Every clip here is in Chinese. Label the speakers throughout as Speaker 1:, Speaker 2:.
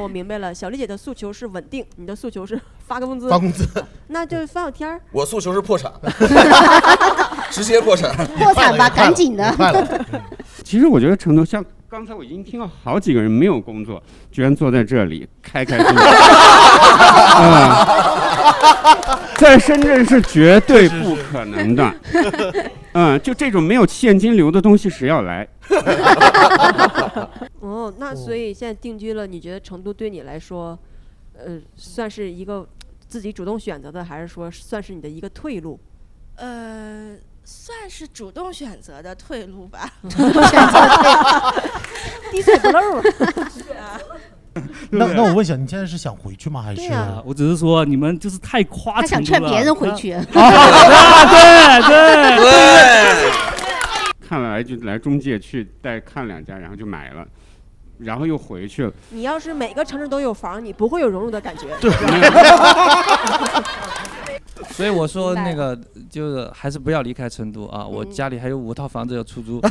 Speaker 1: 我明白了，小丽姐的诉求是稳定，你的诉求是发个工资，
Speaker 2: 发工资，
Speaker 1: 那就放个天儿。
Speaker 3: 我诉求是破产，直接破产，
Speaker 1: 破产吧赶紧的
Speaker 2: 快了。
Speaker 4: 其实我觉得成都像刚才我已经 听到好几个人没有工作，居然坐在这里开开心 心。啊在深圳是绝对不可能的。嗯，就这种没有现金流的东西，谁要来？
Speaker 1: 哦，那所以现在定居了，你觉得成都对你来说，呃，算是一个自己主动选择的，还是说算是你的一个退路？
Speaker 5: 呃，算是主动选择的退路 吧。
Speaker 1: 滴水不漏。
Speaker 5: 是啊，
Speaker 2: 那那我问一下，你现在是想回去吗？还是
Speaker 1: 对呀
Speaker 6: 我只是说你们就是太夸
Speaker 7: 他
Speaker 6: 成
Speaker 7: 想
Speaker 6: 都了。
Speaker 7: 劝别人
Speaker 1: 嗯
Speaker 7: 回 去。
Speaker 6: 啊，对对
Speaker 3: 对，
Speaker 4: 看来就来中介去带看两家，然后就买了，然后又回去了。
Speaker 1: 你要是每个城市都有房，你不会有融入的感觉。
Speaker 6: 所以我说
Speaker 7: 明白嗯
Speaker 6: 那个就是还是不要离开成都啊！我家里还有五套房子要出 租。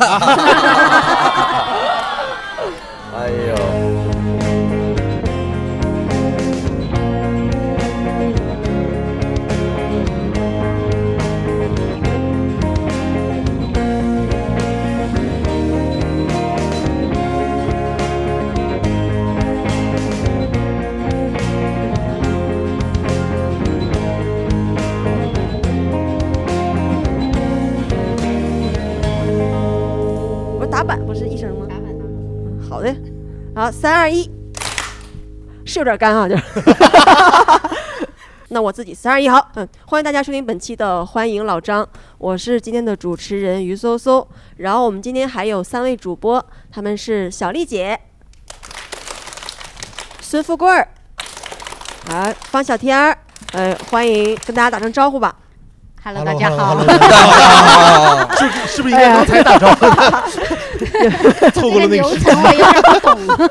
Speaker 3: 哎呦，
Speaker 1: 我说打板不是一声吗？打板。好的，好，三二一，是有点干啊，就是。那我自己三二一好，嗯，欢迎大家收听本期的《欢迎老张》，我是今天的主持人于搜搜。然后我们今天还有三位主播，他们是小丽姐、孙富贵儿，啊，方小天儿，呃，欢迎跟大家打声招呼吧。
Speaker 7: Hello，大家好。
Speaker 2: 是不是是不是应
Speaker 1: 哎
Speaker 2: 该刚才打招呼？ 错过了那个
Speaker 7: 流
Speaker 2: 时
Speaker 7: 程
Speaker 2: 间。
Speaker 7: 我有点不懂。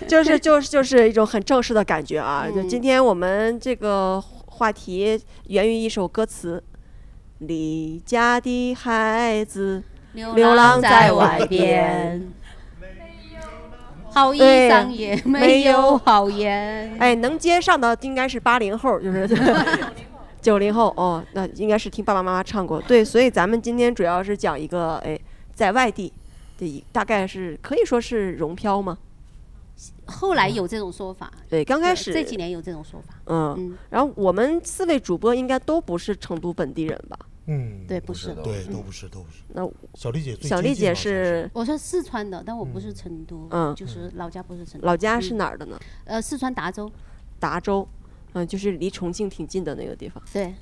Speaker 1: 就是就是就是一种很正式的感觉啊！就
Speaker 7: 嗯
Speaker 1: 今天我们这个话题源于一首歌词，《离家的孩子流浪在外边。
Speaker 7: 好衣裳也没有好》。言。
Speaker 1: 哎，能接上的应该是八零后，就是 九零后哦，那应该是听爸爸妈妈唱过。对，所以咱们今天主要是讲一个哎，在外地的一，大概是可以说是融漂吗？
Speaker 7: 后来有这种说法，
Speaker 1: 对，刚开始
Speaker 7: 这几年有这种说法。
Speaker 1: 嗯，
Speaker 7: 嗯，
Speaker 1: 然后我们四位主播应该都不是成都本地人吧？
Speaker 2: 嗯，
Speaker 7: 对，不是。
Speaker 2: 对，都不是，都不是。
Speaker 1: 那
Speaker 2: 小丽姐最接近了，
Speaker 1: 小丽姐
Speaker 2: 好像是
Speaker 1: 是
Speaker 7: 我是四川的，但我不是成都，
Speaker 1: 嗯
Speaker 7: 就是老家不是成都，
Speaker 1: 老家是哪儿的呢？
Speaker 7: 呃，四川达州。
Speaker 1: 达州，嗯，就是离重庆挺近的那个地方。嗯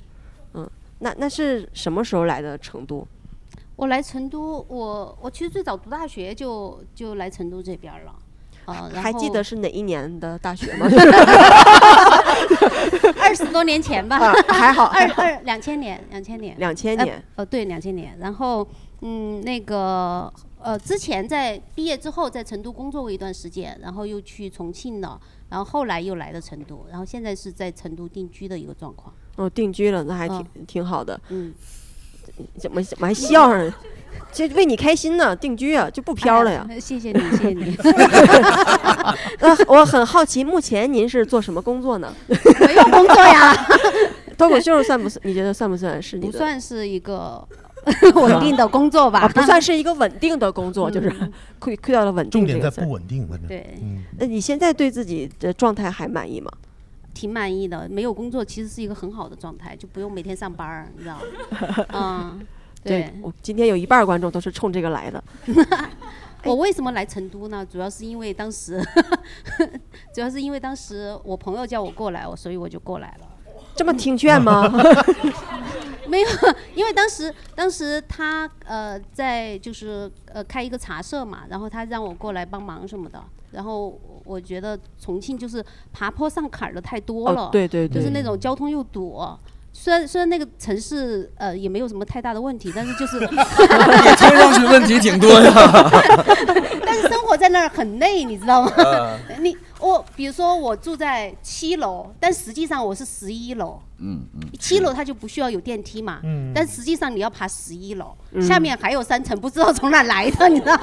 Speaker 7: 对，
Speaker 1: 那那是什么时候来的成都？
Speaker 7: 我来成都，我我其实最早读大学就就来成 都这边儿了，啊、然
Speaker 1: 还记
Speaker 7: 后
Speaker 1: 得是哪一年的大学 吗？
Speaker 7: 二十多年 前吧，
Speaker 1: 啊还好，
Speaker 7: 二二两千年，两千年，
Speaker 1: 两千
Speaker 7: 呃
Speaker 1: 年。
Speaker 7: 呃，对，两千年。然后，嗯，那个，呃，之前在毕业之后，在成都工作过一段时间，然后又去重庆了，然后后来又来了成都，然后现在是在成都定居的一个状况。
Speaker 1: 哦，定居了，那还挺、挺好的。
Speaker 7: 嗯，
Speaker 1: 怎么怎么还笑 上了？这为你开心呢，定居啊，就不飘了呀。
Speaker 7: 哎谢谢你，谢谢 你。
Speaker 1: 那呃我很好奇，目前您是做什么工作呢？
Speaker 7: 没有工作呀，
Speaker 1: 脱口秀算不算？你觉得算不算是你
Speaker 7: 不
Speaker 1: 的？
Speaker 7: 算是一个稳定的工作吧
Speaker 1: 啊，？不算是一个稳定的工作，就是
Speaker 7: 嗯
Speaker 1: 亏亏到了稳定。
Speaker 2: 重点在不。稳定，反正。
Speaker 7: 对，
Speaker 2: 嗯，
Speaker 1: 那你现在对自己的状态还满意吗？
Speaker 7: 挺满意的。没有工作其实是一个很好的状态，就不用每天上班儿，你 知道吗？嗯，对。
Speaker 1: 我今天有一半儿观众都是冲这个来的。哎
Speaker 7: 我为什么来成都呢？主要是因为当时， 主要是因为当时我朋友叫我过来，我所以我就过来了。
Speaker 1: 这么听 劝吗？
Speaker 7: 没有，因为当时当时他呃在就是呃开一个茶社嘛，然后他让我过来帮忙什么的。然后我觉得重庆就是爬坡上坎儿的太多了，
Speaker 1: 哦，对对
Speaker 7: 就是
Speaker 1: 对，
Speaker 7: 那种交通又堵。虽然虽然那个城市呃也没有什么太大的问题，但是 就是
Speaker 3: 你听上去问题挺多呀。
Speaker 7: 但是生活在那儿很累，你知道吗？
Speaker 3: 啊
Speaker 7: 你我比如说我住在七楼，但实际上我是十一楼，
Speaker 3: 嗯嗯，
Speaker 7: 七楼它就不需要有电梯嘛，
Speaker 2: 嗯
Speaker 7: 但实际上你要爬十一楼，
Speaker 1: 嗯
Speaker 7: 下面还有三层，不知道从哪来的，你知道，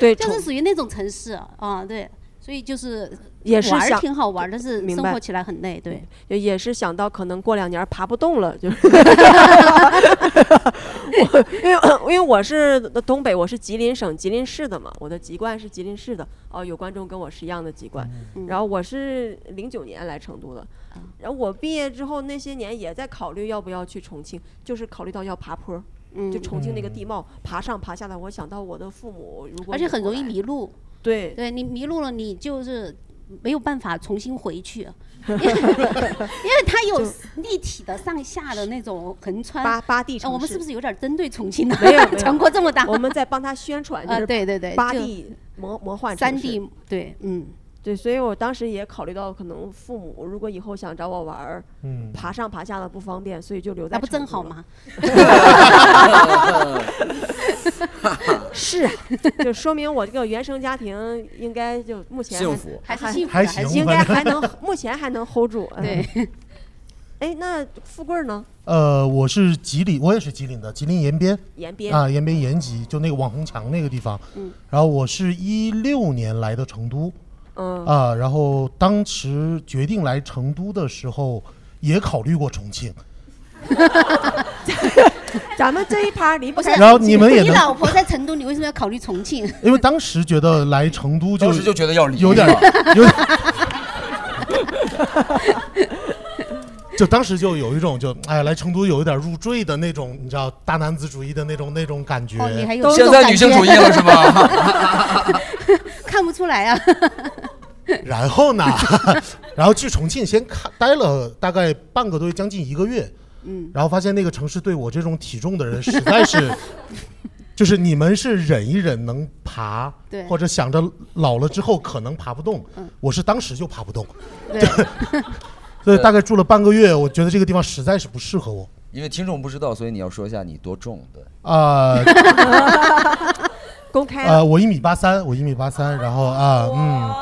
Speaker 1: 对，
Speaker 7: 就是
Speaker 1: 重
Speaker 7: 属于那种城市啊，对。所以就是
Speaker 1: 也是
Speaker 7: 玩儿
Speaker 1: 想
Speaker 7: 挺好玩儿，但是
Speaker 1: 明
Speaker 7: 嗯生
Speaker 1: 白
Speaker 7: 活起来很累，对。
Speaker 1: 也也是想到可能过两年爬不动了， 就是 我因为因为我是东北，我是吉林省吉林市的嘛，我的籍贯是吉林市的。哦，有观众跟我是一样的籍贯，
Speaker 7: 嗯啊
Speaker 1: 然后我是零九年来成都的，然后我毕业之后那些年也在考虑要不要去重庆，就是考虑到要爬坡。
Speaker 7: 嗯
Speaker 1: 就重庆那个地貌，爬上爬下的，我想到我的父母，如果
Speaker 7: 而且
Speaker 1: 我
Speaker 7: 很容易
Speaker 1: 来
Speaker 7: 迷路。
Speaker 1: 对
Speaker 7: 对你迷路了，你就是没有办法重新 回去，因为 因为它有立体的上下的那种横穿。
Speaker 1: 八八 D
Speaker 7: 呃我
Speaker 1: 城
Speaker 7: 们是
Speaker 1: 市
Speaker 7: 不是有点针对重庆呢？
Speaker 1: 没有 没有
Speaker 7: 全国这么大。
Speaker 1: 我们在帮他宣传，就
Speaker 7: 啊
Speaker 1: 是
Speaker 7: 对对对
Speaker 1: 八
Speaker 7: 就
Speaker 1: D 魔魔幻城
Speaker 7: 三
Speaker 1: 市
Speaker 7: D 对，嗯，
Speaker 1: 对，所以我当时也考虑到，可能父母如果以后想找我玩儿，
Speaker 2: 嗯
Speaker 1: 爬上爬下的不方便，所以就留在
Speaker 7: 那不
Speaker 1: 成
Speaker 7: 正
Speaker 1: 都
Speaker 7: 好
Speaker 1: 了？
Speaker 7: 吗？
Speaker 1: 是啊，就说明我这个原生家庭应该就目前
Speaker 3: 幸
Speaker 1: 还
Speaker 3: 福
Speaker 7: 还是幸福
Speaker 2: 还
Speaker 7: 的，
Speaker 2: 行
Speaker 7: 还
Speaker 1: 应
Speaker 7: 是
Speaker 1: 该还能 目前还能 hold 住。哎
Speaker 7: 对，
Speaker 1: 哎，那富贵儿呢？
Speaker 2: 呃，我是吉林，我也是吉林的，吉林延边
Speaker 1: 延边
Speaker 2: 啊，延边延吉，就那个网红墙那个地方。
Speaker 7: 嗯
Speaker 2: 然后我是一六年来的成都
Speaker 1: 嗯，
Speaker 2: 啊， 然后当时决定来成都的时候，也考虑过重庆。
Speaker 1: 咱们这一趴离不
Speaker 7: 不是
Speaker 1: 开。。
Speaker 2: 然后你们也
Speaker 7: 你
Speaker 2: 能
Speaker 7: 老婆在成都，你为什么要考虑重庆？
Speaker 2: 因为当时觉得来成都就
Speaker 3: 当时就觉得要离
Speaker 2: 有点
Speaker 3: 了
Speaker 2: 有点，就当时就有一种就哎来成都有一点入赘的那种，你知道大男子主义的那种那种感觉。
Speaker 7: 哦，你还有这
Speaker 3: 现
Speaker 7: 种
Speaker 3: 在
Speaker 7: 感
Speaker 3: 女性主义
Speaker 7: 觉，
Speaker 3: 了是吧？
Speaker 7: 看不出来啊。
Speaker 2: 然后呢，然后去重庆先看待了大概半个多月，将近一个月，
Speaker 7: 嗯，
Speaker 2: 然后发现那个城市对我这种体重的人实在是。就是你们是忍一忍能爬，
Speaker 7: 对
Speaker 2: 或者想着老了之后可能爬不动，
Speaker 7: 嗯
Speaker 2: 我是当时就爬不动，
Speaker 7: 对，
Speaker 2: 所以
Speaker 3: 对
Speaker 2: 大概住了半个月，我觉得这个地方实在是不适合我。
Speaker 3: 因为听众不知道，所以你要说一下你多重。对，
Speaker 2: 啊
Speaker 1: 公开了啊
Speaker 2: 呃，我一米八三，我一米八三，然后啊，嗯，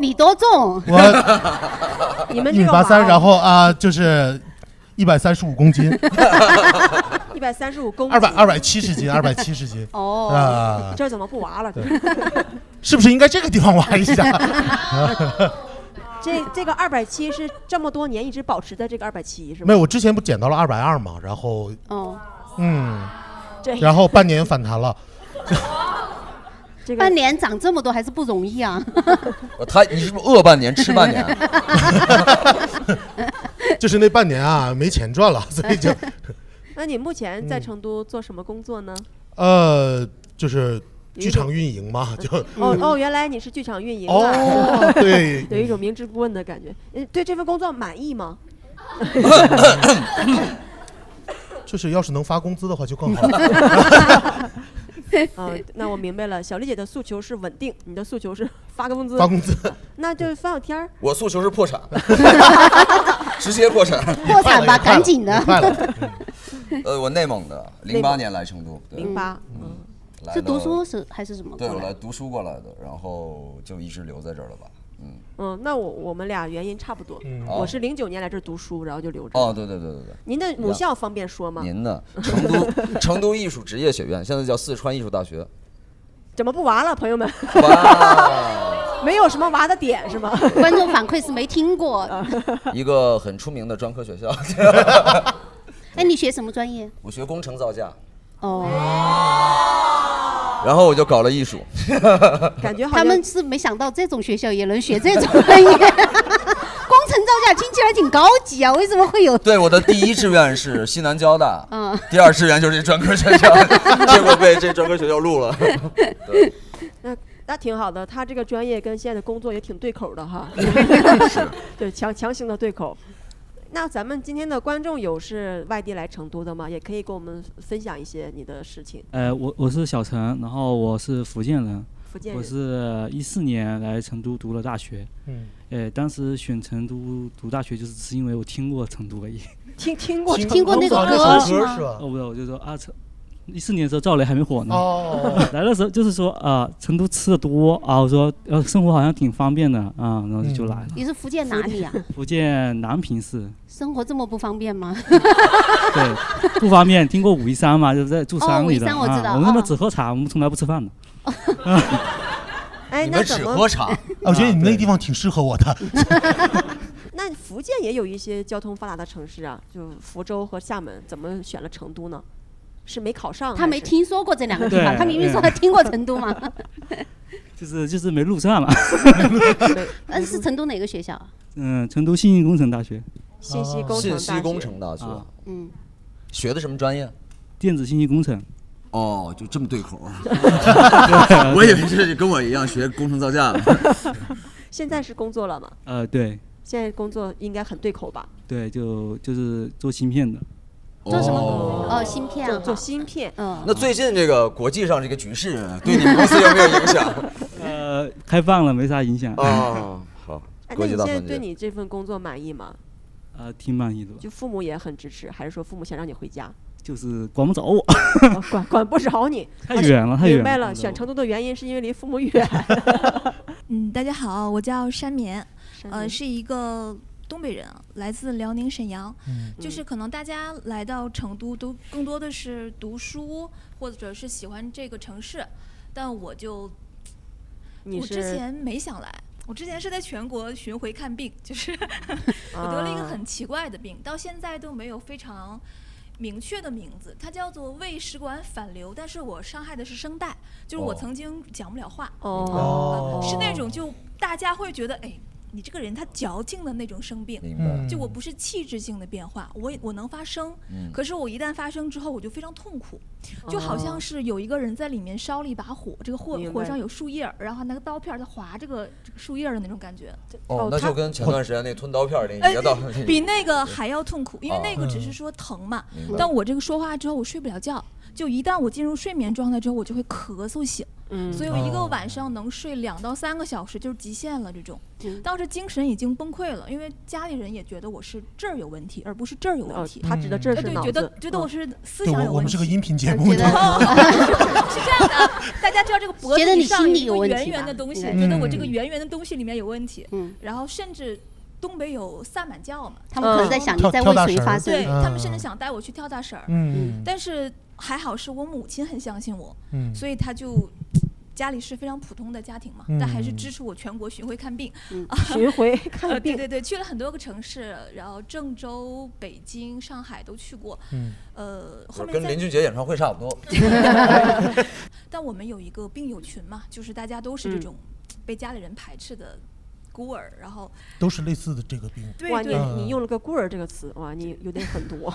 Speaker 7: 你多重？，
Speaker 2: 我
Speaker 1: 你们
Speaker 2: 一
Speaker 1: 这
Speaker 2: 米
Speaker 1: 个
Speaker 2: 八三，然
Speaker 1: 后
Speaker 2: 后啊，就是一百三十五公斤，
Speaker 1: 一百三十五公斤，
Speaker 2: 二百二百七十斤，二百七十斤
Speaker 7: 哦，
Speaker 2: 啊，
Speaker 1: 这怎么不娃了？这
Speaker 2: 是不是应该这个地方挖一 下？
Speaker 1: 这这个二百七是这么多年一直保持在这个二百七是吗？
Speaker 2: 没有，我之前不减到了二百二嘛，然后
Speaker 7: 哦，
Speaker 2: 嗯
Speaker 1: 这，
Speaker 2: 然后半年反弹了，
Speaker 1: 这个
Speaker 7: 半年长这么多还是不容易啊。
Speaker 3: 呃他你是不是饿半年吃半年？啊
Speaker 2: 就是那半年啊没钱赚了， 所以 就 嗯
Speaker 1: 那你目前在成都做什么工作呢？
Speaker 2: 呃就是剧场运营嘛，就
Speaker 1: 哦哦，原来你是剧场运营啊，
Speaker 2: 嗯哦对，
Speaker 1: 有一种明知故问的感觉。嗯，对这份工作满意吗？
Speaker 2: 就是要是能发工资的话就更好了。
Speaker 1: 啊， 那我明白了，小丽姐的诉求是稳定，你的诉求是发个工资
Speaker 2: 发，工资
Speaker 1: 那就放个天儿。
Speaker 3: 我诉求是破产，直接破产。
Speaker 7: 破产吧，
Speaker 2: 也快了
Speaker 7: 赶紧的
Speaker 2: 也。快了，嗯
Speaker 3: 呃，我内蒙的，零八年来成都，对
Speaker 1: 零八，嗯，
Speaker 3: 来
Speaker 7: 是
Speaker 3: 的
Speaker 7: 读书是还是什么过
Speaker 3: 对，我来
Speaker 7: 来？
Speaker 3: 读书过来的，然后就一直留在这儿了吧。嗯，
Speaker 1: 嗯，那我我们俩原因差不多。我是零九年来这儿读书，然后就留着。
Speaker 3: 哦哦，对对对对对。
Speaker 1: 您的母校方便说吗？
Speaker 3: 您呢？成都成都艺术职业学院，现在叫四川艺术大学。
Speaker 1: 怎么不娃了，朋友们？
Speaker 3: 哇，
Speaker 1: 没有什么娃的点是 吗？
Speaker 7: 观众反馈是没 听过。
Speaker 3: 一个很出名的专科学校。
Speaker 7: 哎，你学什么专业？
Speaker 3: 我学工程造价，
Speaker 7: 哦，
Speaker 3: 然后我就搞了艺术。
Speaker 1: 感觉好
Speaker 7: 他
Speaker 1: 像
Speaker 7: 们是没想到这种学校也能学这种专业。 工程造价听起来挺高级啊，为什么会有？
Speaker 3: 对，我的第一志愿是西南交大，
Speaker 7: 嗯，
Speaker 3: 第二志愿就是这专科学校，结果被这专科学校录了。
Speaker 1: 那那挺好的，他这个专业跟现在的工作也挺对口 的哈， 对，强强行的对口。那咱们今天的观众有是外地来成都的吗？也可以跟我们分享一些你的事情。
Speaker 8: 呃，我我是小陈，然后我是福建人，
Speaker 1: 福建
Speaker 8: 我
Speaker 1: 人，
Speaker 8: 是一四年来成都读了大学。
Speaker 2: 嗯，
Speaker 8: 呃，当时选成都读大学，就是只因为我听过成都而已。
Speaker 1: 听听过
Speaker 7: 听过那个
Speaker 2: 这首
Speaker 7: 歌是吗
Speaker 2: 是吧？
Speaker 8: 哦，不是，我就说啊，成一四年的时候赵雷还没火呢。
Speaker 2: 哦，
Speaker 8: 来的时候就是说啊、成都吃的多啊，我说呃，生活好像挺方便的啊、然后就就来了。
Speaker 1: 嗯
Speaker 7: 你是福建哪里啊？
Speaker 8: 福建南平市，
Speaker 7: 生活这么不方便吗？
Speaker 8: 对，不方便。听过武夷山嘛，就是在住
Speaker 7: 哦
Speaker 8: 山
Speaker 7: 武夷
Speaker 8: 里的、
Speaker 7: 山我知道
Speaker 8: 啊。我们那边
Speaker 7: 哦
Speaker 8: 只喝茶，我们从来不吃饭的。
Speaker 1: 哎哎，
Speaker 9: 你
Speaker 1: 那
Speaker 9: 们
Speaker 1: 怎
Speaker 9: 只
Speaker 1: 么
Speaker 9: 喝
Speaker 10: ，
Speaker 9: 茶
Speaker 10: 啊我觉得你那地方挺适合我的。
Speaker 1: 那福建也有一些交通发达的城市啊，就福州和厦门，怎么选了成都呢？是没考上？
Speaker 7: 他没听说过这两个地方，
Speaker 8: 对
Speaker 7: 他明明说他听过成都 嘛。
Speaker 8: 就是就是没录上嘛。
Speaker 7: 嗯，是成都哪个学校啊？
Speaker 8: 嗯，成都信息工程大学，
Speaker 1: 信息工程
Speaker 9: 信
Speaker 1: 大
Speaker 9: 息
Speaker 1: 学。
Speaker 9: 工程大学
Speaker 8: 啊
Speaker 7: 嗯，
Speaker 9: 学的什么专业？
Speaker 8: 电子信息工程。啊
Speaker 2: 哦，就这么对口 儿。我以为是跟我一样学工程造价的。
Speaker 1: 现在是工作了吗？
Speaker 8: 呃，对
Speaker 1: 现在工作应该很对口吧？
Speaker 8: 对，就就是做芯片的。
Speaker 7: 做什么？
Speaker 2: 哦
Speaker 7: 哦，芯片
Speaker 1: 做
Speaker 7: 啊。
Speaker 1: 做芯片，
Speaker 7: 嗯，
Speaker 9: 那最近这个国际上这个局势对你们公司有没有影响？
Speaker 8: 呃，开放了没啥影响，
Speaker 9: 哦，好，
Speaker 1: 哎，那
Speaker 9: 国
Speaker 1: 你
Speaker 9: 际
Speaker 1: 现
Speaker 9: 大
Speaker 1: 在
Speaker 9: 团
Speaker 1: 对。
Speaker 9: 结
Speaker 1: 你这份工作满意吗？
Speaker 8: 呃，挺满意的吧？
Speaker 1: 就父母也很支持，还是说父母想让你回家，
Speaker 8: 就是管不着我，
Speaker 1: 哦管管不着你？
Speaker 8: 太远了，太远了。
Speaker 1: 啊明白了，
Speaker 8: 管不着
Speaker 1: 选
Speaker 8: 我
Speaker 1: 成都的原因是因为离父母远。
Speaker 11: 嗯，大家好，我叫山棉，
Speaker 1: 山
Speaker 11: 呃，
Speaker 1: 东
Speaker 11: 是一个东北人，来自辽宁沈阳。
Speaker 9: 嗯
Speaker 11: 就是可能大家来到成都都更多的是读书，或者是喜欢这个城市，但我就
Speaker 1: 你
Speaker 11: 我之
Speaker 1: 是
Speaker 11: 前没想来。我之前是在全国巡回看病，就是
Speaker 1: 我
Speaker 11: 我得了一个
Speaker 1: 啊
Speaker 11: 很奇怪的病，到现在都没有非常明确的名字，它叫做胃食管反流，但是我伤害的是声带，就是我
Speaker 9: 哦
Speaker 11: 曾经讲不了话，嗯啊
Speaker 1: 哦，
Speaker 11: 是那种就大家会觉得，哎，你这个人他矫情的那种生病。
Speaker 9: 明白。
Speaker 11: 就我不是气质性的变化，我也我能发声，
Speaker 9: 嗯
Speaker 11: 可是我一旦发声之后，我就非常痛苦，就好像是有一个人在里面烧了一把火，这个火
Speaker 1: 哦明白
Speaker 11: 火上有树叶儿，然后拿个刀片儿在划这个这个树叶儿的那种感觉，
Speaker 1: 哦
Speaker 9: 哦，那
Speaker 1: 他
Speaker 9: 就跟前段时间那吞刀片儿那
Speaker 11: 哎
Speaker 9: 一个道理。
Speaker 11: 比那 个还要痛苦，因为
Speaker 9: 哦
Speaker 11: 那个
Speaker 10: 嗯
Speaker 11: 只是说疼嘛，
Speaker 9: 明白
Speaker 11: 但我这个说话之后我睡不了觉，就一旦我进入睡眠状态之后，我就会咳嗽醒。
Speaker 1: 嗯，
Speaker 11: 所以我一
Speaker 10: 哦
Speaker 11: 个晚上能睡两到三个小时就是极限了。这种，
Speaker 1: 嗯
Speaker 11: 当时精神已经崩溃了，因为家里人也觉得我是这儿有问题，而不是这儿有问
Speaker 1: 哦
Speaker 11: 题，。
Speaker 1: 他指的这
Speaker 11: 哎
Speaker 1: 是
Speaker 11: 对，
Speaker 1: 脑
Speaker 11: 觉
Speaker 1: 子
Speaker 11: 得，觉得我
Speaker 1: 嗯
Speaker 11: 是思
Speaker 10: 嗯对，
Speaker 11: 想
Speaker 10: 我
Speaker 11: 有
Speaker 10: 我
Speaker 11: 问
Speaker 10: 们
Speaker 11: 题。
Speaker 10: 是个音频节目
Speaker 7: 觉，得
Speaker 11: 是这样的啊，大家知道这个脖
Speaker 7: 觉得
Speaker 11: 子
Speaker 7: 你
Speaker 11: 以上
Speaker 7: 心
Speaker 11: 有
Speaker 7: 里
Speaker 11: 一
Speaker 7: 有
Speaker 11: 个
Speaker 7: 问
Speaker 11: 圆
Speaker 7: 题吧
Speaker 11: 圆的东西，
Speaker 7: 应
Speaker 11: 觉
Speaker 7: 该
Speaker 11: 得我这
Speaker 10: 是
Speaker 11: 个圆圆的东西里面有问题。
Speaker 7: 嗯
Speaker 11: 然后甚至东北有萨满教嘛，
Speaker 7: 他们可能在想你
Speaker 10: 跳
Speaker 7: 在
Speaker 10: 跳
Speaker 7: 为
Speaker 10: 大
Speaker 7: 谁
Speaker 10: 神儿
Speaker 7: 发声
Speaker 11: 对。他们甚
Speaker 10: 嗯
Speaker 11: 至想带我去跳大神儿，
Speaker 10: 嗯
Speaker 11: 但是还好是我母亲很相信我，
Speaker 10: 嗯，
Speaker 11: 所以他就家里是非常普通的家庭嘛，但还是支持我全国巡回看病。
Speaker 7: 嗯
Speaker 1: 巡回
Speaker 11: 呃，
Speaker 1: 看
Speaker 11: 对
Speaker 1: 病，
Speaker 11: 对对，去了很多个城市，然后郑州、北京、上海都去过。
Speaker 10: 嗯
Speaker 11: 呃，后面
Speaker 9: 跟
Speaker 11: 在
Speaker 9: 林，俊杰演唱会差不多。
Speaker 11: 但我们有一个病友群嘛，就是大家都是这
Speaker 7: 嗯
Speaker 11: 种被家里人排斥的孤儿，然 后
Speaker 10: 都是类似的这个病。
Speaker 1: 哇，
Speaker 11: 对
Speaker 1: 你
Speaker 11: 对，
Speaker 1: 你
Speaker 10: 嗯
Speaker 1: 用了个“棍儿”这个词，哇，你有点狠 毒。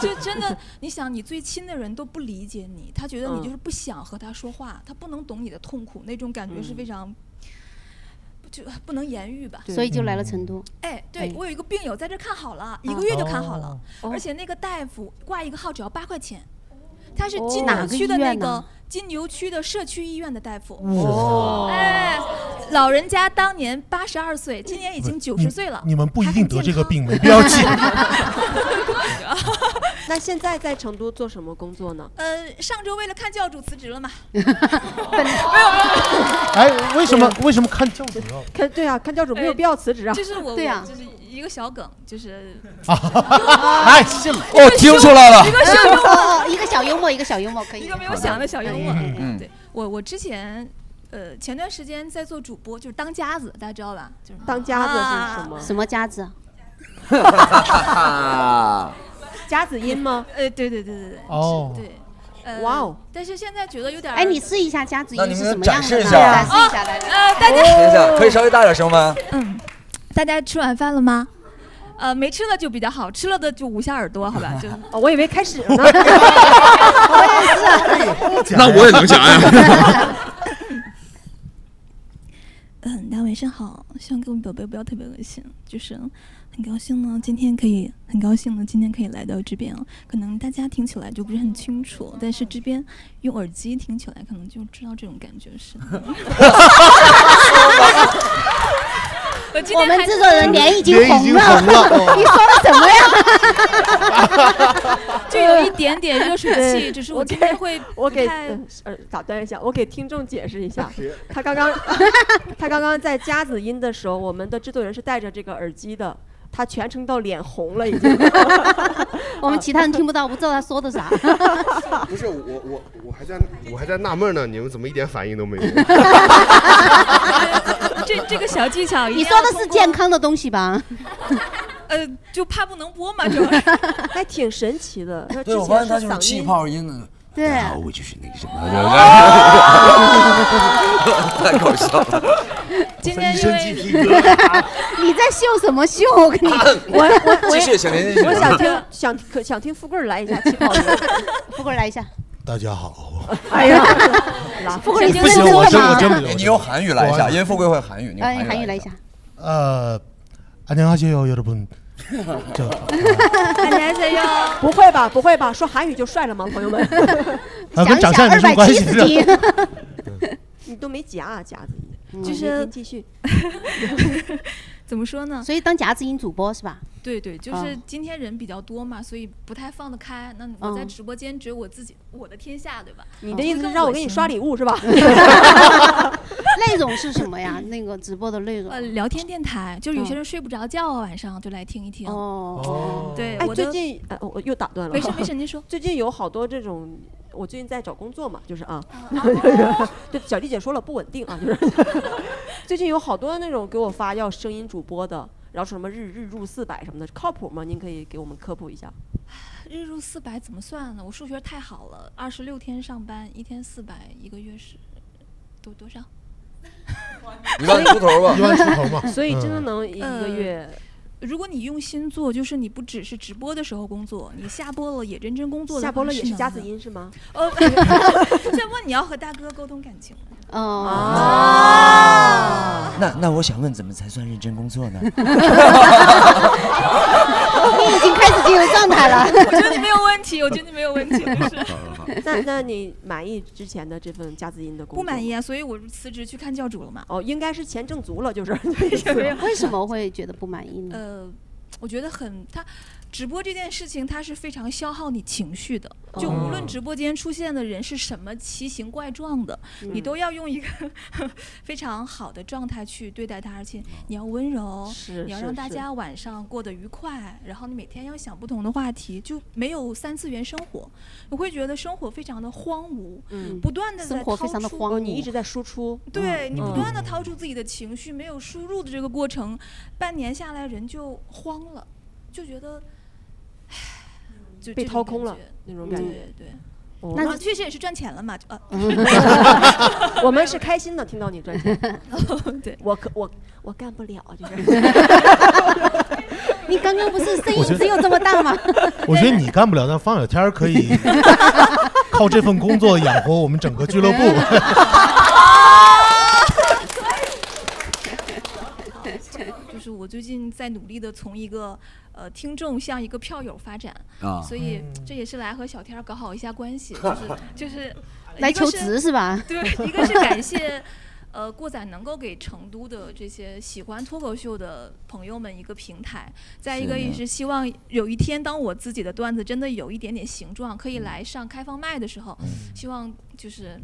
Speaker 11: 就真的，你想你最亲的人都不理解你，他觉得
Speaker 1: 嗯
Speaker 11: 你就是不想和他说话，他不能懂你的痛苦，那种感觉是非常。就不能言喻吧，
Speaker 1: 对
Speaker 7: 嗯所以就来了成都，啊
Speaker 11: 哎，对
Speaker 7: 哎
Speaker 11: 我有一个病友在这看好了，一个月就看好了，
Speaker 1: 哦
Speaker 11: 而且那个大夫挂一个号只要八块钱，他是
Speaker 1: 哦
Speaker 11: 金
Speaker 7: 哪
Speaker 11: 牛
Speaker 7: 个
Speaker 11: 区的
Speaker 7: 医
Speaker 11: 那
Speaker 7: 院
Speaker 11: 个
Speaker 7: 呢
Speaker 11: 金牛区的社区医院的大夫。
Speaker 1: 哦，
Speaker 11: 哎，老人家当年八十二岁，今年已经九十岁了。
Speaker 10: 你们不一
Speaker 11: 还
Speaker 10: 定
Speaker 11: 很
Speaker 10: 得
Speaker 11: 健
Speaker 10: 这个
Speaker 11: 康
Speaker 10: 病，没必要紧。
Speaker 1: 那现在在成都做什么工作呢？
Speaker 11: 呃，上周为了看教主辞职了 嘛？
Speaker 7: 哦
Speaker 10: 哎，为什么为什么看教主要？
Speaker 1: 看 对啊，看教主没有必要辞职啊。
Speaker 11: 这是我，
Speaker 7: 对呀
Speaker 11: 我哎就是一个小梗， 就是
Speaker 10: 哎，信了。
Speaker 9: 哦，听出来了。
Speaker 7: 哦，一个小幽默， 一个小幽默，可以
Speaker 11: 一。个没有想的小幽默。
Speaker 7: 哎
Speaker 9: 嗯
Speaker 11: 对我，我之前，呃，前段时间在做主播，就是当家子，大家知道吧？就是啊
Speaker 1: 当家子是什么？
Speaker 7: 什么家子啊？
Speaker 9: 啊，
Speaker 1: 家子音吗？
Speaker 11: 呃， 对对对对对，
Speaker 10: 哦
Speaker 11: 是对。呃
Speaker 1: 哇哦！
Speaker 11: 但是现在觉得有点儿，哦
Speaker 7: 哎，你试一下家子音
Speaker 9: 那你
Speaker 7: 是
Speaker 9: 们
Speaker 7: 什么样
Speaker 9: 展
Speaker 7: 的
Speaker 9: 示
Speaker 7: 呢？
Speaker 9: 一下
Speaker 7: 展示一下，来来来。
Speaker 11: 呃，大家
Speaker 9: 等一下，可以稍微大点声吗？
Speaker 11: 嗯，大家吃晚饭了吗？呃，没吃的就比较好，吃了的就捂下耳朵，好吧？就
Speaker 1: 哦，我以为开始了呢。
Speaker 2: 那我也能想呀。
Speaker 11: 嗯，大家晚上好，希望各位宝贝不要特别恶心，就是很高兴呢，今天可以很高兴呢，今天可以来到这边啊。可能大家听起来就不是很清楚，但是这边用耳机听起来，可能就知道这种感觉是。 我今
Speaker 7: 我
Speaker 11: 天
Speaker 7: 们
Speaker 11: 还
Speaker 7: 制作人脸已经
Speaker 10: 脸已
Speaker 7: 红
Speaker 10: 经
Speaker 7: 了，
Speaker 10: 红了
Speaker 7: 你说了什么呀？
Speaker 11: 就有一点点热水
Speaker 1: 对
Speaker 11: 器，只是我
Speaker 1: 我给
Speaker 11: 今天会
Speaker 1: 我给
Speaker 11: 不太
Speaker 1: 呃呃打断一下，我给听众解释一 下，他 刚刚他刚刚在夹子音的时候，我们的制作人是戴着这个耳机的。他全程到脸红了已经。
Speaker 7: 我们其他人听不到，不知道他说的啥。
Speaker 12: 不是我我我还在我还在纳闷呢，你们怎么一点反应都没有？
Speaker 11: 这这个小技巧一定
Speaker 7: 你
Speaker 11: 要
Speaker 7: 说的
Speaker 11: 通
Speaker 7: 是
Speaker 11: 过
Speaker 7: 健康的东西吧？
Speaker 11: 呃，就怕不能播嘛， 主要是
Speaker 1: 还挺神奇的。
Speaker 9: 对，我发现他就是气泡音的。
Speaker 7: 对，
Speaker 9: 啊，我就是那个什么。
Speaker 11: 哦
Speaker 3: 太搞笑了。
Speaker 11: 今天因为
Speaker 7: 你在秀什么秀？我跟 你，
Speaker 1: 我 我我
Speaker 3: 继续小林继续
Speaker 1: 我想听想可想听富贵儿来一下 气泡音，
Speaker 7: 富贵儿来一下。
Speaker 2: 大家好，
Speaker 1: 哎呀，
Speaker 7: 富贵儿已经
Speaker 2: 不行，
Speaker 7: 认
Speaker 2: 我
Speaker 7: 真
Speaker 2: 真
Speaker 7: 了
Speaker 2: 我
Speaker 7: 吗
Speaker 2: 真不
Speaker 3: 你
Speaker 2: 行。
Speaker 3: 你用韩语来一下，
Speaker 2: 我
Speaker 3: 因为富贵会韩语，你用
Speaker 7: 哎，
Speaker 3: 韩
Speaker 7: 韩
Speaker 3: 语来
Speaker 7: 语来
Speaker 3: 一
Speaker 7: 一
Speaker 3: 下。
Speaker 7: 下。
Speaker 2: 呃，안녕하세요여러분，就
Speaker 11: 大家加油，
Speaker 1: 不会吧不会吧，说韩语就帅了吗，朋 友们？
Speaker 2: 啊跟长相有什么关系是吧
Speaker 1: 你都没夹啊夹子
Speaker 11: 嗯
Speaker 1: 音，
Speaker 13: 就是
Speaker 1: 您继续。
Speaker 13: 怎么说呢？
Speaker 7: 所以当夹子音主播是吧？
Speaker 11: 对对， 就是
Speaker 7: 啊
Speaker 11: 今天人比较多嘛，所以不太放得开。那我在
Speaker 7: 嗯
Speaker 11: 直播间只有我自己，我的天下，对吧？
Speaker 1: 你的意
Speaker 11: 就
Speaker 1: 思
Speaker 11: 是更
Speaker 1: 让我
Speaker 11: 恶
Speaker 1: 给你
Speaker 11: 心
Speaker 1: 刷礼物 是吧？
Speaker 7: 内容是什么呀？那个直播的内容
Speaker 11: 呃，？聊天电台，就是有些
Speaker 7: 嗯
Speaker 11: 人睡不着觉啊，晚上就来听一听。
Speaker 7: 哦，
Speaker 11: 对，
Speaker 1: 哎，
Speaker 11: 我
Speaker 1: 最
Speaker 11: 的
Speaker 1: 近呃，我又打断了。
Speaker 11: 没 事没事，您说。
Speaker 1: 最近有好多这种，我最近在找工作嘛，就是啊， 对，小丽姐说了不稳定啊，就是 最近有好多那种给我发要声音主播的，然后说什么日日入四百什么的，靠谱吗？您可以给我们科普一下。
Speaker 11: 日入四百怎么算呢？我数学太好了，二十六天上班，一天四百，一个月是多多少？
Speaker 3: 一万出头吧，
Speaker 2: 一万出头嘛 嗯
Speaker 1: 所以真的能一
Speaker 11: 呃
Speaker 1: 个月，
Speaker 11: 如果你用心做，就是你不只是直播的时候工作，你下播了也认真工作的话。
Speaker 1: 下播了也是
Speaker 11: 能
Speaker 1: 夹
Speaker 11: 的
Speaker 1: 子。音是吗？
Speaker 11: 呃，下播你要和大哥沟通感情。
Speaker 7: 哦，
Speaker 9: 那那我想问，怎么才算认真工作 呢？
Speaker 7: 你已经开始进入状态了。
Speaker 11: 我觉得你没有问题，我觉得你没有问题，就是
Speaker 1: 那那你满意之前的这份夹子音的工
Speaker 11: 不
Speaker 1: 作？
Speaker 11: 满意。啊，所以我辞职去看教主了 嘛。
Speaker 1: 哦，应该是钱挣足了，就是啊
Speaker 7: 为什么会觉得不满意呢？
Speaker 11: 呃，我觉得很他。直播这件事情，它是非常消耗你情绪的。
Speaker 7: 哦
Speaker 11: 就无论直播间出现的人是什么奇形怪状的，
Speaker 7: 嗯
Speaker 11: 你都要用一个 非常好的状态去对待他，而
Speaker 1: 哦
Speaker 11: 且你要温柔，
Speaker 1: 是
Speaker 11: 你要
Speaker 1: 是
Speaker 11: 让大
Speaker 1: 是
Speaker 11: 家晚上过得愉快，然后你每天要想不同的话题，就没有三次元生活，我会觉得生活非常的荒芜，
Speaker 1: 嗯
Speaker 11: 不断的
Speaker 7: 生
Speaker 11: 在
Speaker 7: 活
Speaker 11: 掏
Speaker 7: 非常地
Speaker 11: 出
Speaker 7: 荒
Speaker 1: 哦，你一
Speaker 7: 芜
Speaker 1: 直在输出。
Speaker 11: 对你不
Speaker 1: 嗯
Speaker 11: 断的掏出自己的情绪，没有输入的这个过程，半年下来人就慌了，就觉得，唉，就
Speaker 1: 被
Speaker 11: 这种
Speaker 1: 掏空了
Speaker 11: 感觉
Speaker 1: 那种感觉。
Speaker 11: 对对，
Speaker 1: 哦
Speaker 11: 那确实也是赚钱了嘛，就呃，
Speaker 1: 我们是开心的，听到你赚钱。
Speaker 11: 对，
Speaker 1: 我可我我干不了，啊就是。
Speaker 7: 你刚刚 不是
Speaker 11: 呃
Speaker 7: 声
Speaker 2: 我觉得
Speaker 7: 音只有这么大吗？
Speaker 2: 我觉得你干不了，但方小天儿可 以靠这份工作养活我们整个俱乐部。
Speaker 11: 就是我最近在努力的从一个呃听众向一个票友发展，
Speaker 9: 啊
Speaker 11: 所以这也是来和小天儿搞好一下关系，就是就是呃
Speaker 7: 来
Speaker 11: 一个
Speaker 7: 求
Speaker 11: 是
Speaker 7: 职是吧？
Speaker 11: 对，一个是感谢。呃，过载能够给成都的这些喜欢脱口秀的朋友们一个平台，再一
Speaker 9: 是
Speaker 11: 个也
Speaker 9: 的
Speaker 11: 是希望有一天，当我自己的段子真的有一点点形状，可以来上开放麦的时
Speaker 9: 嗯
Speaker 11: 候，希望就是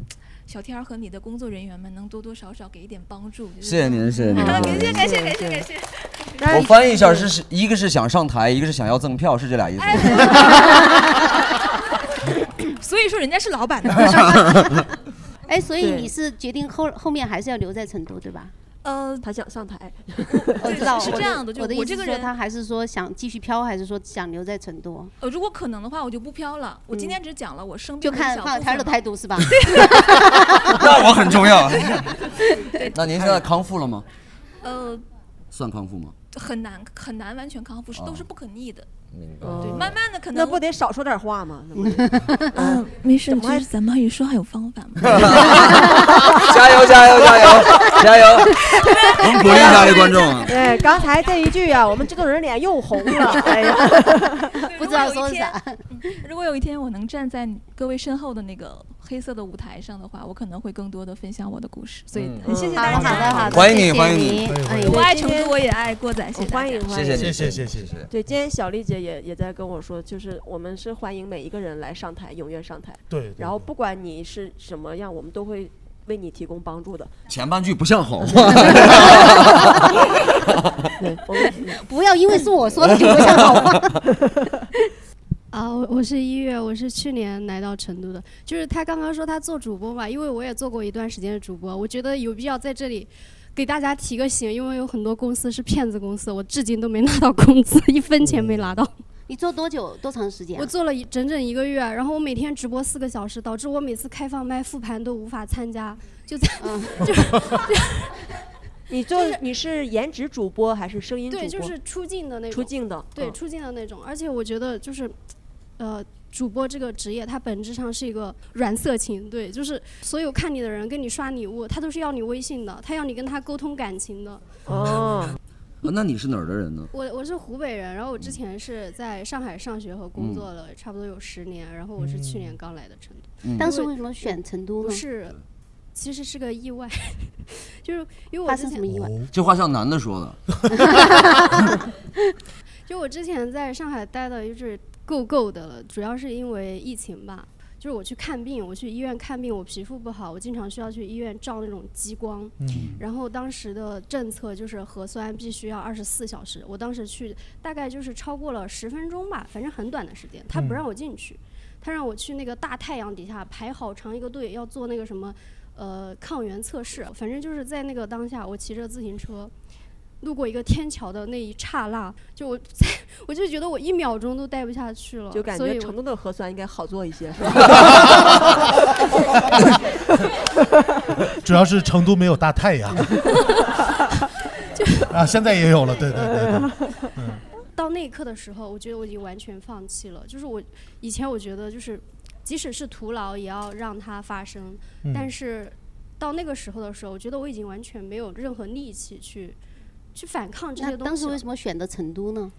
Speaker 11: 小天儿和你的工作人员们能多多少少给一点帮助。就是
Speaker 9: 谢谢您，谢谢您，
Speaker 11: 啊，感
Speaker 9: 谢
Speaker 11: 谢
Speaker 9: 谢
Speaker 11: 感
Speaker 9: 您。
Speaker 11: 谢感谢感谢，
Speaker 9: 我翻译一下，是一个是想上台，一个是想要赠票，是这俩意思
Speaker 11: 哎
Speaker 9: 吗。
Speaker 11: 所以说人家是老 板的。
Speaker 7: 哎，所以
Speaker 1: 对
Speaker 7: 你是决定后后面还是要留在成都对吧？
Speaker 11: 呃，
Speaker 1: 他想上台，
Speaker 7: 我
Speaker 11: 对
Speaker 7: 知道，
Speaker 11: 是
Speaker 7: 我
Speaker 11: 这样的，就
Speaker 7: 我的
Speaker 11: 我
Speaker 7: 意
Speaker 11: 这
Speaker 7: 思
Speaker 11: 个
Speaker 7: 是说，
Speaker 11: 人
Speaker 7: 他还是说想继续飘，还是说想留在成都？
Speaker 11: 呃，如果可能的话，我就不飘了。我今
Speaker 7: 嗯
Speaker 11: 天只讲了我生病
Speaker 7: 就
Speaker 11: 的
Speaker 7: 看
Speaker 11: 小
Speaker 7: 范
Speaker 11: 部
Speaker 7: 天儿的
Speaker 11: 分嘛
Speaker 7: 态度 是吧？
Speaker 9: 那我很重要。 那您现在康复了吗？
Speaker 11: 呃，
Speaker 9: 算康复吗？
Speaker 11: 很难很难完全康复，是都
Speaker 9: 哦
Speaker 11: 是不可逆的。
Speaker 9: 明白。
Speaker 11: 对，
Speaker 1: 哦
Speaker 11: 慢慢的可
Speaker 1: 那
Speaker 11: 能呃
Speaker 1: 不得少说点话吗？那不得
Speaker 13: 嗯，没事，
Speaker 1: 怎么
Speaker 13: 就
Speaker 1: 还
Speaker 13: 是咱们也说话有方法嘛。
Speaker 9: 加油加油加油加油！ 我们鼓励一下这观众啊。
Speaker 1: 对，刚才这一句啊，我们制作人脸又红 了。哎呀，
Speaker 11: 对
Speaker 7: 不
Speaker 11: 如
Speaker 7: 知
Speaker 11: 果
Speaker 7: 道
Speaker 11: 有一
Speaker 7: 说
Speaker 11: 天嗯
Speaker 7: 啥。
Speaker 11: 如果有一天我能站在各位身后的那个黑色的舞台上的话，我可能会更多的分享我的故事。所以
Speaker 9: 嗯
Speaker 11: 很谢谢
Speaker 7: 好
Speaker 11: 大
Speaker 7: 的，好
Speaker 11: 家，嗯
Speaker 7: 的，好的，
Speaker 9: 欢迎你
Speaker 7: 谢谢
Speaker 9: 欢迎
Speaker 7: 你
Speaker 9: 你
Speaker 7: 哎
Speaker 11: 我
Speaker 7: 呦，
Speaker 11: 爱成都，我也爱过载，谢谢大
Speaker 1: 欢
Speaker 11: 家
Speaker 1: 迎。欢
Speaker 9: 谢
Speaker 1: 迎
Speaker 9: 谢。
Speaker 2: 谢
Speaker 9: 你
Speaker 2: 谢谢
Speaker 9: 谢
Speaker 2: 谢谢。
Speaker 1: 对，今天小丽姐也也在跟我说，就是我们是欢迎每一个人来上台，踊跃上台。
Speaker 2: 对，对
Speaker 1: 然后不管你是什么样，我们都会为你提供帮助的。
Speaker 9: 前半句不像好话。
Speaker 1: 对，我们
Speaker 7: 不要因为是我说的就不像好话。
Speaker 14: 啊，我我是一月，我是去年来到成都的。就是他刚刚说他做主播嘛，因为我也做过一段时间的主播，我觉得有必要在这里给大家提个醒，因为有很多公司是骗子公司，我至今都没拿到工资，一分钱没拿到。
Speaker 7: 你做多久多长时间、啊？
Speaker 14: 我做了一整整一个月，然后我每天直播四个小时，导致我每次开放麦复盘都无法参加，就在、
Speaker 7: 嗯
Speaker 14: 就
Speaker 1: 你做你是颜值主播还是声音主播？
Speaker 14: 对，就是出镜的那种。
Speaker 1: 出镜的
Speaker 14: 对，
Speaker 1: 嗯
Speaker 14: 出镜的那种。而且我觉得就是，呃，主播这个职业，它本质上是一个软色情。对，就是所有看你的人跟你刷礼物，他都是要你微信的，他要你跟他沟通感情的。
Speaker 1: 哦，
Speaker 15: 啊那你是哪儿的人呢？
Speaker 14: 我我是湖北人，然后我之前是在上海上学和工作了，差不多有十年，然后我是去年刚来的成都。
Speaker 7: 嗯当时为什么选成都呢
Speaker 14: 不是，其实是个意外， 就是因为我
Speaker 7: 发
Speaker 14: 之
Speaker 7: 生
Speaker 14: 前
Speaker 7: 什么意外？
Speaker 15: 这话像男的说的，
Speaker 14: 就我之前在上海待的就是够够的了，主要是因为疫情吧。就是我去看病，我去医院看病，我皮肤不好，我经常需要去医院照那种激光。
Speaker 16: 嗯
Speaker 14: 然后当时的政策就是核酸必须要二十四小时，我当时去大概就是超过了十分钟吧，反正很短的时间，他不
Speaker 16: 嗯
Speaker 14: 让我进去，他让我去那个大太阳底下排好长一个队，要做那个什么呃抗原测试。反正就是在那个当下，我骑着自行车。路过一个天桥的那一刹那，就我，我就觉得我一秒钟都待不下去了，
Speaker 1: 就感
Speaker 14: 所以
Speaker 1: 觉
Speaker 14: 我
Speaker 1: 成都的核酸应该好做一些，是吧？
Speaker 2: 主要是成都没有大太阳。啊，现在也有了，对对对 对。嗯
Speaker 14: 到那一刻的时候，我觉得我已经完全放弃了。就是我以前我觉得就是，即使是徒劳，也要让它发生。
Speaker 16: 嗯
Speaker 14: 但是到那个时候的时候，我觉得我已经完全没有任何力气去去反抗这些
Speaker 7: 那
Speaker 14: 东西。
Speaker 7: 当时为什么选择成都呢？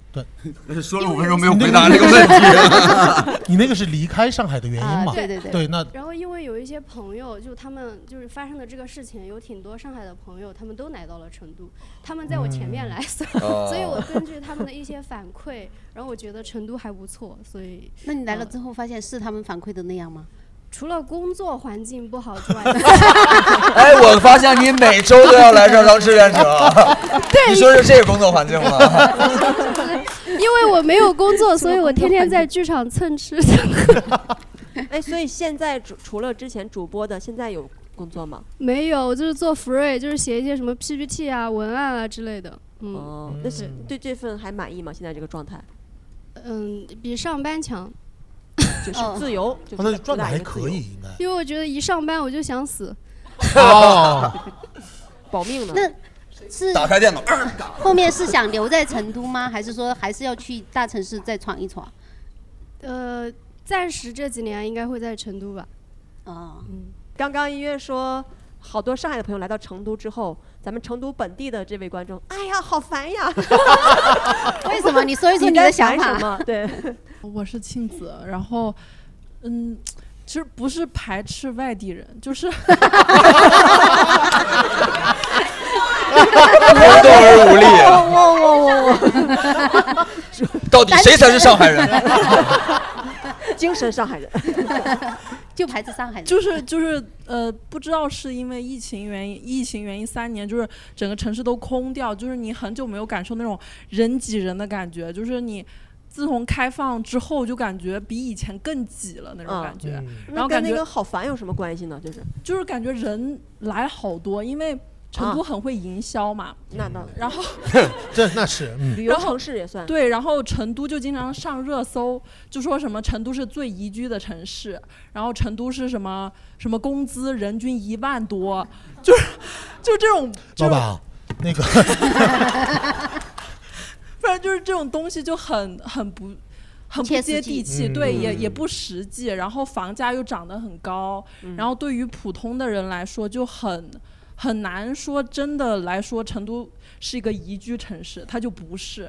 Speaker 15: 说了五分钟没有回答这个问题。
Speaker 2: 你那个是离开上海的原因
Speaker 17: 啊
Speaker 2: 吗？
Speaker 14: 对
Speaker 7: 啊对
Speaker 14: 对
Speaker 2: 对，那
Speaker 14: 然后因为有一些朋友，就他们就是发生的这个事情，有挺多上海的朋友，他们都来到了成都，他们在我前面来，
Speaker 2: 嗯
Speaker 14: 所以
Speaker 7: 哦
Speaker 14: 所以我根据他们的一些反馈，然后我觉得成都还不错，所以
Speaker 7: 那你来了
Speaker 14: 呃
Speaker 7: 之后，发现是他们反馈的那样吗？
Speaker 14: 除了工作环境不好 之外，哎
Speaker 9: 哎，我发现你每周都要来这儿当志愿者，
Speaker 14: 对
Speaker 9: 你说是这个工作环境吗？
Speaker 14: 因为我没有工 作，所以我天天在剧场蹭吃蹭喝。
Speaker 1: 哎，所以现在主除了之前主播的，现在有工作吗？
Speaker 14: 没有，我就是做 free，就是写一些什么 PPT 啊、文案啊之类的。嗯，
Speaker 1: 哦，那是对这份还满意吗？现在这个状态
Speaker 14: 嗯，比上班强。 哦
Speaker 1: 就是自由，
Speaker 9: 哦
Speaker 1: 就
Speaker 2: 那赚
Speaker 1: 是
Speaker 2: 的
Speaker 1: 主打一
Speaker 2: 还
Speaker 1: 个自
Speaker 2: 可
Speaker 1: 由
Speaker 2: 以，应该。
Speaker 14: 因为我觉得一上班我就想死。
Speaker 2: 哦，
Speaker 1: 保命呢。
Speaker 7: 那是
Speaker 9: 打开电脑，
Speaker 7: 后面是想留在成都吗？还是说还是要去大城市再闯一闯？
Speaker 14: 呃，暂时这几年应该会在成都吧。
Speaker 13: 哦
Speaker 7: 啊，
Speaker 1: 刚刚音乐说，好多上海的朋友来到成都之后，咱们成都本地的这位观众，哎呀，好烦 呀！
Speaker 7: 为什么你说 一说
Speaker 1: 你
Speaker 7: 你的
Speaker 1: 在
Speaker 7: 想
Speaker 1: 烦
Speaker 7: 法
Speaker 1: 什么？对，
Speaker 13: 我是庆子，然后，嗯，其实不是排斥外地人，就是。
Speaker 9: 无动而无力
Speaker 1: 我我我
Speaker 9: 到底谁才是上海人？
Speaker 1: 我，精神上海人。
Speaker 7: 就排斥上海人，
Speaker 13: 就是就是呃，不知道是因为疫情原因，疫情原因三年就是整个城市都空掉，就是你很久没有感受那种人挤人的感觉，就是你。自从开放之后，就感觉比以前更挤了那种
Speaker 1: 嗯
Speaker 13: 感觉，
Speaker 1: 那
Speaker 13: 然后
Speaker 1: 跟
Speaker 13: 感
Speaker 1: 那
Speaker 13: 觉
Speaker 1: 个好烦有什么关系呢？就是
Speaker 13: 就是感觉人来好多，因为成都
Speaker 1: 啊
Speaker 13: 很会营销嘛。
Speaker 1: 那那
Speaker 13: 然后
Speaker 2: 这那是嗯
Speaker 1: 旅游城市也算
Speaker 13: 对，然后成都就经常上热搜，就说什么成都是最宜居的城市，然后成都是什么什么工资人均一万多，就是就这种，就
Speaker 2: 老
Speaker 13: 是
Speaker 2: 板，那个
Speaker 13: 反正就是这种东西就很很不。很不
Speaker 14: 切实
Speaker 13: 接
Speaker 14: 际
Speaker 13: 地气，
Speaker 14: 嗯
Speaker 13: 对，也也不实际，然后房价又涨得很高，
Speaker 14: 嗯
Speaker 13: 然后对于普通的人来说就很很难说真的来说，成都是一个宜居城市，它就不是，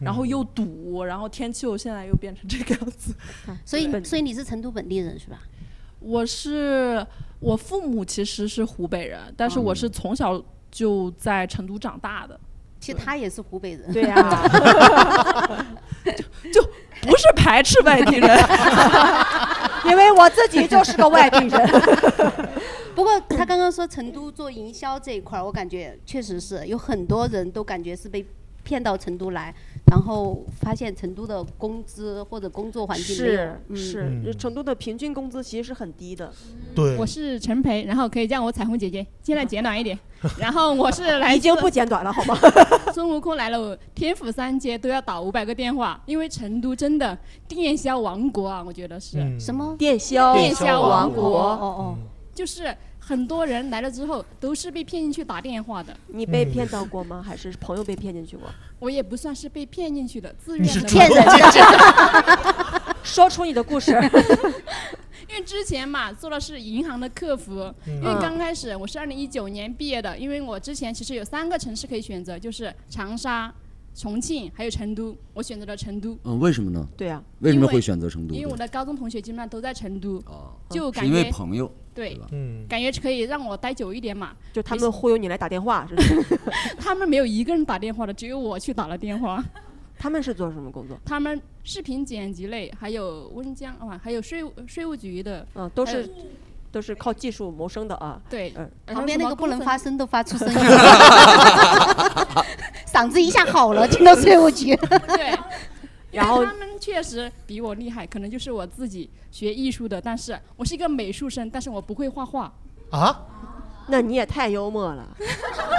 Speaker 14: 嗯
Speaker 13: 然后又堵，然后天气又现在又变成这个样子，
Speaker 7: 嗯所以所以你是成都本地人是吧？
Speaker 13: 我是我父母其实是湖北人，但
Speaker 7: 嗯
Speaker 13: 是我是从小就在成都长大的。
Speaker 7: 其实他也是湖北人。
Speaker 1: 对啊呀、
Speaker 13: 就就不是排斥外地人，
Speaker 1: 因为我自己就是个外地 人。
Speaker 7: 不过他刚刚说成都做营销这一块儿，我感觉确实是有很多人都感觉是被骗到成都来，然后发现成都的工资或者工作环境没有
Speaker 1: 是
Speaker 7: 嗯
Speaker 1: 是，就成都的平均工资其实是很低的。
Speaker 2: 对
Speaker 17: 我是陈培，然后可以叫我彩虹姐姐，尽量简短一点。然后我是来
Speaker 1: 已经
Speaker 17: 自
Speaker 1: 不简短了，好吗？
Speaker 17: 孙悟空来了，天府三街都要打五百个电话，因为成都真的电销王国啊，我觉得是、
Speaker 1: 嗯
Speaker 7: 什么
Speaker 1: 电销
Speaker 17: 电销王国
Speaker 1: 哦哦，
Speaker 17: 就是很多人来了之后都是被骗进去打电话的。嗯
Speaker 1: 你被骗到过吗？还是朋友被骗进去过？
Speaker 17: 我也不算是被骗进去的，自愿
Speaker 1: 是
Speaker 17: 的嘛。
Speaker 1: 骗人的 说出你的故事。
Speaker 17: 因为之前嘛做的是银行的客服，因为刚开始我是二零一九年毕业的，因为我之前其实有三个城市可以选择，就是长沙、重庆还有成都，我选择了成都。
Speaker 9: 嗯，为什么呢？
Speaker 1: 对啊
Speaker 9: 为什么
Speaker 17: 因
Speaker 9: 会选择成都？哦
Speaker 17: 因为我的高中同学基本上都在成都，就感
Speaker 9: 是
Speaker 17: 觉
Speaker 9: 因为朋友，
Speaker 17: 对，
Speaker 9: 嗯
Speaker 17: 感觉可以让我待久一点嘛。
Speaker 1: 就他们忽悠你来打电话，是不是？
Speaker 17: 他们没有一个人打电话的，只有我去打了电话。
Speaker 1: 他们是做什么工作？
Speaker 17: 他们视频剪辑类，还有温江啊，还有税务税务局的，
Speaker 1: 嗯，都
Speaker 17: 还有
Speaker 1: 是都是靠技术谋生的啊。
Speaker 17: 对
Speaker 1: 嗯，
Speaker 7: 呃旁边那个不能发声
Speaker 17: 的，
Speaker 7: 都发出声音 了，嗓子一下好了，听到税务局。
Speaker 17: 对，
Speaker 1: 然 后
Speaker 17: 他们确实比我厉害，可能就是我自己学艺术的，但是我是一个美术生，但是我不会画画。
Speaker 2: 啊？
Speaker 1: 那你也太幽默了。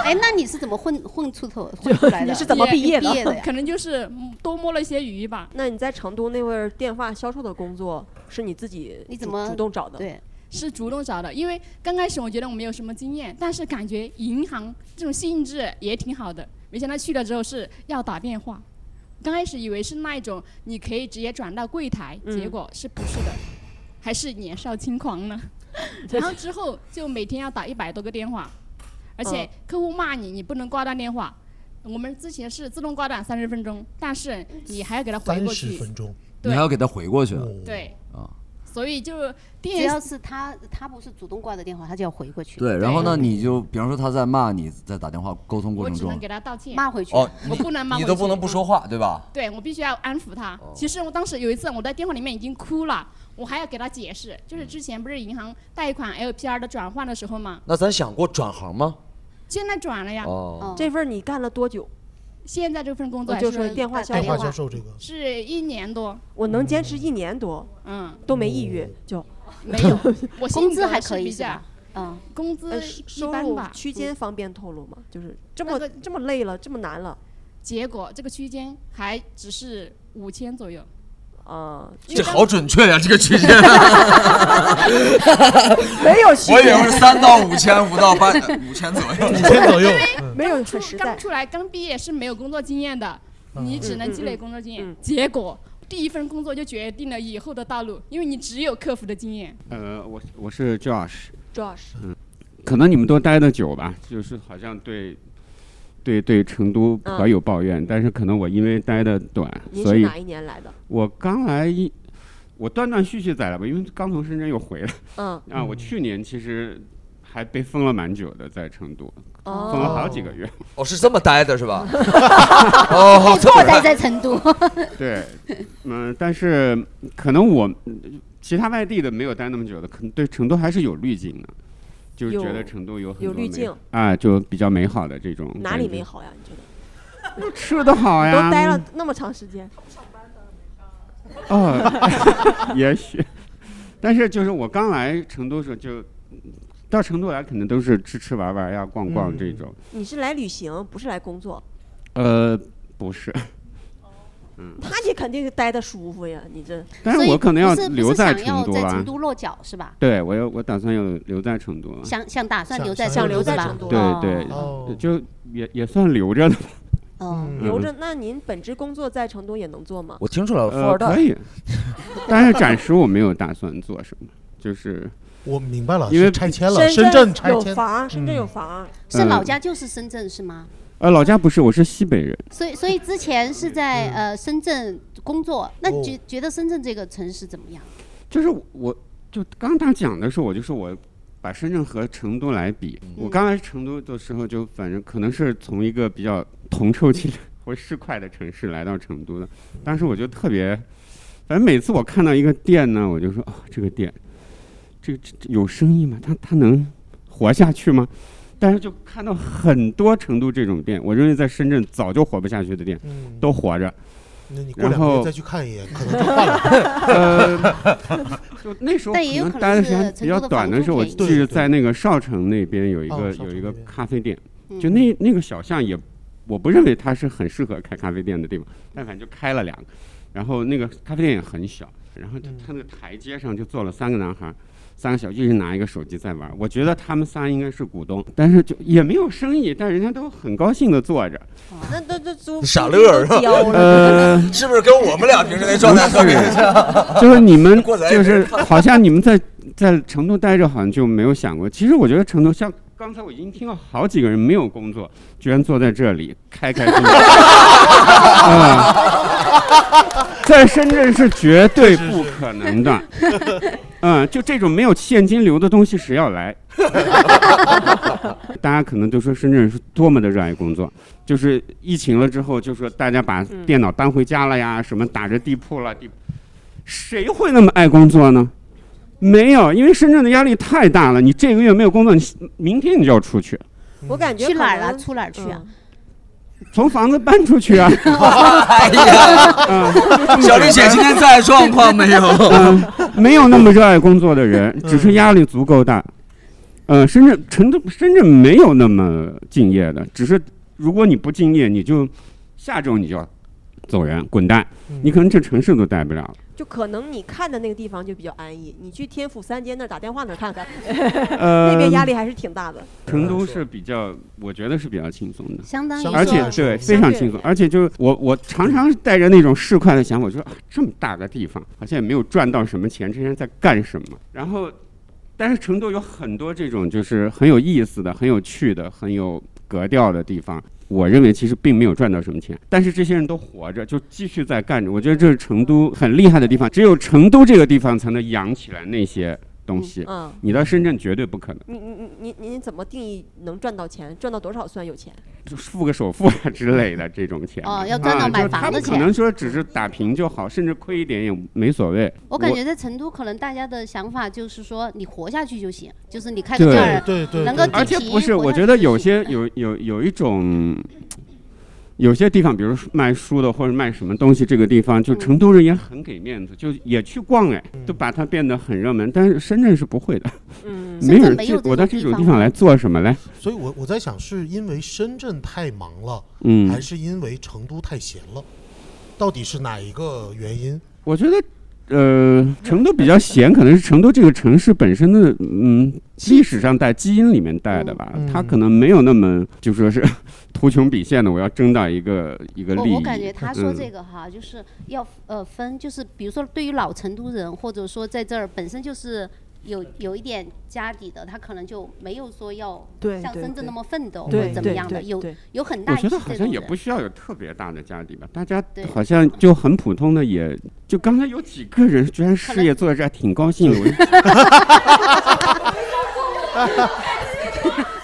Speaker 7: 哎，那你是怎么混混出头混 出来的？毕业的呀？
Speaker 17: 可能就是嗯多摸了一些鱼吧。
Speaker 1: 那你在成都那位电话销售的工作是你自己
Speaker 17: 你
Speaker 1: 主
Speaker 17: 怎么
Speaker 1: 主动找的？
Speaker 7: 对，
Speaker 17: 是主动找的，因为刚开始我觉得我没有什么经验，但是感觉银行这种性质也挺好的。没想到去了之后是要打电话，刚开始以为是那一种你可以直接转到柜台，
Speaker 1: 嗯
Speaker 17: 结果是不是的，还是年少轻狂呢？ 然后之后就每天要打一百多个电话，而且
Speaker 1: 嗯
Speaker 17: 客户骂你，你不能挂断电话。我们之前是自动挂断三十分钟，但是你还要给他回
Speaker 9: 三
Speaker 17: 过
Speaker 9: 十
Speaker 17: 去。
Speaker 9: 分
Speaker 2: 钟，
Speaker 9: 你还要给他回过去啊。
Speaker 17: 对，
Speaker 9: 啊，
Speaker 17: 所以就
Speaker 7: 只
Speaker 17: 电
Speaker 7: 要是他他不是主动挂的电话，他就要回过去。
Speaker 9: 对，然后 呢，你就比方说他在骂你，在打电话沟通过
Speaker 17: 我
Speaker 9: 程
Speaker 17: 只
Speaker 9: 中
Speaker 17: 能，给他道歉，
Speaker 7: 骂回去
Speaker 9: 哦，
Speaker 17: 我不能骂
Speaker 9: 你
Speaker 17: 回
Speaker 9: 都
Speaker 17: 去
Speaker 9: 不能不说哦话，对吧？
Speaker 17: 对我必须要安抚他。其实我当时有一次我在电话里面已经哭了，我还要给他解释，
Speaker 9: 嗯
Speaker 17: 就是之前不是银行贷款 LPR 的转换的时候嘛，
Speaker 3: 那咱想过转行吗？
Speaker 17: 现在转了呀。
Speaker 3: 哦
Speaker 1: 这份你干了多久？哦
Speaker 17: 现在这份工作
Speaker 1: 我就
Speaker 17: 还
Speaker 1: 是电话
Speaker 17: 打
Speaker 1: 销
Speaker 17: 打
Speaker 1: 售
Speaker 17: 电
Speaker 1: 销售这个
Speaker 17: 是一年多，
Speaker 1: 我能坚持一年多，
Speaker 17: 嗯，
Speaker 1: 哦都没抑
Speaker 9: 哦
Speaker 1: 郁，就
Speaker 17: 没有我性
Speaker 7: 工资
Speaker 17: 格
Speaker 7: 还
Speaker 17: 是
Speaker 7: 可以
Speaker 17: 比
Speaker 7: 是吧
Speaker 17: 较？
Speaker 7: 嗯，
Speaker 17: 工资
Speaker 1: 呃
Speaker 17: 一
Speaker 1: 收
Speaker 17: 般
Speaker 1: 入
Speaker 17: 吧，
Speaker 1: 区
Speaker 17: 嗯
Speaker 1: 间方便透露吗？就是这么这么累了，这么难了，
Speaker 17: 结果这个区间还只是五千左右。
Speaker 1: 啊，
Speaker 9: 这好 准确呀、这个区间。
Speaker 1: 没有区间
Speaker 9: 我以为是三到五千，五到 八 五千左右，嗯五
Speaker 2: 千左右
Speaker 1: 没有很
Speaker 17: 出刚出来刚毕业是没有工作经验的，
Speaker 9: 嗯
Speaker 17: 你只能积累工作经验。
Speaker 1: 嗯嗯嗯
Speaker 17: 结果第一份工作就决定了以后的道路，因为你只有客服的经验。
Speaker 4: 呃，我我是 Josh，
Speaker 1: Josh，
Speaker 4: 嗯，可能你们都待得久吧，就是好像对，对对成都颇有抱怨，但是可能我因为待的短，
Speaker 1: 嗯您
Speaker 4: 所
Speaker 1: 是
Speaker 4: 以
Speaker 1: 哪一年来的？
Speaker 4: 我刚来一，我断断续续在来吧，因为刚从深圳又回来。
Speaker 1: 嗯
Speaker 4: 啊，我去年其实还被封了蛮久的，在成都，
Speaker 1: 哦
Speaker 4: 封了好几个月。
Speaker 3: 哦，是这么待的是 吧？哦，
Speaker 9: 啊
Speaker 3: 这么
Speaker 7: 待在成都。
Speaker 4: 对，嗯、但是可能我其他外地的没有待那么久的，可能对成都还是有滤镜的，就是觉
Speaker 1: 有
Speaker 4: 得成都有很
Speaker 1: 有
Speaker 4: 多
Speaker 1: 滤
Speaker 4: 美
Speaker 1: 镜
Speaker 4: 啊，就比较美好的这种
Speaker 1: 哪
Speaker 4: 感
Speaker 1: 里
Speaker 4: 觉
Speaker 1: 美好呀？你觉得？
Speaker 4: 吃的好呀，
Speaker 1: 都待了那么长时间，
Speaker 4: 哦， 也许，但是就是我刚来成都时候就。到成都来肯定都是吃吃玩玩呀、逛逛
Speaker 7: 嗯
Speaker 4: 这种。
Speaker 1: 嗯你是来旅行，不是来工作，
Speaker 4: 呃，不是，嗯，
Speaker 1: 那你肯定待的舒服呀，你这。
Speaker 4: 但是
Speaker 7: 所以
Speaker 4: 我可能
Speaker 7: 不
Speaker 4: 要
Speaker 7: 是不是
Speaker 4: 留在
Speaker 7: 想
Speaker 4: 成
Speaker 7: 要
Speaker 4: 都
Speaker 7: 在
Speaker 4: 吧
Speaker 7: 成都落脚是吧？
Speaker 4: 对我要我打算要留在成都了。啊
Speaker 7: 想想打算留在
Speaker 1: 想
Speaker 7: 成
Speaker 1: 留
Speaker 7: 都
Speaker 1: 在
Speaker 7: 是吧
Speaker 1: 成都嗯
Speaker 4: 对对，就也也算留着嗯呢。
Speaker 7: 哦
Speaker 1: 留着，那您本职工作在成都也能做吗？
Speaker 4: 我
Speaker 3: 听出来了
Speaker 1: 富二代
Speaker 4: 呃可 以，但是暂时我没有打算做什么，就是
Speaker 2: 我明白了，
Speaker 4: 因为
Speaker 2: 是拆迁了，
Speaker 1: 深
Speaker 2: 深圳拆
Speaker 1: 有
Speaker 2: 迁，嗯
Speaker 1: 房，深圳有房，
Speaker 7: 是
Speaker 9: 嗯
Speaker 7: 老家就是深圳是吗？
Speaker 4: 呃，老家不是，我是西北人，
Speaker 7: 所以所以之前是
Speaker 9: 嗯
Speaker 7: 在呃深圳工作，那
Speaker 4: 哦
Speaker 7: 觉觉得深圳这个城市怎么样？
Speaker 4: 就是我就刚他讲的时候，我就说我把深圳和成都来比，
Speaker 2: 嗯
Speaker 4: 我刚来成都的时候就反正可能是从一个比较铜臭气或市侩的城市来到成都的，当时我就特别，反正每次我看到一个店呢，我就说啊、这个店，这个这这有生意吗？他他能活下去吗？但是就看到很多成都这种店，我认为在深圳早就活不下去的店，
Speaker 2: 嗯
Speaker 4: 都活着。
Speaker 2: 那你过
Speaker 4: 然
Speaker 2: 两个月
Speaker 4: 后
Speaker 2: 再去看一眼，可能就 换了。
Speaker 4: 呃， 就那时候
Speaker 7: 但也有
Speaker 4: 可
Speaker 7: 可
Speaker 4: 能
Speaker 7: 能
Speaker 4: 待的时
Speaker 7: 是
Speaker 4: 间比
Speaker 7: 成
Speaker 4: 较
Speaker 7: 都的
Speaker 4: 短
Speaker 7: 房
Speaker 4: 的
Speaker 7: 租
Speaker 4: 时候，我
Speaker 7: 便宜
Speaker 4: 记得在那个少城那边有一
Speaker 3: 哦
Speaker 4: 个、有一个咖啡店，就那那个小巷也，我不认为它是很适合开咖啡店的地方，但反正就开了两个，然后那个咖啡店也很小，然后就
Speaker 3: 嗯
Speaker 4: 它那个台阶上就坐了三个男孩儿。三个小一人拿一个手机在玩儿，我觉得他们仨应该是股东，但是就也没有生意，但人家都很高兴的坐着，
Speaker 1: 那都都租
Speaker 3: 傻乐是吧？
Speaker 4: 呃，
Speaker 3: 是不是跟我们俩平时那 状态特别像？
Speaker 4: 就是你们
Speaker 3: 过载也
Speaker 4: 就
Speaker 3: 没人
Speaker 4: 是
Speaker 3: 看
Speaker 4: 好像你们在在成都待着，好像就没有想过。其实我觉得成都像刚才我已经听到 好几个人没有工作，居然坐在这里开开心 心。啊、在深圳是绝对不可 能的。 嗯，就这种没有现金流的东西，谁要来？ 大家可能都说深圳人是多么的热爱工作，就是疫情了之后，就说大家把电脑搬回家了呀，什么打着地铺了，地谁会那么爱工作呢？没有，因为深圳的压力太大了。你这个月没有工作，你明天你就要出去，
Speaker 1: 我感觉
Speaker 7: 去哪儿
Speaker 1: 可能
Speaker 7: 啊？出哪儿去啊？
Speaker 4: 从房子搬出去啊。
Speaker 9: 嗯
Speaker 3: 哎 呀，小丽姐今天在状况 没有？
Speaker 4: 嗯， 没有那么热爱工作的人，
Speaker 7: 嗯
Speaker 4: 只是压力足够大。呃，深圳、成都、深圳没有那么敬业的，只是如果你不敬业，你就下周你就要走人滚蛋，
Speaker 7: 嗯
Speaker 4: 你可能这城市都待不 了了。
Speaker 1: 就可能你看的那个地方就比较安逸，你去天府三街那儿打电话那儿看 看，
Speaker 4: 呃
Speaker 1: 那边压力还是挺大的。
Speaker 4: 成都是比较，我觉得是比较轻松的，
Speaker 7: 相当于
Speaker 4: 而且
Speaker 7: 说
Speaker 4: 对
Speaker 7: 相
Speaker 4: 非常
Speaker 7: 对
Speaker 4: 轻松，而且就是我我常常带着那种市侩的想法，我就说啊这么大个地方，好像也没有赚到什么钱，这些人在干什么？然后，但是成都有很多这种就是很有意思的、很有趣的、很有格调的地方。我认为其实并没有赚到什么钱，但是这些人都活着，就继续在干着。我觉得这是成都很厉害的地方，只有成都这个地方才能养起来那些东西。
Speaker 1: 嗯嗯
Speaker 4: 你到深圳绝对不可能。
Speaker 1: 你你你你你怎么定义能赚到钱？赚到多少算有钱？
Speaker 4: 就是付个首付啊之类的这种钱。
Speaker 7: 哦要赚到
Speaker 4: 啊
Speaker 7: 买
Speaker 4: 就
Speaker 7: 房
Speaker 4: 他
Speaker 7: 的
Speaker 4: 们可
Speaker 7: 钱
Speaker 4: 能说只是打平就好，甚至亏一点也没所谓。
Speaker 7: 我感觉在成都，可能大家的想法就是说，你活下去就行，就是你开个
Speaker 4: 对
Speaker 7: 店儿，能够
Speaker 4: 而且
Speaker 7: 抵
Speaker 4: 不是，
Speaker 7: 提活
Speaker 4: 我
Speaker 7: 下
Speaker 4: 觉
Speaker 7: 去
Speaker 4: 得
Speaker 7: 就
Speaker 4: 有
Speaker 7: 行
Speaker 4: 些有有有一种。有些地方，比如说卖书的或者卖什么东西，这个地方就成都人也很 给面子，就也去逛哎，就把它变得很热门。但是深圳是不会的，
Speaker 1: 嗯
Speaker 4: 没
Speaker 2: 深
Speaker 4: 有
Speaker 2: 圳
Speaker 4: 人
Speaker 2: 没
Speaker 4: 去
Speaker 2: 有这
Speaker 4: 我到
Speaker 2: 种
Speaker 4: 这
Speaker 2: 地
Speaker 4: 种地
Speaker 2: 方
Speaker 4: 方来做什么嘞？
Speaker 2: 所以我我在想，是因为深圳太忙了，
Speaker 4: 嗯
Speaker 2: 还是因为成都太闲了？到底是哪一个原因？
Speaker 4: 我觉得，呃，成都比较闲，可能是成都这个城市本身的，嗯，历史上带基因里面带的吧，它可能没有那么就说是 图穷匕见的，我要争到一个一个利益。
Speaker 7: 我我感觉他说这
Speaker 4: 嗯
Speaker 7: 个哈，就是要呃分，就是比如说对于老成都人，或者说在这儿本身就是有有一点家底的，他可能就没有说要
Speaker 1: 对
Speaker 7: 像
Speaker 1: 对
Speaker 7: 深圳那
Speaker 1: 对
Speaker 7: 么奋斗或
Speaker 1: 对
Speaker 7: 者怎么
Speaker 1: 对
Speaker 7: 样的，
Speaker 1: 对
Speaker 7: 有
Speaker 1: 对
Speaker 7: 有很大
Speaker 4: 我
Speaker 7: 一批
Speaker 4: 觉得
Speaker 7: 这
Speaker 4: 好
Speaker 7: 种
Speaker 4: 像也
Speaker 7: 人。
Speaker 4: 不需要有特别大的家底吧，大家
Speaker 7: 对
Speaker 4: 好像就很普通的也，就刚才有几个人居然事业做得这还挺高兴 的，我就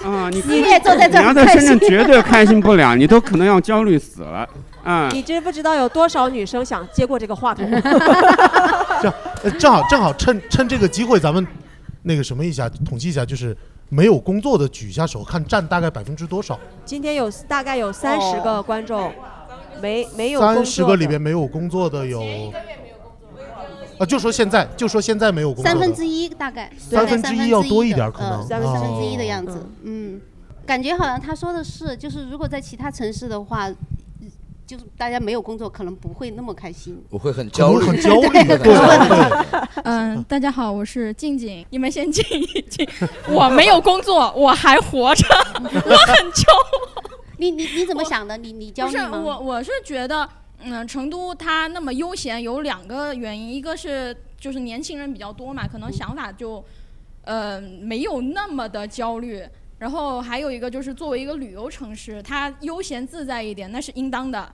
Speaker 4: 啊，你
Speaker 1: 事业做得这
Speaker 4: 你要
Speaker 1: 很
Speaker 4: 在
Speaker 1: 开
Speaker 4: 深圳
Speaker 1: 心
Speaker 4: 绝 对开心不了，你都可能要焦虑死了 啊！
Speaker 1: 你知不知道有多少女生想接过这个话筒？
Speaker 2: 呃正好正好趁趁这个机会，咱们那个什么一下，统计一下，就是没有工作的举一下手，看占大概百分之多少？
Speaker 1: 今天有大概有三十个观众，没没有工
Speaker 2: 三十
Speaker 1: 作
Speaker 2: 个
Speaker 1: 的
Speaker 2: 里边没有工作的有。啊，就说现在，就说现在没有工作的，
Speaker 7: 三分之一大概，
Speaker 2: 三
Speaker 7: 对
Speaker 2: 分之一要多一点
Speaker 7: 的
Speaker 2: 可能
Speaker 7: 呃三分
Speaker 2: 哦
Speaker 7: 三分之一的样子，嗯，感觉好像他说的是，就是如果在其他城市的话，就是大家没有工作，可能不会那么开心。
Speaker 3: 我会很焦虑，
Speaker 2: 很焦虑对
Speaker 10: 嗯，大家好，我是静静。你们先静一静，我没有工作，我还活着，我很穷。
Speaker 7: 你你你怎么想的？你你焦
Speaker 10: 不
Speaker 7: 虑
Speaker 10: 是
Speaker 7: 吗？
Speaker 10: 我，我是觉得，嗯，成都它那么悠闲有两个原因，一个是就是年轻人比较多嘛，可能想法就，呃，没有那么的焦虑。然后还有一个就是作为一个旅游城市，它悠闲自在一点，那是应当的。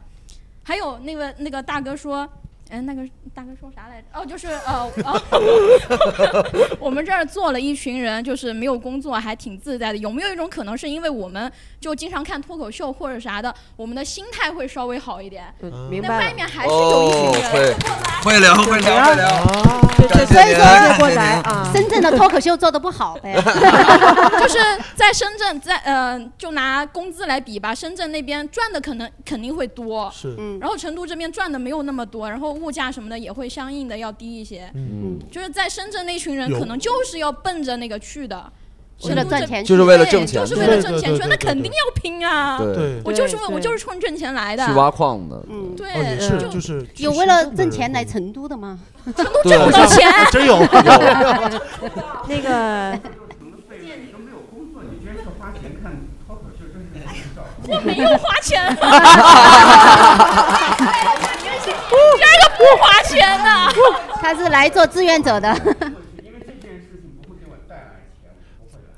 Speaker 10: 还有那个那个大哥说，
Speaker 18: 嗯，那个大哥说啥来着？哦，就是呃，哦 我们这儿坐了一群人，就是没有工作，还挺自在的。有没有一种可能是因为我们就经常看脱口秀或者啥的，我们的心态会稍微好一点？
Speaker 1: 嗯明
Speaker 18: 那
Speaker 1: 白
Speaker 18: 外面还是有一
Speaker 9: 哦
Speaker 18: 群人。
Speaker 16: 会会聊会聊会聊，
Speaker 1: 对，啊所以说越过来啊，
Speaker 7: 深圳的脱口秀做的不好呗。
Speaker 18: 就是在深圳，在呃，就拿工资来比吧，深圳那边赚的可能肯定会多，
Speaker 2: 是
Speaker 1: 嗯
Speaker 18: 然后成都这边赚的没有那么多，然后物价什么的也会相应的要低一些，
Speaker 2: 嗯，
Speaker 18: 就是在深圳那群人
Speaker 2: 有
Speaker 18: 可能就是要奔着那个去的。
Speaker 7: 为了赚
Speaker 18: 成
Speaker 7: 钱去就是
Speaker 18: 都这
Speaker 7: 为了挣钱
Speaker 18: 对就是为了
Speaker 7: 去
Speaker 18: 挣钱去
Speaker 7: 对对对，对
Speaker 18: 那肯定要拼啊！
Speaker 2: 对对
Speaker 18: 我就是
Speaker 7: 对
Speaker 18: 为我
Speaker 7: 对
Speaker 18: 就是冲挣钱来的。
Speaker 16: 去挖矿的，
Speaker 7: 嗯，
Speaker 18: 对
Speaker 2: 哦，也是，就是
Speaker 7: 有为了挣钱来成都的 吗？成
Speaker 18: 都
Speaker 16: 挣不到对钱真 有
Speaker 1: 那个
Speaker 18: 我没有花钱， 这
Speaker 7: 个
Speaker 1: 嗯
Speaker 18: 个不花钱呐、
Speaker 7: 他是来做志愿者的。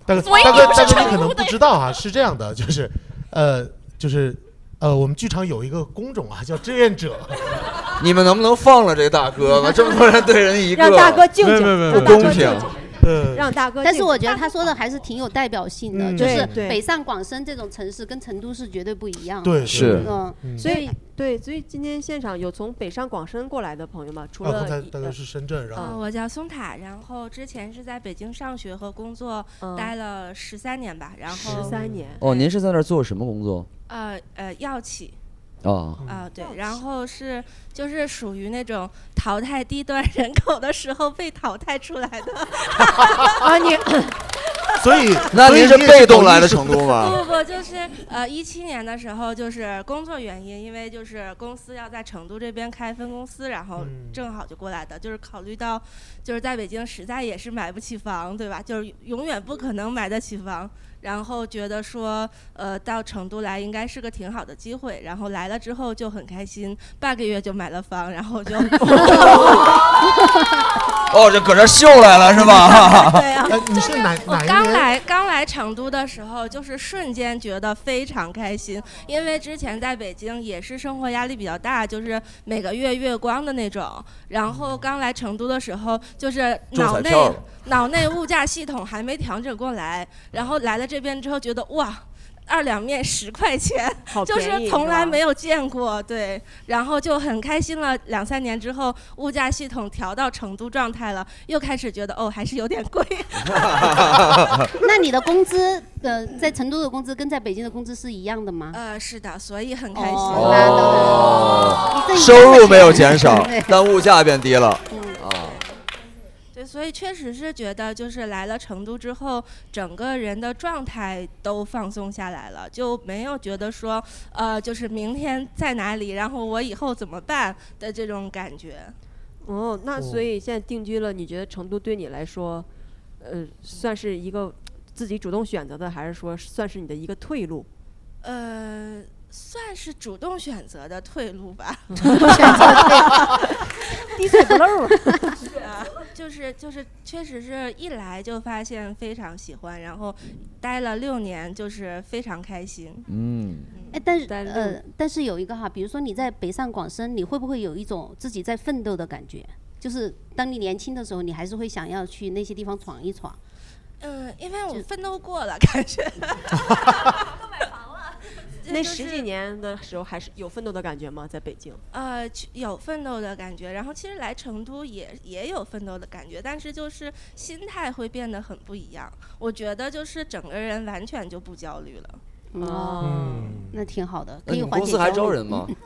Speaker 2: 大哥，
Speaker 7: 所以
Speaker 2: 大哥，
Speaker 7: 你
Speaker 2: 大
Speaker 7: 不是
Speaker 2: 哥，你可
Speaker 7: 成
Speaker 2: 能
Speaker 7: 都
Speaker 2: 不
Speaker 7: 的
Speaker 2: 知道啊，是这样的，就是，呃，就是，呃，我们剧场有一个工种啊，叫志愿者。
Speaker 9: 你们能不能放了这个大哥吧？这么多人对人一个，
Speaker 1: 让大哥静静
Speaker 9: 不
Speaker 1: 让大哥
Speaker 9: 公
Speaker 19: 啊
Speaker 9: 平
Speaker 1: 静。
Speaker 2: 对
Speaker 1: 让大哥进，
Speaker 7: 但是我觉得他说的还是挺有代表性的，
Speaker 1: 嗯
Speaker 7: 就是
Speaker 1: 对对
Speaker 7: 北上广深这种城市跟成都是绝对不一样的。
Speaker 1: 对
Speaker 9: 是
Speaker 7: 嗯，
Speaker 1: 所以对，所以今天现场有从北上广深过来的朋友吗？除
Speaker 2: 啊，刚
Speaker 1: 了
Speaker 2: 才
Speaker 1: 一呃
Speaker 2: 大哥是深圳，然
Speaker 5: 嗯，
Speaker 2: 后
Speaker 5: 我叫松塔，然后之前是在北京上学和工作，待了十三年吧，然后
Speaker 1: 13年
Speaker 16: 哦，您是在那儿做什么工作？
Speaker 5: 呃呃药企
Speaker 16: 哦，
Speaker 9: 嗯
Speaker 5: 啊、对，然后是就是属于那种淘汰低端人口的时候被淘汰出来的
Speaker 1: 啊，你
Speaker 2: 所以
Speaker 9: 那
Speaker 2: 所以
Speaker 9: 您是
Speaker 2: 你也
Speaker 9: 被动
Speaker 2: 懂
Speaker 9: 来
Speaker 2: 艺
Speaker 9: 的
Speaker 2: 术
Speaker 9: 成都
Speaker 5: 不
Speaker 9: 吗？
Speaker 5: 不不，就是呃一七年的时候，就是工作原因，因为就是公司要在成都这边开分公司，然后正好就过来的，就是考虑到就是在北京实在也是买不起房，对吧？就是永远不可能买得起房。然后觉得说，呃，到成都来应该是个挺好的机会。然后来了之后就很开心，半个月就买了房，然后就
Speaker 16: 哦，这搁这秀来了是 吧？
Speaker 5: 对 啊，
Speaker 2: 哎，你是哪
Speaker 5: 我
Speaker 2: 哪一
Speaker 5: 刚
Speaker 2: 年？
Speaker 5: 来刚来成都的时候，就是瞬间觉得非常开心，因为之前在北京也是生活压力比较大，就是每个月月光的那种。然后刚来成都的时候，就是
Speaker 9: 中
Speaker 5: 脑
Speaker 9: 彩
Speaker 5: 内
Speaker 9: 票了
Speaker 5: 脑内物价系统还没调整过来，然后来了这边之后觉得哇。二两面十块钱
Speaker 1: 好，
Speaker 5: 就
Speaker 1: 便宜
Speaker 5: 是
Speaker 1: 是
Speaker 5: 从
Speaker 1: 吧
Speaker 5: 来没有见过，对，然后就很开心了。两三年之后，物价系统调到成都状态了，又开始觉得哦，还是有点贵。
Speaker 7: 那你的工资，呃，在成都的工资跟在北京的工资是一样的吗？哦
Speaker 5: 呃，是的，所以很开心。
Speaker 9: 哦
Speaker 7: 那当然了一挣一
Speaker 9: 收入没有减少
Speaker 5: 对，
Speaker 9: 但物价变低了
Speaker 7: 嗯
Speaker 9: 啊。
Speaker 5: 对，所以确实是觉得，就是来了成都之后，整个人的状态都放松下来了，就没有觉得说，呃，就是明天在哪里，然后我以后怎么办的这种感觉。
Speaker 1: 哦，那
Speaker 5: 哦
Speaker 1: 所以现在定居了，你觉得成都对你来说，呃，算是一个自己主动选择的，还是说算是你的一个退路？
Speaker 5: 呃，算是主动选择的退路 吧。
Speaker 1: 滴水不漏。
Speaker 5: 是啊，就是就是，确实是一来就发现非常喜欢，然后待了六年，就是非常开心。
Speaker 9: 嗯，
Speaker 7: 哎，但是
Speaker 1: 在路
Speaker 5: 嗯
Speaker 7: 呃，但是有一个哈，比如说你在北上广深，你会不会有一种自己在奋斗的感觉？就是当你年轻的时候，你还是会想要去那些地方闯一闯。
Speaker 5: 嗯，因为我奋斗过了，感觉。
Speaker 1: 那
Speaker 5: 就是
Speaker 1: 十几年的时候，还是有奋斗的感觉吗？在北京？
Speaker 5: 呃，去有奋斗的感觉，然后其实来成都也也有奋斗的感觉，但是就是心态会变得很不一样。我觉得就是整个人完全就不焦虑了。
Speaker 7: 哦，那挺好的，
Speaker 9: 那
Speaker 7: 可
Speaker 9: 你
Speaker 7: 以
Speaker 9: 们
Speaker 7: 缓
Speaker 9: 公
Speaker 7: 解
Speaker 9: 司还
Speaker 7: 焦
Speaker 9: 招
Speaker 7: 虑
Speaker 9: 人吗？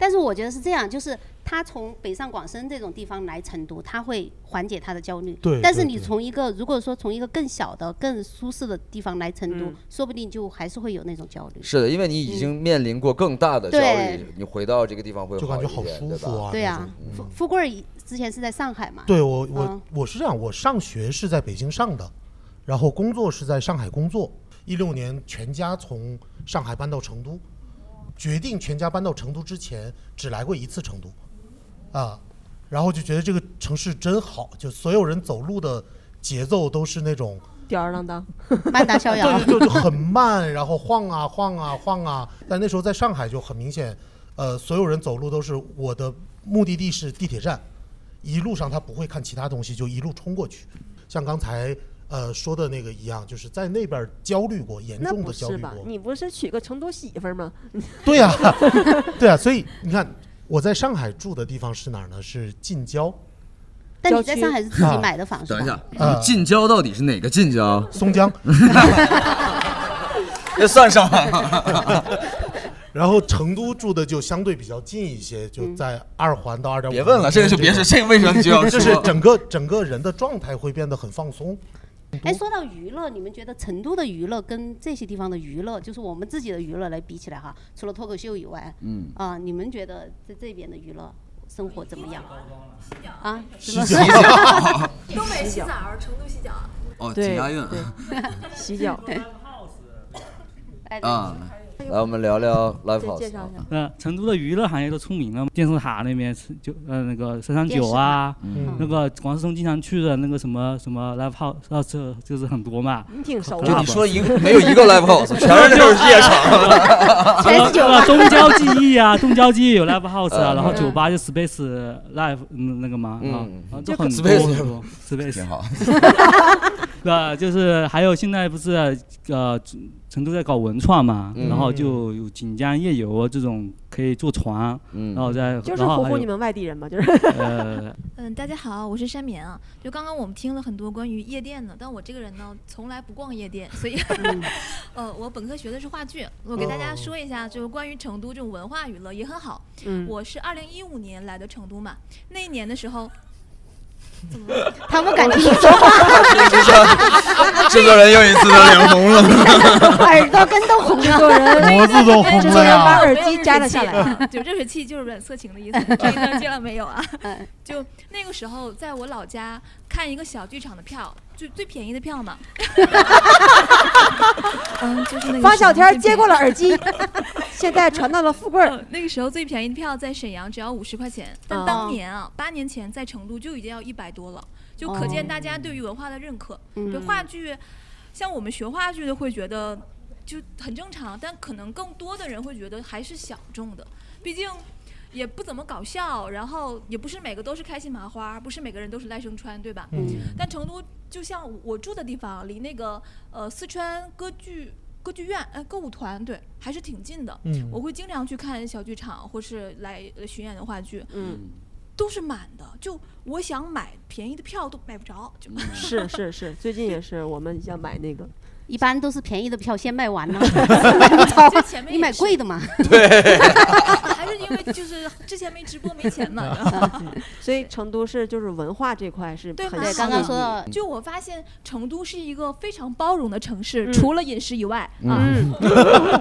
Speaker 7: 但是我觉得是这样，就是他从北上广深这种地方来成都，他会缓解他的焦虑。
Speaker 9: 对
Speaker 7: 但是
Speaker 9: 对
Speaker 7: 你
Speaker 9: 对
Speaker 7: 从一个如果说从一个更小的、更舒适的地方来成都，
Speaker 1: 嗯
Speaker 7: 说不定就还是会有那种焦虑。
Speaker 9: 是的，因为你已经面临过更大的焦
Speaker 7: 对
Speaker 9: 虑，你回到这个地方会
Speaker 2: 就感
Speaker 9: 好一
Speaker 2: 觉好
Speaker 9: 点，
Speaker 2: 舒
Speaker 9: 对
Speaker 2: 服
Speaker 9: 吧
Speaker 2: 啊？
Speaker 7: 对啊，
Speaker 9: 嗯
Speaker 7: 富富贵儿以之前是在上海嘛？
Speaker 2: 对我我
Speaker 7: 嗯
Speaker 2: 我是这样，我上学是在北京上的，然后工作是在上海工作。一六年全家从上海搬到成都，决定全家搬到成都之前，只来过一次成都，啊，然后就觉得这个城市真好，就所有人走路的节奏都是那种
Speaker 1: 吊儿郎当，
Speaker 7: 慢打逍遥。
Speaker 2: 对，就就很慢，然后晃啊晃啊晃啊。但那时候在上海就很明显，呃，所有人走路都是我的目的地是地铁站，一路上他不会看其他东西，就一路冲过去。像刚才呃说的那个一样，就是在那边焦虑过，严
Speaker 1: 那
Speaker 2: 重
Speaker 1: 不
Speaker 2: 的焦
Speaker 1: 是
Speaker 2: 虑
Speaker 1: 吧
Speaker 2: 过？。
Speaker 1: 你不是娶个成都媳妇儿吗？
Speaker 2: 对呀、对呀、啊所以你看，我在上海住的地方是哪儿呢？是近郊。
Speaker 7: 但你在上海是自己买的房是吧？
Speaker 9: 等一下，
Speaker 2: 啊
Speaker 9: 近郊到底是哪个近郊？
Speaker 2: 松 江。
Speaker 9: 这算上海。
Speaker 2: 然后成都住的就相对比较近一些，就在二环到二点五。
Speaker 9: 别问了这个就别说这个为什么你就要 说
Speaker 2: 就是整个整个人的状态会变得很放松。
Speaker 7: 哎，说到娱乐，你们觉得成都的娱乐跟这些地方的娱乐，就是我们自己的娱乐来比起来哈，除了脱口秀以外，
Speaker 9: 嗯
Speaker 7: 啊、你们觉得在这边的娱乐生活怎么样？啊，
Speaker 9: 洗
Speaker 7: 什么
Speaker 9: 脚
Speaker 11: 东北洗澡，成都洗脚。
Speaker 9: 哦
Speaker 1: 对
Speaker 9: 挺押韵
Speaker 1: 对 洗脚。
Speaker 9: 啊，来我们聊聊 live
Speaker 1: 再
Speaker 9: house。
Speaker 1: 介 绍一下。
Speaker 8: 那呃成都的娱乐行业都出名了嘛，电视塔那边是就呃那个三三九啊，
Speaker 1: 电视塔嗯
Speaker 8: 那个王思聪经常去的那个什么什么 live house，啊这就是很多嘛。
Speaker 1: 你挺熟
Speaker 8: 的。
Speaker 1: 啊
Speaker 9: 啊 全是酒吧
Speaker 8: 呃东郊记忆啊，东郊记忆有 live house
Speaker 9: 嗯
Speaker 8: 啊，然后酒吧就 space live 嗯那个嘛啊
Speaker 9: 嗯，
Speaker 8: 啊
Speaker 9: 就
Speaker 8: 都很
Speaker 9: 可
Speaker 8: 多
Speaker 9: Space
Speaker 8: 很多 space
Speaker 9: 挺 好。
Speaker 8: 那啊就是还有现在不是呃成都在搞文创嘛，
Speaker 20: 嗯
Speaker 8: 然后就有锦江夜游这种可以坐船，
Speaker 20: 嗯
Speaker 8: 然后再
Speaker 1: 就是
Speaker 8: 然
Speaker 1: 唬
Speaker 8: 后还
Speaker 1: 唬
Speaker 8: 有
Speaker 1: 你们外地人嘛，就是
Speaker 8: 呃
Speaker 11: 嗯，大家好，我是山棉啊。就刚刚我们听了很多关于夜店的，但我这个人呢，从来不逛夜店，所以，
Speaker 7: 嗯
Speaker 11: 呃，我本科学的是话剧。我给大
Speaker 7: 哦
Speaker 11: 家说一下，就是关于成都这种文化娱乐也很好。
Speaker 1: 嗯
Speaker 11: 我是二零一五年来的成都嘛，那一年的时候，怎么了
Speaker 7: 他们敢听你说 话
Speaker 9: 制作制作人又一次的脸红了，
Speaker 7: 耳朵根都红
Speaker 1: 制作人
Speaker 9: 脖子都红了呀
Speaker 1: 把耳机摘了下 来
Speaker 11: 就热水器就是软色情的意思，这一段接了没有啊？就那个时候，在我老家看一个小剧场的票，最最便宜的票嘛。嗯，就是那个
Speaker 1: 方小
Speaker 11: 时候最
Speaker 1: 天儿
Speaker 11: 便宜
Speaker 1: 接过了耳机，现在传到了富贵儿。
Speaker 11: 嗯那个时候最便宜的票在沈阳只要五十块钱，但当年啊，八年前在成都就已经要一百多了，就可见大家对于文化的认可。
Speaker 1: 嗯
Speaker 11: 对话剧，像我们学话剧的会觉得就很正常，但可能更多的人会觉得还是小众的，毕竟。也不怎么搞笑，然后也不是每个都是开心麻花，不是每个人都是赖声川，对吧？
Speaker 1: 嗯
Speaker 11: 但成都就像我住的地方，离那个呃四川歌剧歌剧院呃歌舞团对还是挺近的。
Speaker 1: 嗯
Speaker 11: 我会经常去看小剧场，或是来呃巡演的话剧，
Speaker 1: 嗯，
Speaker 11: 都是满的。就我想买便宜的票都买不着，就
Speaker 1: 是是是，最近也是我们想买那个，
Speaker 7: 一般都是便宜的票先 卖完了，
Speaker 11: 就前面
Speaker 7: 你买贵的嘛。
Speaker 11: 还是因为就是之前没直播没钱嘛。
Speaker 7: 啊
Speaker 1: 所以成都市就是文化这块是
Speaker 11: 对
Speaker 1: 很
Speaker 11: 嘛，
Speaker 1: 吸引你
Speaker 11: 就我发现成都是一个非常包容的城市，除了饮食以外，啊
Speaker 7: 嗯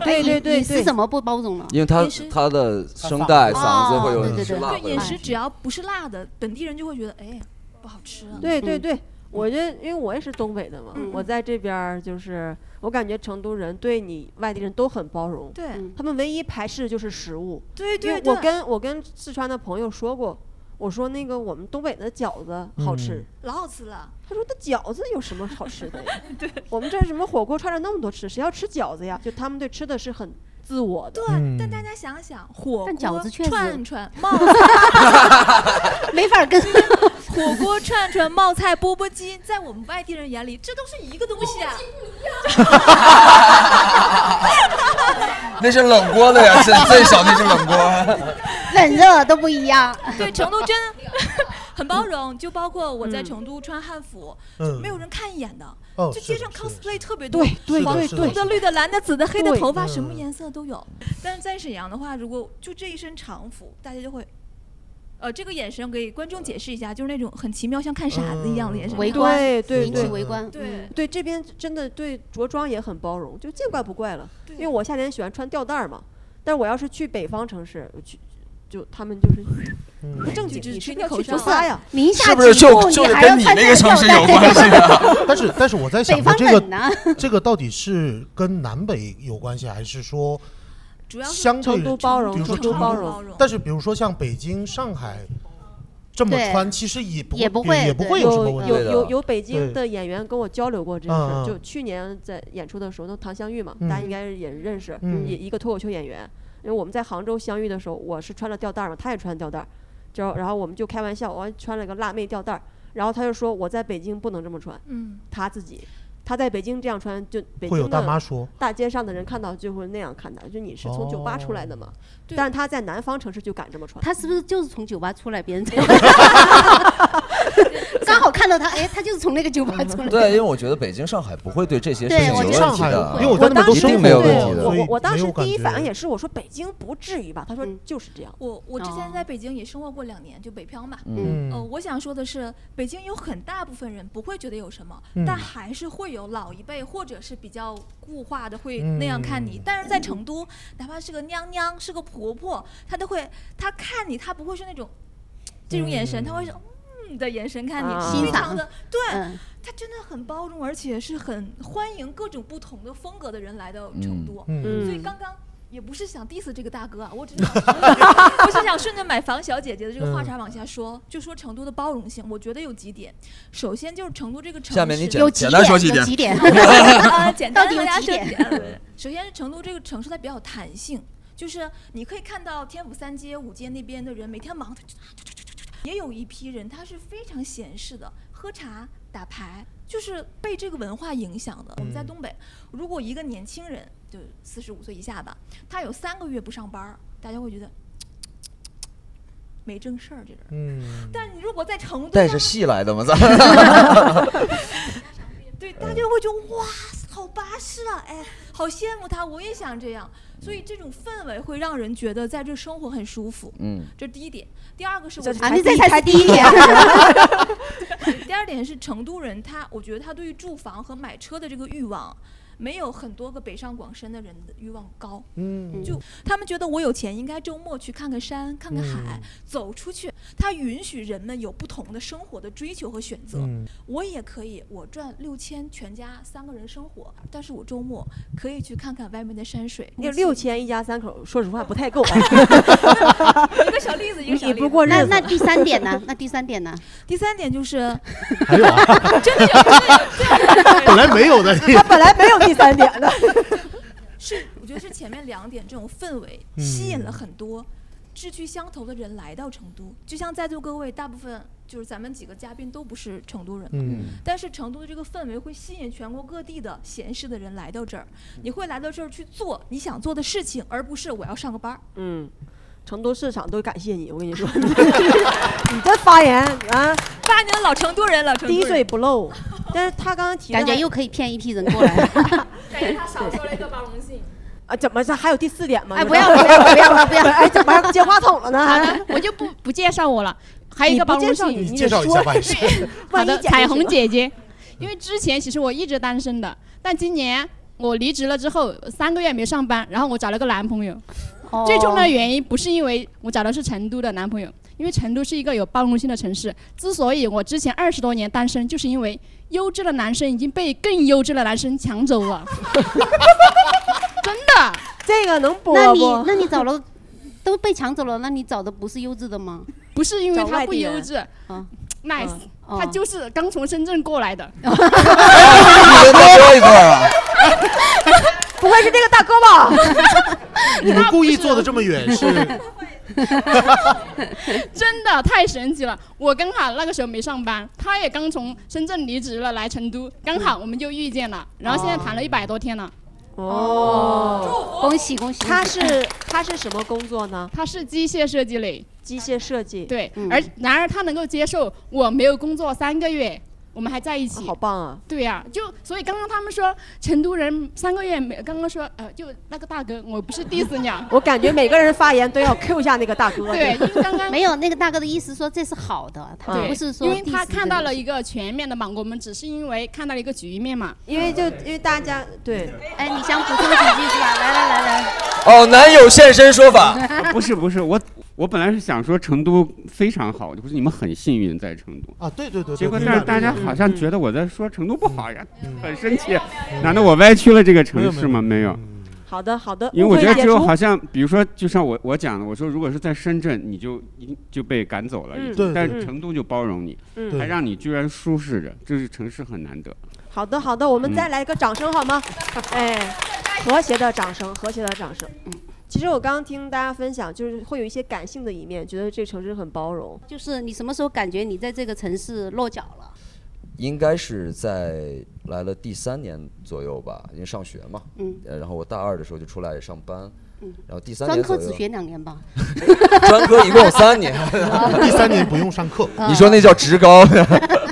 Speaker 1: 对对对
Speaker 7: 哎你是
Speaker 1: 对
Speaker 7: 怎么不包容了？
Speaker 9: 因为他
Speaker 11: 饮食
Speaker 9: 他的声带、嗓子会有
Speaker 7: 哦对对对
Speaker 9: 辣
Speaker 11: 对
Speaker 9: 回
Speaker 11: 饮
Speaker 9: 来。
Speaker 11: 食只要不是辣的，本地人就会觉得哎不好吃啊。
Speaker 1: 对对对，我觉得因为我也是东北的嘛，
Speaker 11: 嗯
Speaker 1: 我在这边儿就是我感觉成都人对你外地人都很包容，
Speaker 11: 对嗯
Speaker 1: 他们唯一排斥就是食物。
Speaker 11: 对
Speaker 1: 因
Speaker 11: 对
Speaker 1: 为
Speaker 11: 对
Speaker 1: 我跟我跟四川的朋友说过，我说那个我们东北的饺子好
Speaker 5: 嗯
Speaker 1: 吃。
Speaker 11: 老好吃了。
Speaker 1: 他说：“那饺子有什么好吃 的呀？对我们这儿什么火锅串着那么多吃，谁要吃饺子呀？就他们对吃的是很自我的。
Speaker 11: 对，但大家想想，火锅、
Speaker 7: 但饺子确实
Speaker 11: 串串、冒 菜，
Speaker 7: 没法跟。
Speaker 11: 火锅、串串、冒菜、钵钵鸡，在我们外地人眼里，这都是一个东西 啊。
Speaker 9: 那是冷锅的呀，最最少那是冷锅。
Speaker 7: 冷热都不一样。
Speaker 11: 对，成都真 很包容，就包括我在成都穿汉服，
Speaker 7: 嗯
Speaker 11: 就没有人看一眼的。
Speaker 7: 哦
Speaker 11: 就街上 cosplay 特别多，
Speaker 7: 对
Speaker 11: 黄
Speaker 7: 对对
Speaker 11: 红的、绿的、蓝的、紫的、黑的，
Speaker 7: 对
Speaker 11: 头发
Speaker 7: 嗯
Speaker 11: 什么颜色都有。但是在沈阳的话，如果就这一身长服，大家就会。呃，这个眼神给观众解释一下，就是那种很奇妙，像看傻子一样的眼神。
Speaker 7: 嗯围观
Speaker 1: 对对
Speaker 7: 引
Speaker 1: 对，
Speaker 7: 起围观
Speaker 11: 对
Speaker 1: 对，这边真的对着装也很包容，就见怪不怪了。因为我夏天喜欢穿吊带儿嘛，但是我要是去北方城市，我去就他们就是正
Speaker 11: 就
Speaker 1: 经，你
Speaker 11: 只
Speaker 1: 是
Speaker 11: 吹
Speaker 1: 要
Speaker 11: 口
Speaker 1: 去
Speaker 11: 哨
Speaker 1: 出差呀？
Speaker 7: 宁
Speaker 2: 是不是就就是跟你那个城市有关系啊？ 但是但是我在想，这
Speaker 7: 北
Speaker 2: 个
Speaker 7: 方
Speaker 2: 这个到底是跟南北有关系，还是说
Speaker 11: 主要是
Speaker 2: 相对
Speaker 11: 成都包容
Speaker 2: 比如说
Speaker 11: 成都
Speaker 2: 成
Speaker 11: 包容
Speaker 2: 但是比如说像北京、上海这么
Speaker 1: 对
Speaker 2: 穿，其实也不
Speaker 1: 也
Speaker 2: 不
Speaker 1: 不会
Speaker 2: 也不
Speaker 1: 对
Speaker 2: 会有什么问题
Speaker 1: 有
Speaker 2: 的
Speaker 1: 有有北京的
Speaker 2: 对
Speaker 1: 演员跟我交流过这个事
Speaker 2: 嗯
Speaker 1: 儿，
Speaker 2: 嗯
Speaker 1: 就去年在演出的时候，那唐湘玉嘛，
Speaker 2: 嗯
Speaker 1: 大家应该也认识，
Speaker 2: 嗯
Speaker 1: 也一个脱口秀演员。因为我们在杭州相遇的时候，我是穿了吊带儿嘛，他也穿吊带儿，就然后我们就开玩笑，我还穿了个辣妹吊带儿，然后他就说我在北京不能这么穿，
Speaker 18: 嗯，
Speaker 1: 他自己。他在北京这样穿，就北
Speaker 2: 会有
Speaker 1: 京
Speaker 2: 大
Speaker 1: 的
Speaker 2: 妈说
Speaker 1: 大街上的人看到就会那样看他，就你是从酒吧出来的
Speaker 2: 哦
Speaker 1: 嘛？但是他在南方城市就敢这么穿。
Speaker 7: 他是不是就是从酒吧出来？别人 刚好看到他，哎，他就是从那个酒吧出来。
Speaker 19: 对，因为我觉得北京、上海不会对这些事情有问
Speaker 2: 对我
Speaker 19: 题
Speaker 2: 觉得
Speaker 19: 的
Speaker 2: 不，会
Speaker 21: 啊
Speaker 2: 因为我在那边都
Speaker 19: 一
Speaker 2: 生
Speaker 19: 定
Speaker 2: 活
Speaker 19: 没有
Speaker 2: 过
Speaker 19: 问题的。
Speaker 1: 我我我当
Speaker 2: 没
Speaker 1: 时
Speaker 2: 有感
Speaker 1: 第一反
Speaker 2: 觉嗯
Speaker 1: 应也是，我说北京不至于吧？他说就是这样。
Speaker 11: 我我之
Speaker 7: 哦
Speaker 11: 前在北京也生活过两年，就北漂嘛。
Speaker 1: 嗯
Speaker 11: 呃，我想说的是，北京有很大部分人不会觉得有什么，
Speaker 1: 嗯
Speaker 11: 但还是会有老一辈或者是比较固化的会那样看你。
Speaker 18: 嗯
Speaker 11: 但是在成都，哪怕是个娘娘，是个婆婆，她都会，她看你，她不会是那种这种眼神，她会是。嗯的眼神看你，
Speaker 7: 啊
Speaker 11: 非常的对
Speaker 7: 嗯，
Speaker 11: 她真的很包容，而且是很欢迎各种不同的风格的人来到成都。
Speaker 18: 嗯嗯
Speaker 11: 所以刚刚也不是想 diss 这个大哥啊，我只是想说 我是想顺着买房小姐姐的这个话
Speaker 18: 嗯
Speaker 11: 茬往下说，就说成都的包容性，我觉得有几点。首先就是成都这个城市
Speaker 19: 下面你简有几简单点说几有点几 点
Speaker 11: 呃，简单
Speaker 7: 到底有
Speaker 11: 地
Speaker 7: 几
Speaker 11: 说
Speaker 7: 点
Speaker 11: 几 点首先是成都这个城市它比较有弹性，就是你可以看到天府三街、五街那边的人每天忙，也有一批人他是非常闲适的，喝茶打牌，就是被这个文化影响的。我
Speaker 19: 嗯
Speaker 11: 们在东北，如果一个年轻人就四十五岁以下吧，他有三个月不上班儿，大家会觉得。没正事儿，这人。
Speaker 19: 嗯
Speaker 11: 但你如果在成都，
Speaker 19: 带着戏来的吗？咱 嗯
Speaker 11: 对，大家就会觉得哇，好巴适啊，哎，好羡慕他，我也想这样。所以这种氛围会让人觉得在这生活很舒服。
Speaker 19: 嗯
Speaker 11: 这是第一点。第二个是
Speaker 7: 这
Speaker 11: 我
Speaker 7: 啊这才第一 点
Speaker 11: 第二点是成都人他，我觉得他对于住房和买车的这个欲望。没有很多个北上广深的人的欲望高，
Speaker 2: 嗯
Speaker 11: 就他们觉得我有钱，应该周末去看看山，看看海，
Speaker 2: 嗯
Speaker 11: 走出去。他允许人们有不同的生活的追求和选择。
Speaker 2: 嗯
Speaker 11: 我也可以，我赚六千，全家三个人生活，但是我周末可以去看看外面的山水。
Speaker 1: 六六千一家三口，说实话不太够。啊
Speaker 11: 一个小例子，一个小
Speaker 1: 你
Speaker 11: 例子。
Speaker 1: 你不过日
Speaker 7: 那
Speaker 1: 子
Speaker 7: 那第三点 呢？那第三点呢？
Speaker 11: 第三点就是，
Speaker 2: 还有啊，
Speaker 11: 真的有，真的 有，
Speaker 2: 本来没有的，
Speaker 11: 他本来没有第三点
Speaker 1: 的。
Speaker 11: 是，我觉得是前面两点这种氛围
Speaker 1: 嗯
Speaker 11: 吸引了很多志趣相投的人来到成都。就像在座各位，大部分就是咱们几个嘉宾都不是成都人嘛，
Speaker 18: 嗯
Speaker 11: 但是成都的这个氛围会吸引全国各地的闲适的人来到这儿。你会来到这儿去做你想做的事情，而不是我要上个班儿。
Speaker 1: 嗯，成都市场都感谢你，我跟你说，你这发言啊，
Speaker 11: 八年老成都人，老成都
Speaker 1: 滴
Speaker 11: 人
Speaker 1: 水不漏。但是他刚刚提的
Speaker 7: 感觉
Speaker 1: 还
Speaker 7: 又可以骗一批人过来。
Speaker 1: 感觉他
Speaker 7: 少说
Speaker 1: 了一个包容性。 啊，怎么这还有第四点吗？
Speaker 7: 哎
Speaker 1: 你
Speaker 7: 不要
Speaker 1: 说
Speaker 7: 了不要了不要了不要 了
Speaker 1: 哎，怎么还接话筒了呢？
Speaker 17: 好
Speaker 1: 还
Speaker 17: 的，我就不不介绍我了。还有一
Speaker 1: 你
Speaker 17: 个
Speaker 1: 不
Speaker 17: 包容
Speaker 1: 介绍
Speaker 17: 性，
Speaker 1: 你你介绍一下吧也是
Speaker 17: 好
Speaker 1: 万一
Speaker 17: 的，
Speaker 1: 假的
Speaker 17: 彩
Speaker 1: 是
Speaker 17: 虹
Speaker 1: 吧
Speaker 17: 姐姐，因为之前其实我一直单身的，但今年我离职了之后三个月没上班，然后我找了个男朋友。
Speaker 1: 哦
Speaker 17: 最重要的原因不是因为我找的是成都的男朋友，因为成都是一个有包容性的城市。之所以我之前二十多年单身，就是因为优质的男生已经被更优质的男生抢走了。 真的，
Speaker 1: 这个能播
Speaker 7: 那你
Speaker 1: 不
Speaker 7: 那你找了都被抢走了，那你找的不是优质的吗？
Speaker 17: 不是因为
Speaker 7: 找
Speaker 17: 他
Speaker 7: 外
Speaker 17: 不
Speaker 7: 地
Speaker 17: 优
Speaker 7: 人
Speaker 17: 质嗯
Speaker 7: 啊，
Speaker 1: 嗯
Speaker 17: ，nice，
Speaker 7: 哦
Speaker 17: 他就是刚从深圳过来的。
Speaker 1: 嗯
Speaker 19: 你跟他说一段啊。
Speaker 1: 不会是这个大哥吧？
Speaker 2: 你们故意坐的这么远是？
Speaker 17: 啊真的太神奇了！我刚好那个时候没上班，他也刚从深圳离职了来成都，刚好我们就遇见了，然后现在谈了一百多天了。
Speaker 1: 哦，
Speaker 7: 恭喜恭喜！
Speaker 1: 他是他是什么工作呢？
Speaker 17: 他是机械设计类，
Speaker 1: 机械设计。嗯
Speaker 17: 对，而然而他能够接受我没有工作三个月，我们还在一起，
Speaker 1: 好棒啊！
Speaker 17: 对呀、就所以刚刚他们说成都人三个月没，刚刚说呃，就那个大哥，我不是 diss 你啊，
Speaker 1: 我感觉每个人发言都要 Q 一下那个大哥。
Speaker 17: 对因为刚刚
Speaker 7: 没有那个大哥的意思说这是好的，他
Speaker 1: 对
Speaker 7: 不是说
Speaker 17: 因为他
Speaker 7: diss
Speaker 17: 看到
Speaker 7: 这个
Speaker 17: 了一个全面的嘛，我们只是因为看到了一个局面嘛，
Speaker 1: 因为就因为大家对，
Speaker 7: 哎，你想补充几句是吧？来来来来，
Speaker 19: 哦，男友现身说法。
Speaker 4: 不是不是，我我本来是想说成都非常好，就是你们很幸运在成
Speaker 19: 嗯
Speaker 4: 都。
Speaker 2: 啊，对对对，
Speaker 4: 结果
Speaker 2: 对
Speaker 4: 但是大家好
Speaker 2: 嗯
Speaker 4: 像觉得我在说成都不好呀，很生气。
Speaker 19: 嗯
Speaker 4: 难道我歪曲了这个城市吗？没有，
Speaker 1: 好的好的，
Speaker 4: 因为
Speaker 1: 误
Speaker 4: 我
Speaker 1: 会
Speaker 4: 觉得
Speaker 1: 解
Speaker 4: 只有
Speaker 1: 除
Speaker 4: 好像，比如说，就像我我讲的，我说如果是在深圳，你就一就被赶走了
Speaker 1: 嗯
Speaker 4: 已
Speaker 1: 对
Speaker 4: 经，但
Speaker 1: 对
Speaker 4: 是成都就包容你
Speaker 1: 嗯，对
Speaker 4: 还让你居然舒适着，这是城市很难得。
Speaker 1: 好的，好的，我 们
Speaker 4: 嗯
Speaker 1: 再来一个掌声好吗？哎，和谐的掌声，和谐的掌声。其实我刚刚听大家分享，就是会有一些感性的一面，觉得这个城市很包容。
Speaker 7: 就是你什么时候感觉你在这个城市落脚了？
Speaker 21: 应该是在来了第三年左右吧，因为上学嘛，
Speaker 7: 嗯
Speaker 21: 呃，然后我大二的时候就出来上班，
Speaker 7: 嗯
Speaker 21: 然哦后第三
Speaker 7: 专
Speaker 21: 年
Speaker 7: 科
Speaker 21: 左
Speaker 7: 只
Speaker 21: 右，，
Speaker 7: 学两年吧
Speaker 21: 专科一共三年
Speaker 7: 啊，
Speaker 2: 第三年不用上课
Speaker 19: 嗯
Speaker 7: 嗯
Speaker 21: 你说那叫 职高，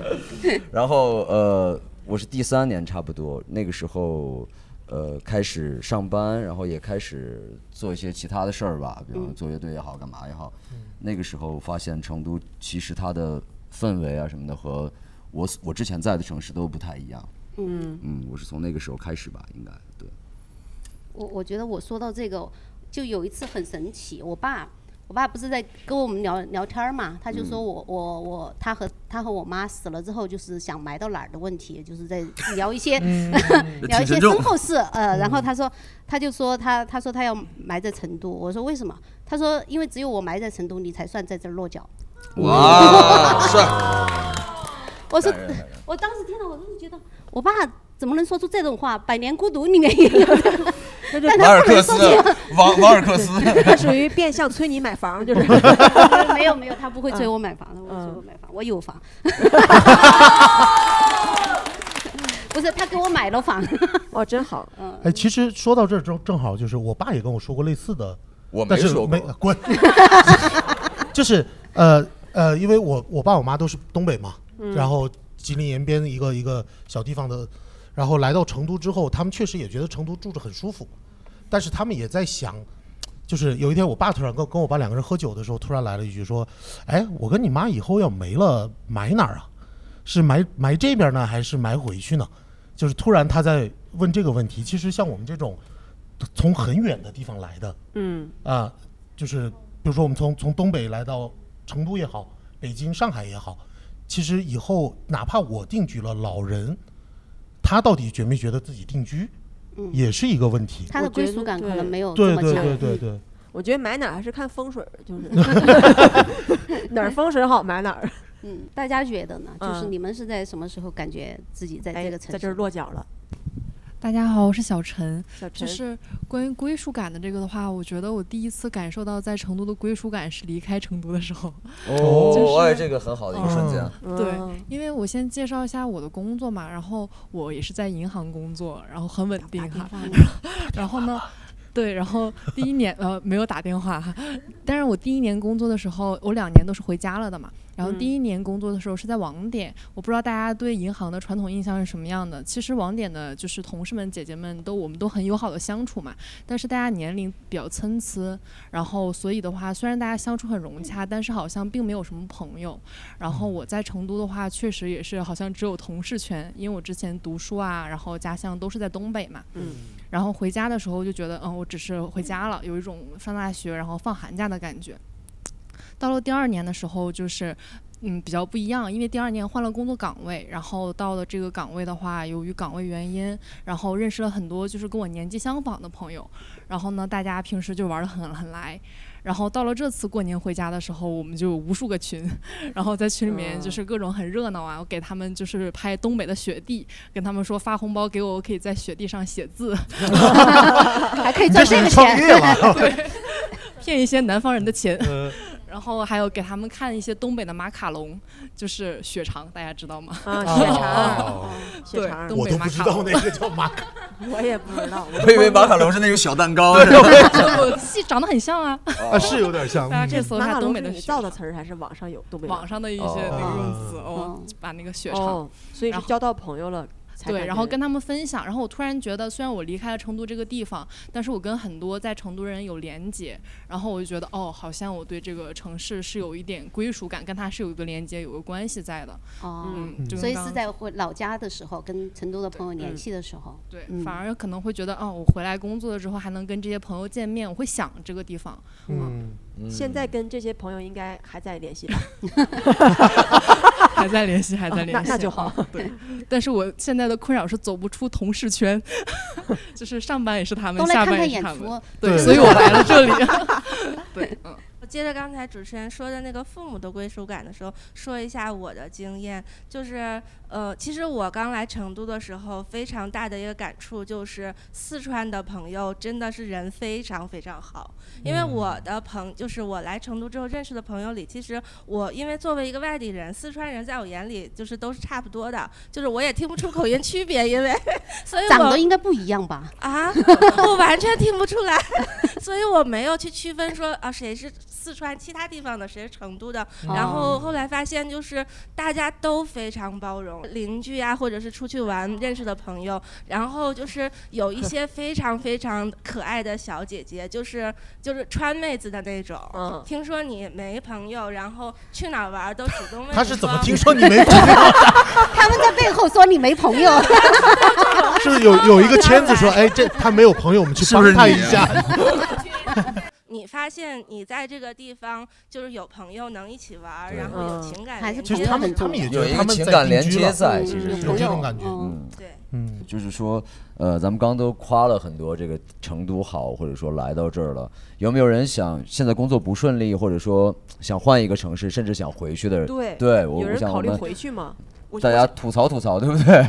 Speaker 21: 然后呃，我是第三年差不多，那个时候呃开始上班，然后也开始做一些其他的事儿吧，比如
Speaker 19: 嗯
Speaker 21: 做乐队也好，干嘛也好。那个时候发现成都其实它的氛围啊什么的和我所我之前在的城市都不太一样。
Speaker 7: 嗯
Speaker 21: 嗯，我是从那个时候开始吧，应该对。
Speaker 7: 我我觉得我说到这个，就有一次很神奇，我爸。我爸不是在跟我们聊聊天儿嘛，他就说
Speaker 19: 嗯
Speaker 7: 我、我我他和他和我妈死了之后，就是想埋到哪儿的问题，就是在聊一些、
Speaker 14: 嗯
Speaker 7: 聊一
Speaker 14: 挺
Speaker 7: 些
Speaker 14: 沉重
Speaker 7: 身后事，呃，然后他说他就说他他说他要埋在成都，我说为什么？他说因为只有我埋在成都，你才算在这儿落脚。
Speaker 19: 哇，帅！
Speaker 7: 我说
Speaker 19: 感人感人
Speaker 7: 我当时听到，我当时觉得我爸怎么能说出这种话，《百年孤独》里面也有 这个但
Speaker 19: 马
Speaker 7: 他
Speaker 19: 尔
Speaker 7: 不能
Speaker 19: 克
Speaker 7: 说
Speaker 19: 斯
Speaker 7: 这样。，
Speaker 19: 王王尔克 斯，
Speaker 1: 他属于变相 催你买房，嗯就是
Speaker 7: 没有没有，他不会催我买房的，我催我买房，我 有房。 不是，他给我买了房。
Speaker 1: 哦，真好。
Speaker 7: 嗯，
Speaker 2: 哎，其实说到这儿正正好，就是我爸也跟我说过类似的，
Speaker 19: 我没
Speaker 2: 但是
Speaker 19: 说
Speaker 2: 没
Speaker 19: 过
Speaker 2: 滚， 就是呃呃，因为我我爸我妈都是东北嘛，
Speaker 19: 嗯
Speaker 2: 然后吉林延边一个一个小地方的，然后来到成都之后，他们确实也觉得成都住着很舒服，但是他们也在想，就是有一天我爸突然跟跟我爸两个人喝酒的时候，突然来了一句说，哎，我跟你妈以后要没了埋哪儿啊？是埋埋这边呢，还是埋回去呢？就是突然他在问这个问题。其实像我们这种从很远的地方来的，
Speaker 1: 嗯
Speaker 2: 啊，就是比如说我们从从东北来到成都也好，北京、上海也好，其实以后哪怕我定居了，老人他到底觉没觉得自己定居，
Speaker 7: 嗯
Speaker 2: 也是一个问题。
Speaker 7: 他的归属感可能没有这
Speaker 2: 对
Speaker 7: 么
Speaker 2: 对
Speaker 7: 强。
Speaker 2: 对对对，
Speaker 1: 嗯我觉得买哪儿还是看风水儿，就是 哪儿风水好买哪儿。
Speaker 7: 嗯，大家觉得呢？就
Speaker 1: 嗯
Speaker 7: 是
Speaker 1: 哎
Speaker 7: 你们是在什么时候感觉自己在这个城市、
Speaker 1: 在这儿落脚了？
Speaker 22: 大家好，我是小陈。
Speaker 1: 小
Speaker 22: 就
Speaker 1: 陈
Speaker 22: 是关于归属感的这个的话，我觉得我第一次感受到在成都的归属感是离开成都的时候。
Speaker 21: 哦
Speaker 22: 就是
Speaker 21: 哎这个很好的一个瞬间
Speaker 22: 嗯
Speaker 21: 嗯
Speaker 22: 对，因为我先介绍一下我的工作嘛，然后我也是在银行工作，然后很稳定哈。 然后呢？对，然后第一年呃没有打电话 哈，但是我第一年工作的时候，我两年都是回家了的嘛。然后第一年工作的时候是在网点，我不知道大家对银行的传统印象是什么样的。其实网点的就是同事们、姐姐们都我们都很友好的相处嘛，但是大家年龄比较参差，然后所以的话，虽然大家相处很融洽，但是好像并没有什么朋友。然后我在成都的话，确实也是好像只有同事圈，因为我之前读书啊，然后家乡都是在东北嘛。
Speaker 1: 嗯。
Speaker 22: 然后回家的时候就觉得，嗯，我只是回家了，有一种上大学然后放寒假的感觉。到了第二年的时候，就是嗯比较不一样，因为第二年换了工作岗位，然后到了这个岗位的话，由于岗位原因，然后认识了很多就是跟我年纪相仿的朋友，然后呢，大家平时就玩得很很来。然后到了这次过年回家的时候，我们就有无数个群，然后在群里面就是
Speaker 7: 嗯
Speaker 22: 各种很热闹啊。我给他们就是拍东北的雪地，跟他们说发红包给我，我可以在雪地上写 字，还
Speaker 7: 可以赚这个钱你这是创业 了啊
Speaker 22: 对， 骗一些南方人的钱。
Speaker 2: 嗯
Speaker 22: 然后还有给他们看一些东北的马卡龙，就是血肠，大家知道吗？
Speaker 1: 啊
Speaker 2: 血肠哦
Speaker 22: 对
Speaker 1: 血肠
Speaker 22: 东
Speaker 2: 我
Speaker 22: 北
Speaker 2: 都
Speaker 22: 马
Speaker 2: 不知
Speaker 22: 卡
Speaker 2: 道
Speaker 22: 龙
Speaker 2: 那个叫马卡。
Speaker 1: 我也不知道，
Speaker 9: 我以为马卡龙是那个小蛋糕，
Speaker 22: 对
Speaker 9: 是吧
Speaker 22: 我记 长得很像啊。
Speaker 21: 哦
Speaker 2: 啊是有点像
Speaker 22: 大家这搜一
Speaker 1: 马
Speaker 22: 下
Speaker 1: 卡
Speaker 22: 东
Speaker 1: 龙
Speaker 22: 北
Speaker 1: 是
Speaker 22: 的
Speaker 1: 你造的词儿还是网上有东北人？
Speaker 22: 网上的一些那个用词，哦，把那个血
Speaker 1: 哦
Speaker 22: 肠，
Speaker 1: 所以是
Speaker 22: 然后
Speaker 1: 交到朋友了才
Speaker 22: 对，
Speaker 1: 感
Speaker 22: 然
Speaker 1: 觉
Speaker 22: 后跟他们分享，然后我突然觉得，虽然我离开了成都这个地方，但是我跟很多在成都人有连接，然后我就觉得，哦，好像我对这个城市是有一点归属感，跟它是有一个连接，有个关系在的。
Speaker 7: 哦
Speaker 22: 嗯，就
Speaker 7: 所
Speaker 22: 跟
Speaker 7: 以
Speaker 22: 刚
Speaker 7: 是在回老家的时候，跟成都的朋友联系的时候，
Speaker 22: 对，
Speaker 7: 嗯
Speaker 22: 反而可能会觉得，哦，我回来工作了之后还能跟这些朋友见面，我会想这个地方。
Speaker 1: 嗯现在跟这些朋友应该还在联系吧？
Speaker 22: 还在联系，还在
Speaker 1: 哦
Speaker 22: 联
Speaker 1: 那
Speaker 22: 系，
Speaker 1: 那就好
Speaker 22: 啊对，但是我现在的困扰是走不出同事圈， 就是上班也是他们，
Speaker 7: 都来
Speaker 22: 下
Speaker 7: 看
Speaker 22: 班也
Speaker 7: 看
Speaker 22: 是
Speaker 7: 演
Speaker 22: 他们
Speaker 7: 出，
Speaker 22: 对，所以我来了这里。对，嗯。
Speaker 5: 接着刚才主持人说的那个父母的归属感的时候，说一下我的经验，就是呃，其实我刚来成都的时候，非常大的一个感触就是四川的朋友真的是人非常非常好，
Speaker 7: 嗯
Speaker 5: 因为我的朋就是我来成都之后认识的朋友里，其实我因为作为一个外地人，四川人在我眼里就是都是差不多的，就是我也听不出口音区别，因为 所以我
Speaker 7: 长得应该不一样吧？
Speaker 5: 啊，我完全听不出来，所以我没有去区分说啊谁是四川其他地方的，谁是成都的。然后
Speaker 1: 哦
Speaker 5: 后来发现就是大家都非常包容，邻居啊，或者是出去玩认识的朋友，然后就是有一些非常非常可爱的小姐姐，就是就是川妹子的那种。
Speaker 7: 嗯
Speaker 5: 听说你没朋友，然后去哪儿玩都主动问。
Speaker 2: 他是怎么听说你没朋友？
Speaker 7: 他们在背后说你没朋友，
Speaker 2: 是不是有有一个圈子说，哎，这他没有朋友，我们去
Speaker 9: 是不
Speaker 2: 帮
Speaker 9: 是
Speaker 2: 他
Speaker 9: 你
Speaker 2: 一下。
Speaker 21: 啊
Speaker 5: 你发现你在这个地方就是有朋友能一起玩儿，然后有情感
Speaker 7: 还是
Speaker 5: 连
Speaker 2: 其实
Speaker 5: 接
Speaker 2: 他们
Speaker 5: 的
Speaker 2: 他们也觉
Speaker 21: 有
Speaker 2: 得
Speaker 21: 一个
Speaker 2: 他们
Speaker 21: 情
Speaker 2: 在
Speaker 21: 感
Speaker 2: 定
Speaker 21: 连
Speaker 2: 居
Speaker 21: 接
Speaker 2: 了
Speaker 21: 在，
Speaker 2: 嗯
Speaker 21: 其实
Speaker 2: 有
Speaker 21: 是
Speaker 2: 这种感觉。
Speaker 1: 哦
Speaker 21: 嗯，
Speaker 5: 对，
Speaker 2: 嗯，
Speaker 21: 就是说，呃，咱们刚刚都夸了很多这个成都好，或者说来到这儿了，有没有人想现在工作不顺利，或者说想换一个城市，甚至想回去的？
Speaker 1: 对
Speaker 21: 对我
Speaker 1: 有
Speaker 21: 我
Speaker 1: 人
Speaker 21: 想
Speaker 1: 考
Speaker 21: 我
Speaker 1: 虑
Speaker 21: 们
Speaker 1: 回去吗？我
Speaker 21: 大家吐槽吐槽，对不对？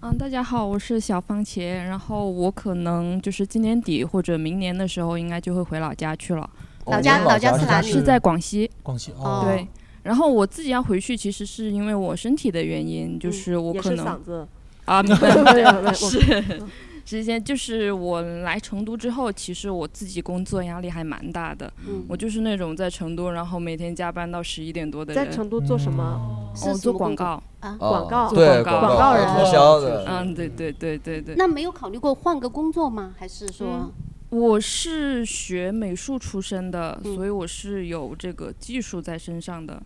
Speaker 12: 嗯，大家好，我是小番茄。然后我可能就是今年底或者明年的时候，应该就会回老家去了。
Speaker 7: 老哦家老家老家是哪里
Speaker 12: 是在广西。
Speaker 2: 广西
Speaker 7: 哦
Speaker 12: 对。然后我自己要回去，其实是因为我身体的原因，就是我
Speaker 1: 也
Speaker 12: 可
Speaker 1: 是
Speaker 12: 能
Speaker 1: 嗓子
Speaker 12: 啊，没
Speaker 1: 没有没有
Speaker 12: 有是
Speaker 1: 嗯
Speaker 12: 之前就是我来成都之后，其实我自己工作压力还蛮大的。
Speaker 7: 嗯
Speaker 12: 我就是那种在成都，然后每天加班到十一点多的
Speaker 1: 在
Speaker 12: 人。
Speaker 1: 成都做什么？
Speaker 12: 是做广告
Speaker 7: 啊
Speaker 12: 广告
Speaker 21: 对
Speaker 12: 做
Speaker 21: 广
Speaker 12: 广告
Speaker 21: 告
Speaker 12: 人
Speaker 21: 促销的，
Speaker 12: 嗯，对对对对对。
Speaker 7: 那没有考虑过换个工作吗？还是说
Speaker 12: 嗯，我是学美术出身的，
Speaker 7: 嗯
Speaker 12: 所以我是有这个技术在身上的。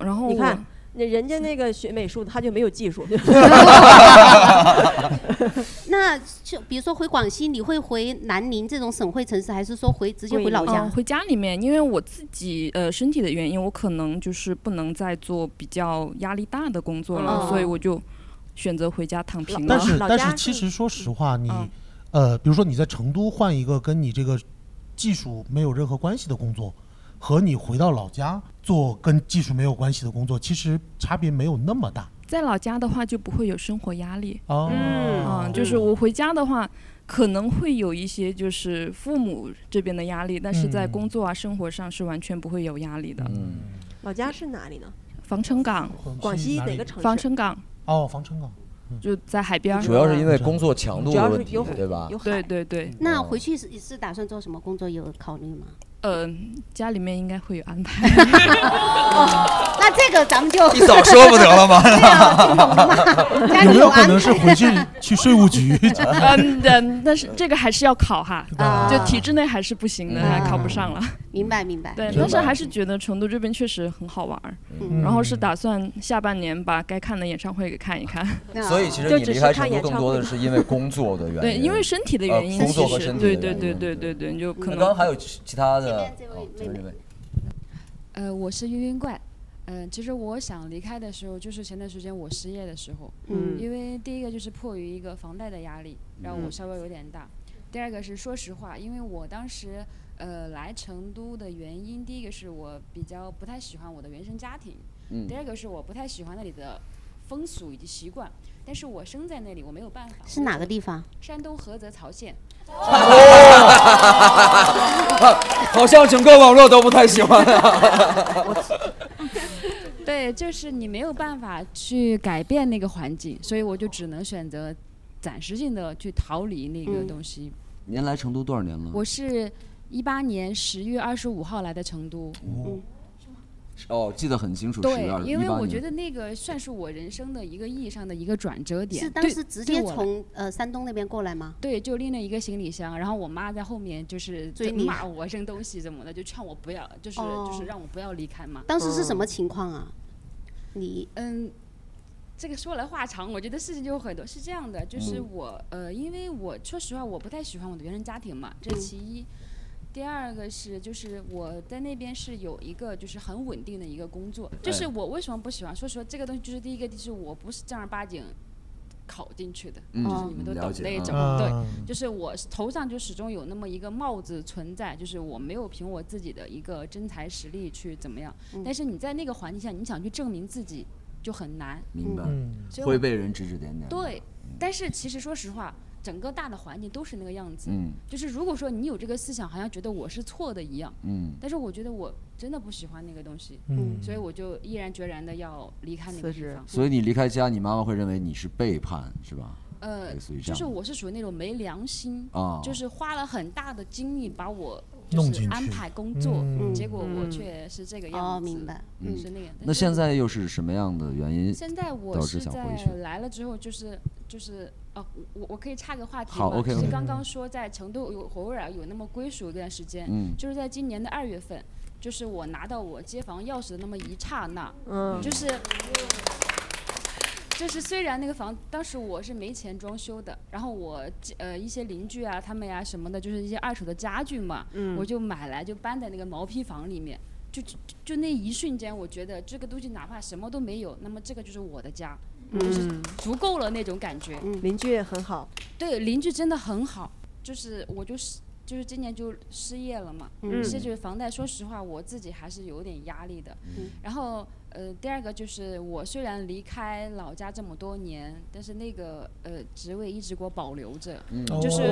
Speaker 12: 然后
Speaker 1: 你
Speaker 12: 我
Speaker 1: 看，那人家那个学美术的，他就没有技术。
Speaker 7: 那就比如说回广西，你会回南宁这种省会城市，还是说回直接回老
Speaker 1: 哦
Speaker 7: 家
Speaker 12: 嗯？回家里面，因为我自己呃身体的原因，我可能就是不能再做比较压力大的工作了，
Speaker 7: 嗯
Speaker 12: 所以我就选择回家躺平了。
Speaker 2: 但是但是其实说
Speaker 7: 嗯
Speaker 2: 实话，你呃，比如说你在成都换一个跟你这个技术没有任何关系的工作，和你回到老家做跟技术没有关系的工作，其实差别没有那么大。
Speaker 12: 在老家的话就不会有生活压力。
Speaker 2: 哦
Speaker 12: 嗯，啊就是我回家的话，可能会有一些就是父母这边的压力，但是在
Speaker 1: 嗯
Speaker 12: 工作啊、生活上是完全不会有压力的。
Speaker 21: 嗯，
Speaker 1: 老家是哪里呢？
Speaker 12: 防城港，
Speaker 1: 广西哪个城市？
Speaker 12: 防城港嗯
Speaker 2: 哦，防城港
Speaker 12: 就在海边儿。
Speaker 21: 主要是因为工作强度
Speaker 12: 主
Speaker 21: 的
Speaker 12: 要是
Speaker 21: 问题
Speaker 12: 有海，
Speaker 21: 对吧？
Speaker 12: 对对对。
Speaker 7: 那回去是是打算做什么工作？有考虑吗？
Speaker 12: 呃，家里面应该会有安排。
Speaker 7: 哦， 那 这个咱们就
Speaker 12: 你早说不得 了吗
Speaker 7: 对啊就懂了嘛家
Speaker 2: 有
Speaker 7: 里
Speaker 2: 没有
Speaker 7: 安
Speaker 2: 可能是
Speaker 7: 排
Speaker 2: 回去去税务局？
Speaker 12: 嗯，但但是这个还是要考哈，就体制内还是不行的，
Speaker 21: 嗯
Speaker 7: 啊
Speaker 12: 考不上了。
Speaker 7: 明白明白。
Speaker 12: 对，
Speaker 7: 明
Speaker 12: 但是
Speaker 7: 白
Speaker 12: 还是觉得成都这边确实很好玩儿，
Speaker 7: 嗯
Speaker 12: 然后是打算下半年把该看的演唱会给看一看。
Speaker 23: 嗯
Speaker 21: 所以其实你离开成都更多的是因为工作的原因，
Speaker 12: 对，因为身体的原因，
Speaker 21: 呃工作
Speaker 12: 其
Speaker 21: 和
Speaker 12: 实
Speaker 21: 身体的
Speaker 12: 对
Speaker 21: 原
Speaker 12: 对
Speaker 21: 因嗯
Speaker 12: 对对对对，你就可
Speaker 21: 那
Speaker 12: 能
Speaker 21: 刚刚还有其其他的，哦这位
Speaker 23: 呃，我是晕晕怪。嗯、其实我想离开的时候，就是前段时间我失业的时候。
Speaker 7: 嗯
Speaker 23: 因为第一个就是迫于一个房贷的压力，让我
Speaker 7: 嗯
Speaker 23: 稍微有点大。第二个是说实话，因为我当时呃来成都的原因，第一个是我比较不太喜欢我的原生家庭，
Speaker 24: 嗯
Speaker 23: 第二个是我不太喜欢那里的风俗以及习惯。但是我生在那里，我没有办法。
Speaker 7: 是哪个地方？啊
Speaker 23: 山东菏泽曹县。
Speaker 9: 哦 好像整个网络都不太喜欢、
Speaker 23: 对，就是你没有办法去改变那个环境，所以我就只能选择暂时性的去逃离那个
Speaker 21: 嗯
Speaker 23: 东西。
Speaker 9: 您来成都多少年了？
Speaker 23: 我是一八年十月二十五号来的成都，
Speaker 7: 嗯
Speaker 9: 哦，记得很清楚，十
Speaker 23: 对
Speaker 9: 月二，
Speaker 23: 因为我觉
Speaker 9: 得
Speaker 23: 得那个算是我人生的一个意义上的一个转折点。
Speaker 7: 是当
Speaker 23: 对
Speaker 7: 时直
Speaker 23: 对
Speaker 7: 接
Speaker 23: 我来
Speaker 7: 从呃山东那边过来吗？
Speaker 23: 对，就拎了一个行李箱，然后我妈在后面就是
Speaker 7: 追
Speaker 23: 在
Speaker 7: 你
Speaker 23: 骂我扔东西怎么的，就劝我不要，就是、就是
Speaker 7: 哦
Speaker 23: 让我不要离开嘛。
Speaker 7: 当时是
Speaker 9: 嗯
Speaker 7: 什么情况啊？你
Speaker 23: 嗯，这个说来话长，我觉得事情就有很多。是这样的，就是
Speaker 7: 嗯
Speaker 23: 我、呃，因为我说实话，我不太喜欢我的原生家庭嘛，
Speaker 7: 嗯
Speaker 23: 这是其一。第二个是，就是我在那边是有一个就是很稳定的一个工作，就是
Speaker 7: 嗯
Speaker 24: 哎
Speaker 23: 我为什么不喜欢？说实话，这个东西就是第一个就是我不是正儿八经考进去的，
Speaker 9: 嗯
Speaker 23: 就是你们都懂
Speaker 9: 了解
Speaker 23: 那
Speaker 9: 啊
Speaker 23: 种，
Speaker 7: 嗯
Speaker 9: 啊
Speaker 23: 对，就是我头上就始终有那么一个帽子存在，就是我没有凭我自己的一个真才实力去怎么样，但是你在那个环境下，你想去证明自己就很难，
Speaker 9: 明白
Speaker 23: 嗯所以我
Speaker 9: 会被人指指点点。
Speaker 23: 对，但是其实说实话，整个大的环境都是那个样子。
Speaker 9: 嗯
Speaker 23: 就是如果说你有这个思想，好像觉得我是错的一样。
Speaker 9: 嗯
Speaker 23: 但是我觉得我真的不喜欢那个东西。
Speaker 9: 嗯
Speaker 23: 所以我就毅然决然的要离开那个地方。
Speaker 9: 所以你离开家，你妈妈会认为你是背叛，是吧？
Speaker 23: 呃
Speaker 9: 类似于，这样
Speaker 23: 就是我是属于那种没良心，
Speaker 9: 哦
Speaker 23: 就是花了很大的精力把我就
Speaker 9: 弄
Speaker 23: 是
Speaker 9: 进
Speaker 23: 安
Speaker 9: 去
Speaker 23: 排工作，
Speaker 9: 嗯
Speaker 23: 结果我
Speaker 9: 嗯
Speaker 23: 却是这个样子。
Speaker 7: 哦明白
Speaker 23: 嗯，
Speaker 7: 嗯
Speaker 23: 是那个样子。
Speaker 9: 那现在又是什么样的原因
Speaker 23: 现在我
Speaker 9: 导
Speaker 23: 是
Speaker 9: 致想
Speaker 23: 在
Speaker 9: 回去？
Speaker 23: 来了之后，就是就是哦，我我可以岔个话题
Speaker 9: 好
Speaker 23: 吗？
Speaker 9: ，OK，
Speaker 23: 就是
Speaker 9: OK
Speaker 23: 刚刚说在成都有偶尔有那么归属一段时间，
Speaker 9: 嗯
Speaker 23: 就是在今年的二月份，就是我拿到我街坊钥匙的那么一刹那，
Speaker 1: 嗯
Speaker 23: 就是。就是虽然那个房，当时我是没钱装修的，然后我呃一些邻居啊，他们呀、什么的，就是一些二手的家具嘛，
Speaker 1: 嗯
Speaker 23: 我就买来就搬在那个毛坯房里面，就就就那一瞬间，我觉得这个东西哪怕什么都没有，那么这个就是我的家，就是
Speaker 1: 嗯
Speaker 23: 足够了那种感觉。
Speaker 14: 嗯
Speaker 1: 邻居也很好，
Speaker 23: 对，邻居真的很好，就是我就是就是今年就失业了嘛，
Speaker 1: 嗯
Speaker 23: 失业房贷，说实话我自己还是有点压力的。
Speaker 1: 嗯
Speaker 23: 然后呃，第二个就是我虽然离开老家这么多年，但是那个呃职位一直给我保留着，
Speaker 9: 嗯
Speaker 1: 哦
Speaker 23: 就是、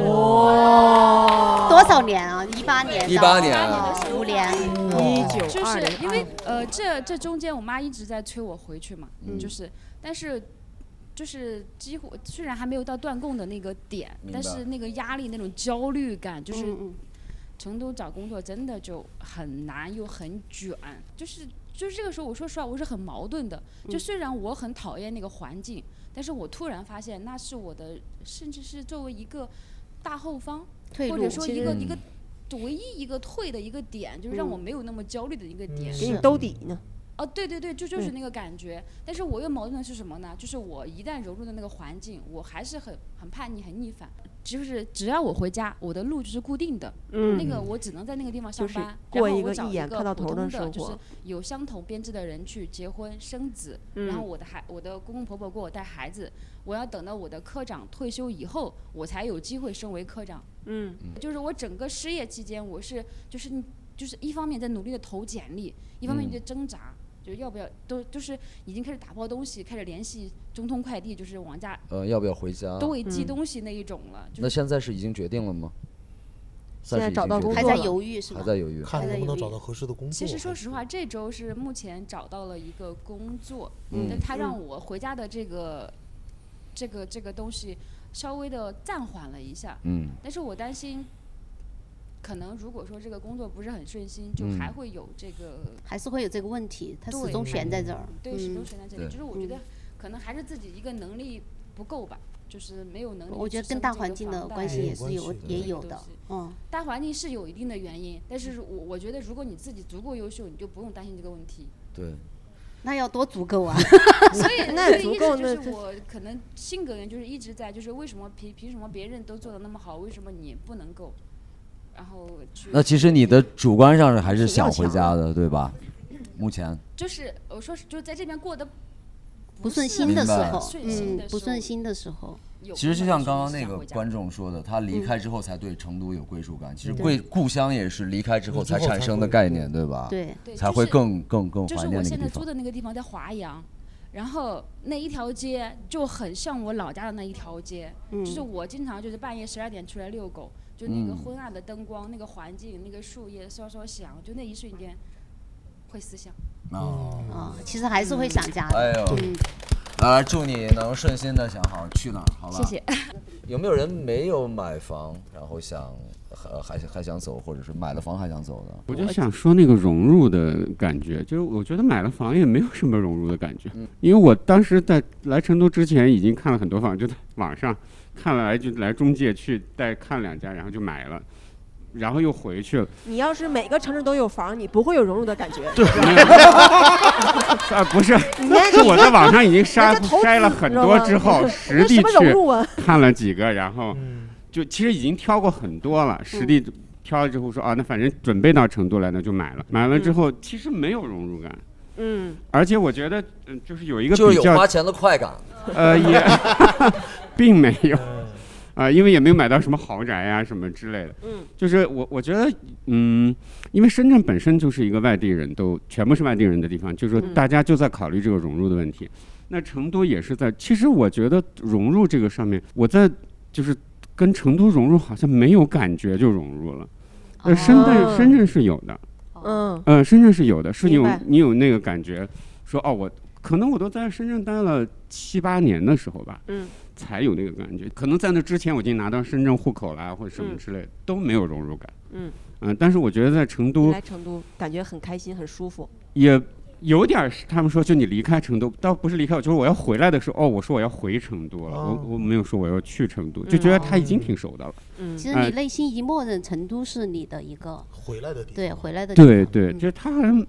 Speaker 7: 多少年啊？一八年到，
Speaker 9: 18年啊
Speaker 7: 五年，
Speaker 1: 哦
Speaker 23: 就
Speaker 7: 20
Speaker 23: 是因为呃，这这中间我妈一直在催我回去嘛，
Speaker 7: 嗯
Speaker 23: 就是，但是就是几乎虽然还没有到断供的那个点，
Speaker 9: 明白
Speaker 23: 但是那个压力、那种焦虑感，就是
Speaker 7: 嗯嗯
Speaker 23: 成都找工作真的就很难又很卷，就是就是这个时候，我说实话，我是很矛盾的。就
Speaker 7: 嗯
Speaker 23: 虽然我很讨厌那个环境，但是我突然发现那是我的，甚至是作为一个大后方，
Speaker 7: 退
Speaker 23: 或者
Speaker 7: 路
Speaker 23: 说
Speaker 7: 其
Speaker 23: 一个
Speaker 7: 实嗯
Speaker 23: 一个就唯一一个退的一个点，就是让我没有那么焦虑的一个点。
Speaker 1: 给你兜底呢。
Speaker 23: 哦，对对对，就就是
Speaker 1: 嗯
Speaker 23: 那个感觉。但是我又矛盾的是什么呢？就是我一旦融入到那个环境，我还是很很叛逆、很逆反。就是只要我回家，我的路就是固定的，
Speaker 1: 嗯
Speaker 23: 那个我只能在那个地方上
Speaker 1: 就是
Speaker 23: 班，
Speaker 1: 过
Speaker 23: 然后
Speaker 1: 一
Speaker 23: 我
Speaker 1: 个
Speaker 23: 找
Speaker 1: 一眼看到
Speaker 23: 普
Speaker 1: 头的
Speaker 23: 通
Speaker 1: 生
Speaker 23: 就是
Speaker 1: 活
Speaker 23: 有相同编制的人去结婚生子，然后
Speaker 1: 嗯
Speaker 23: 我的孩，我的公公婆婆给我带孩子，我要等到我的科长退休以后，我才有机会升为科长。
Speaker 1: 嗯
Speaker 23: 就是我整个失业期间，我是就是你就是一方面在努力的投简历，一方面
Speaker 9: 嗯
Speaker 23: 就在挣扎，就是要不要都就是已经开始打包东西，开始联系中通快递，就是往家
Speaker 21: 呃，要不要回
Speaker 9: 啊
Speaker 21: 家？
Speaker 23: 都会
Speaker 1: 嗯
Speaker 23: 寄东西那一种了。
Speaker 21: 那
Speaker 23: 就是
Speaker 21: 现在是已经决定了吗？算
Speaker 23: 现在
Speaker 21: 是已
Speaker 23: 找
Speaker 21: 经
Speaker 23: 到
Speaker 21: 决
Speaker 23: 工
Speaker 21: 定
Speaker 23: 作
Speaker 21: 了
Speaker 23: 了还在犹豫是吧
Speaker 21: 还在犹豫，
Speaker 2: 看能不能找到合适的工作。
Speaker 23: 其实说实话，这周是目前找到了一个工作，
Speaker 2: 嗯
Speaker 23: 但他让
Speaker 2: 嗯
Speaker 23: 我回家的这个这个这个东西稍微的暂缓了一下。
Speaker 9: 嗯
Speaker 23: 但是我担心。可能如果说这个工作不是很顺心，就
Speaker 7: 嗯
Speaker 23: 还会有这个
Speaker 7: 还是会有这个问题，它始
Speaker 23: 对
Speaker 7: 终悬在这儿。
Speaker 23: 对，始终悬在这里。
Speaker 7: 嗯
Speaker 23: 就是我觉得可能还是自己一个能力不够吧，就是没有能力去撑这个房贷。
Speaker 7: 我觉得跟大环境的关系也是有也有的，嗯，
Speaker 23: 大环境是有一定的原因，但是我我觉得如果你自己足够优秀，你就不用担心这个问题。
Speaker 21: 对，
Speaker 7: 那要多足够啊！
Speaker 23: 所以，
Speaker 7: 那
Speaker 23: 所以
Speaker 7: 足
Speaker 23: 一
Speaker 7: 够
Speaker 23: 直
Speaker 7: 那
Speaker 23: 就是我可能性格原因就是一直在，就是为什么凭凭什么别人都做的那么好，为什么你不能够？然后去
Speaker 21: 那其实你的主观上是还是想回家的，对吧？目前
Speaker 23: 就是我说是就在这边过得
Speaker 7: 不顺心的时
Speaker 21: 明白
Speaker 7: 候，
Speaker 23: 顺心
Speaker 7: 嗯
Speaker 23: 的，
Speaker 7: 不
Speaker 23: 时候
Speaker 7: 顺心的时候，
Speaker 23: 有
Speaker 21: 其实就
Speaker 23: 空
Speaker 21: 像
Speaker 23: 的时
Speaker 21: 刚
Speaker 23: 候
Speaker 21: 刚那
Speaker 23: 想
Speaker 21: 个
Speaker 23: 回家
Speaker 21: 观众说的，他离
Speaker 23: 嗯
Speaker 21: 开之后才对成都有归属感。其实
Speaker 23: 对
Speaker 21: 归故乡也是离开之后才产生的概念，对吧？
Speaker 23: 对对
Speaker 21: 才
Speaker 23: 就
Speaker 21: 会
Speaker 23: 是
Speaker 21: 更更更
Speaker 23: 就
Speaker 21: 怀
Speaker 23: 是
Speaker 21: 念
Speaker 23: 我
Speaker 21: 那个
Speaker 23: 现在
Speaker 21: 地
Speaker 23: 租
Speaker 21: 方。
Speaker 23: 的那个地方在华阳，然后那一条街就很像我老家的那一条街，就是
Speaker 7: 嗯
Speaker 23: 我经常就是半夜十二点出来遛狗，就那个
Speaker 7: 嗯
Speaker 23: 昏暗的灯光、那个环境、那个树叶唰唰响，就那一瞬间会思乡。
Speaker 2: 嗯
Speaker 7: 啊，其实还是会想家
Speaker 21: 哎
Speaker 7: 的。嗯
Speaker 21: 呦，啊，祝你能顺心的想好去哪儿，好吧？
Speaker 23: 谢 谢。
Speaker 21: 有没有人没有买房，然后想呃还还想走，或者是买了房还想走的？
Speaker 4: 我就想说那个融入的感觉，就是我觉得买了房也没有什么融入的感觉，
Speaker 1: 嗯
Speaker 4: 因为我当时在来成都之前已经看了很多房，就在网上看了来哎就来中介去再看两家，然后就买了，然后又回去了。
Speaker 1: 你要是每个城市都有房，你不会有融入的感觉。
Speaker 4: 对
Speaker 1: 是吧
Speaker 4: 没有 啊， 不是，
Speaker 1: 看
Speaker 4: 是我在网上已经
Speaker 1: 人
Speaker 4: 筛
Speaker 1: 家投资
Speaker 4: 筛了很多之 后，
Speaker 1: 你知道吗
Speaker 4: 实地
Speaker 1: 那什么融入啊
Speaker 4: 去看了几个，然后就其实已经挑过很多了，
Speaker 1: 嗯
Speaker 4: 实地挑了之后说啊，那反正准备到成都来，那就买了。买了之后其实没有融入感，
Speaker 1: 嗯，
Speaker 4: 而且我觉得，嗯，就是有一个
Speaker 21: 就是
Speaker 4: 比
Speaker 21: 有
Speaker 4: 较
Speaker 21: 花钱的快感。
Speaker 4: 呃， 也并没有，啊、因为也没有买到什么豪宅呀、什么之类的。
Speaker 1: 嗯，
Speaker 4: 就是我我觉得，嗯，因为深圳本身就是一个外地人都全部是外地人的地方，就是说
Speaker 21: 嗯
Speaker 4: 大家就在考虑这个融入的问题。那成都也是在，其实我觉得融入这个上面，我在就是跟成都融入好像没有感觉就融入了，呃，深圳深圳是有的。
Speaker 14: 哦
Speaker 1: 嗯
Speaker 4: 呃，深圳是有的，是
Speaker 1: 明
Speaker 4: 你有
Speaker 1: 白
Speaker 4: 你有那个感觉，说哦，我可能我都在深圳待了七八年的时候吧，
Speaker 1: 嗯，
Speaker 4: 才有那个感觉。可能在那之前我已经拿到深圳户口啦，或者什么
Speaker 1: 嗯
Speaker 4: 之类的，都没有融入感。
Speaker 1: 嗯
Speaker 4: 嗯、但是我觉得在成
Speaker 1: 你
Speaker 4: 都
Speaker 1: 来成都感觉很开心，很舒服。
Speaker 4: 也有点儿是，他们说就你离开成都，倒不是离开我，就是我要回来的时候，哦，我说我要回成都了，
Speaker 1: 哦
Speaker 4: 我我没有说我要去成都，就
Speaker 1: 嗯
Speaker 4: 觉得他已经挺熟的了。
Speaker 7: 哦
Speaker 2: 嗯
Speaker 7: 其实
Speaker 4: 呃
Speaker 7: 你内心已经默认成都是你的一个
Speaker 2: 回来的地方，
Speaker 7: 对，回来的地
Speaker 4: 对
Speaker 7: 方。嗯
Speaker 4: 对，就是他好像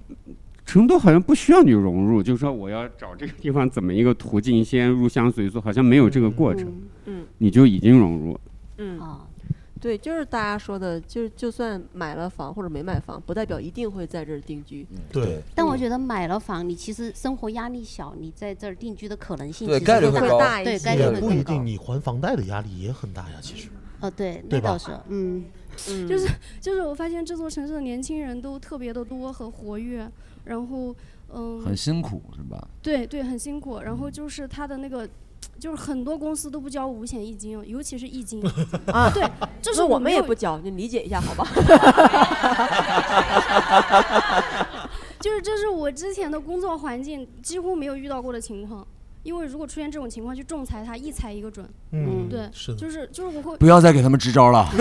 Speaker 4: 成都好像不需要你融入，就是说我要找这个地方怎么一个途径先入乡随俗，好像没有这个过程，
Speaker 1: 嗯
Speaker 4: 你就已经融入了。
Speaker 1: 嗯
Speaker 14: 哦
Speaker 1: 对，就是大家说的，就是就算买了房或者没买房，不代表一定会在这儿定居。
Speaker 14: 嗯
Speaker 2: 对，
Speaker 7: 但我觉得买了房，你其实生活压力小，你在这儿定居的可能性
Speaker 2: 对
Speaker 7: 其实
Speaker 2: 概率会
Speaker 7: 更
Speaker 2: 高
Speaker 7: 大一对，概率
Speaker 2: 也
Speaker 7: 会
Speaker 2: 不一
Speaker 7: 更高。
Speaker 2: 定，你还房贷的压力也很大呀，其实。
Speaker 7: 哦，对，
Speaker 2: 对
Speaker 7: 那
Speaker 2: 吧
Speaker 7: 倒是，嗯，
Speaker 14: 就是就是我发现这座城市的年轻人都特别的多和活跃，然后嗯，
Speaker 9: 很辛苦嗯是吧？
Speaker 14: 对对，很辛苦。然后就是他的那个，就是很多公司都不交五险一金，哦尤其是一金
Speaker 1: 啊。
Speaker 14: 对，这是
Speaker 1: 那我
Speaker 14: 没
Speaker 1: 们也
Speaker 14: 有
Speaker 1: 不交，你理解一下好 吧？
Speaker 14: 就是这是我之前的工作环境几乎没有遇到过的情况。因为如果出现这种情况，去仲裁他一裁一个准。
Speaker 9: 嗯
Speaker 14: 对，
Speaker 9: 是的
Speaker 14: 就是就是我会
Speaker 9: 不要再给他们支招了。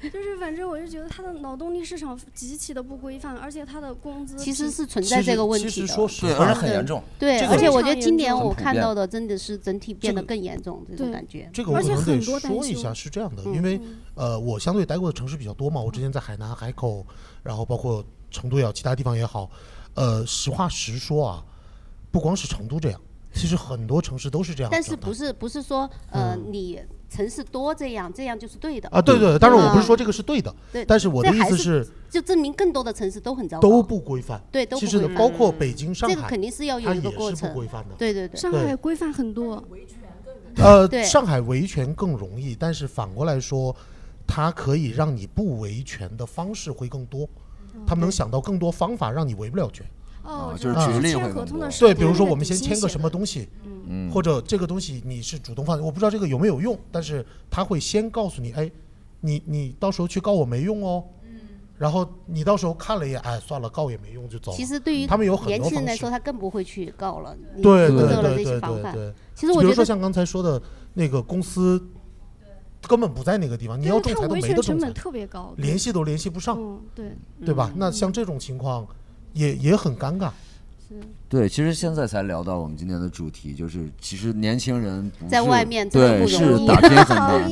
Speaker 14: 就是反正我就觉得他的劳动力市场极其的不规范，而且他的工资
Speaker 7: 其实
Speaker 14: 平
Speaker 7: 是存在这个问题的。
Speaker 9: 其实说实
Speaker 7: 对
Speaker 9: 话，而且很严重
Speaker 7: 对，
Speaker 9: 这个
Speaker 7: 而且
Speaker 9: 非
Speaker 7: 我
Speaker 14: 常
Speaker 7: 觉得今
Speaker 14: 严
Speaker 7: 年
Speaker 14: 重
Speaker 7: 我
Speaker 9: 很普
Speaker 7: 看
Speaker 9: 遍
Speaker 7: 到的真的是整体变得
Speaker 2: 这个
Speaker 7: 更严重，这种感觉。嗯
Speaker 2: 这个我可能得说一下，是这
Speaker 14: 嗯
Speaker 2: 样的，因为呃，我相对待过的城市比较多嘛，我之前在海南、海口，然后包括成都也好，其他地方也好，呃，实话实说啊，不光是成都这样，其实很多城市都是这样的
Speaker 7: 但是
Speaker 2: 状态。
Speaker 7: 不是不是说呃你城市多这样，这样就是对的
Speaker 2: 嗯啊，对对，当然我不是
Speaker 7: 嗯
Speaker 2: 说这个是对的，
Speaker 7: 对，
Speaker 2: 但是我的
Speaker 7: 这
Speaker 2: 意
Speaker 7: 还
Speaker 2: 思
Speaker 7: 是
Speaker 2: 是
Speaker 7: 就证明更多的城市都很糟糕，
Speaker 2: 都不规范，
Speaker 7: 对都
Speaker 2: 其
Speaker 7: 不
Speaker 2: 实
Speaker 7: 规
Speaker 2: 的
Speaker 7: 范嗯
Speaker 2: 包括北京、上海，
Speaker 7: 这个肯定是要有
Speaker 2: 它
Speaker 7: 一个
Speaker 2: 也
Speaker 7: 过
Speaker 2: 是
Speaker 7: 程
Speaker 2: 不规范的，
Speaker 7: 对对对，
Speaker 14: 上海规范很多。
Speaker 2: 呃
Speaker 14: 对，
Speaker 2: 上海维权更容易，但是反过来说，它可以让你不维权的方式会更多，他们能想到更多方法让你维不了权。
Speaker 14: 哦
Speaker 9: 啊就是举例会
Speaker 14: 合同的时候
Speaker 2: 对，比
Speaker 14: 它
Speaker 2: 如
Speaker 14: 那
Speaker 2: 说
Speaker 14: 个
Speaker 2: 我们
Speaker 14: 底
Speaker 2: 先
Speaker 14: 薪
Speaker 2: 签个
Speaker 14: 写
Speaker 2: 什么东西，
Speaker 9: 嗯
Speaker 2: 或者这个东西你是主动放，我不知道这个有没有用，但是他会先告诉你，哎，你你到时候去告我没用哦。然后你到时候看了一眼，哎，算了，告也没用，就走了。
Speaker 7: 其实对于
Speaker 2: 他们有很
Speaker 7: 年
Speaker 2: 多
Speaker 7: 轻人
Speaker 2: 方
Speaker 7: 来
Speaker 2: 式。
Speaker 7: 说，他更不会去告了，你
Speaker 2: 对
Speaker 7: 做
Speaker 2: 对
Speaker 7: 到了
Speaker 2: 对
Speaker 7: 这些
Speaker 2: 对
Speaker 7: 防
Speaker 2: 对
Speaker 7: 范
Speaker 2: 对。。
Speaker 7: 其实我
Speaker 2: 比
Speaker 7: 觉
Speaker 2: 如
Speaker 7: 得
Speaker 2: 说像刚才说的那个公司根本不在那个地方，你
Speaker 14: 对
Speaker 2: 要
Speaker 14: 它
Speaker 2: 仲裁都
Speaker 14: 维
Speaker 2: 没
Speaker 14: 权
Speaker 2: 得
Speaker 14: 成
Speaker 2: 仲裁
Speaker 14: 本，特别高对
Speaker 2: 联系都联系不上，
Speaker 7: 嗯
Speaker 14: 对
Speaker 2: 对吧？那像这种情况也也很尴尬。
Speaker 9: 对，其实现在才聊到我们今天的主题，就是其实年轻人不
Speaker 7: 在
Speaker 9: 是
Speaker 7: 外面真的
Speaker 9: 对
Speaker 7: 不容
Speaker 9: 是
Speaker 7: 易，
Speaker 9: 打拼很 难，
Speaker 7: 啊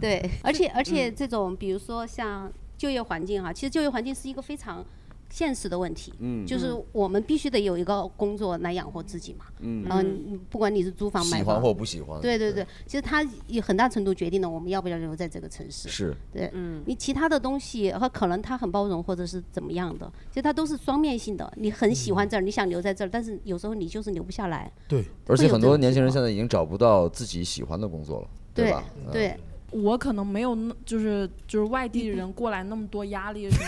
Speaker 9: 对，
Speaker 7: 对，而且而且这种比如说像就业环境哈，啊其实就业环境是一个非常现实的问题，
Speaker 9: 嗯
Speaker 7: 就是我们必须得有一个工作来养活自己嘛，
Speaker 9: 嗯
Speaker 7: 然后你不管你是租房
Speaker 21: 喜
Speaker 7: 买
Speaker 21: 欢
Speaker 7: 房
Speaker 21: 或不喜欢
Speaker 7: 对对
Speaker 21: 对
Speaker 7: 对，其实它也很大程度决定了我们要不要留在这个城市，
Speaker 21: 是
Speaker 7: 对，嗯，你其他的东西和可能它很包容或者是怎么样的，其实它都是双面性的，你很喜
Speaker 21: 嗯
Speaker 7: 欢这儿，你想留在这儿，但是有时候你就是留不下来，
Speaker 2: 对，
Speaker 21: 而且
Speaker 7: 会有
Speaker 21: 很
Speaker 7: 这
Speaker 21: 多
Speaker 7: 种
Speaker 21: 年轻人现在已经找不到自己喜欢的工作了，
Speaker 7: 对
Speaker 21: 吧？嗯
Speaker 7: 对，
Speaker 13: 我可能没有那，就是就是外地人过来那么多压力什 么，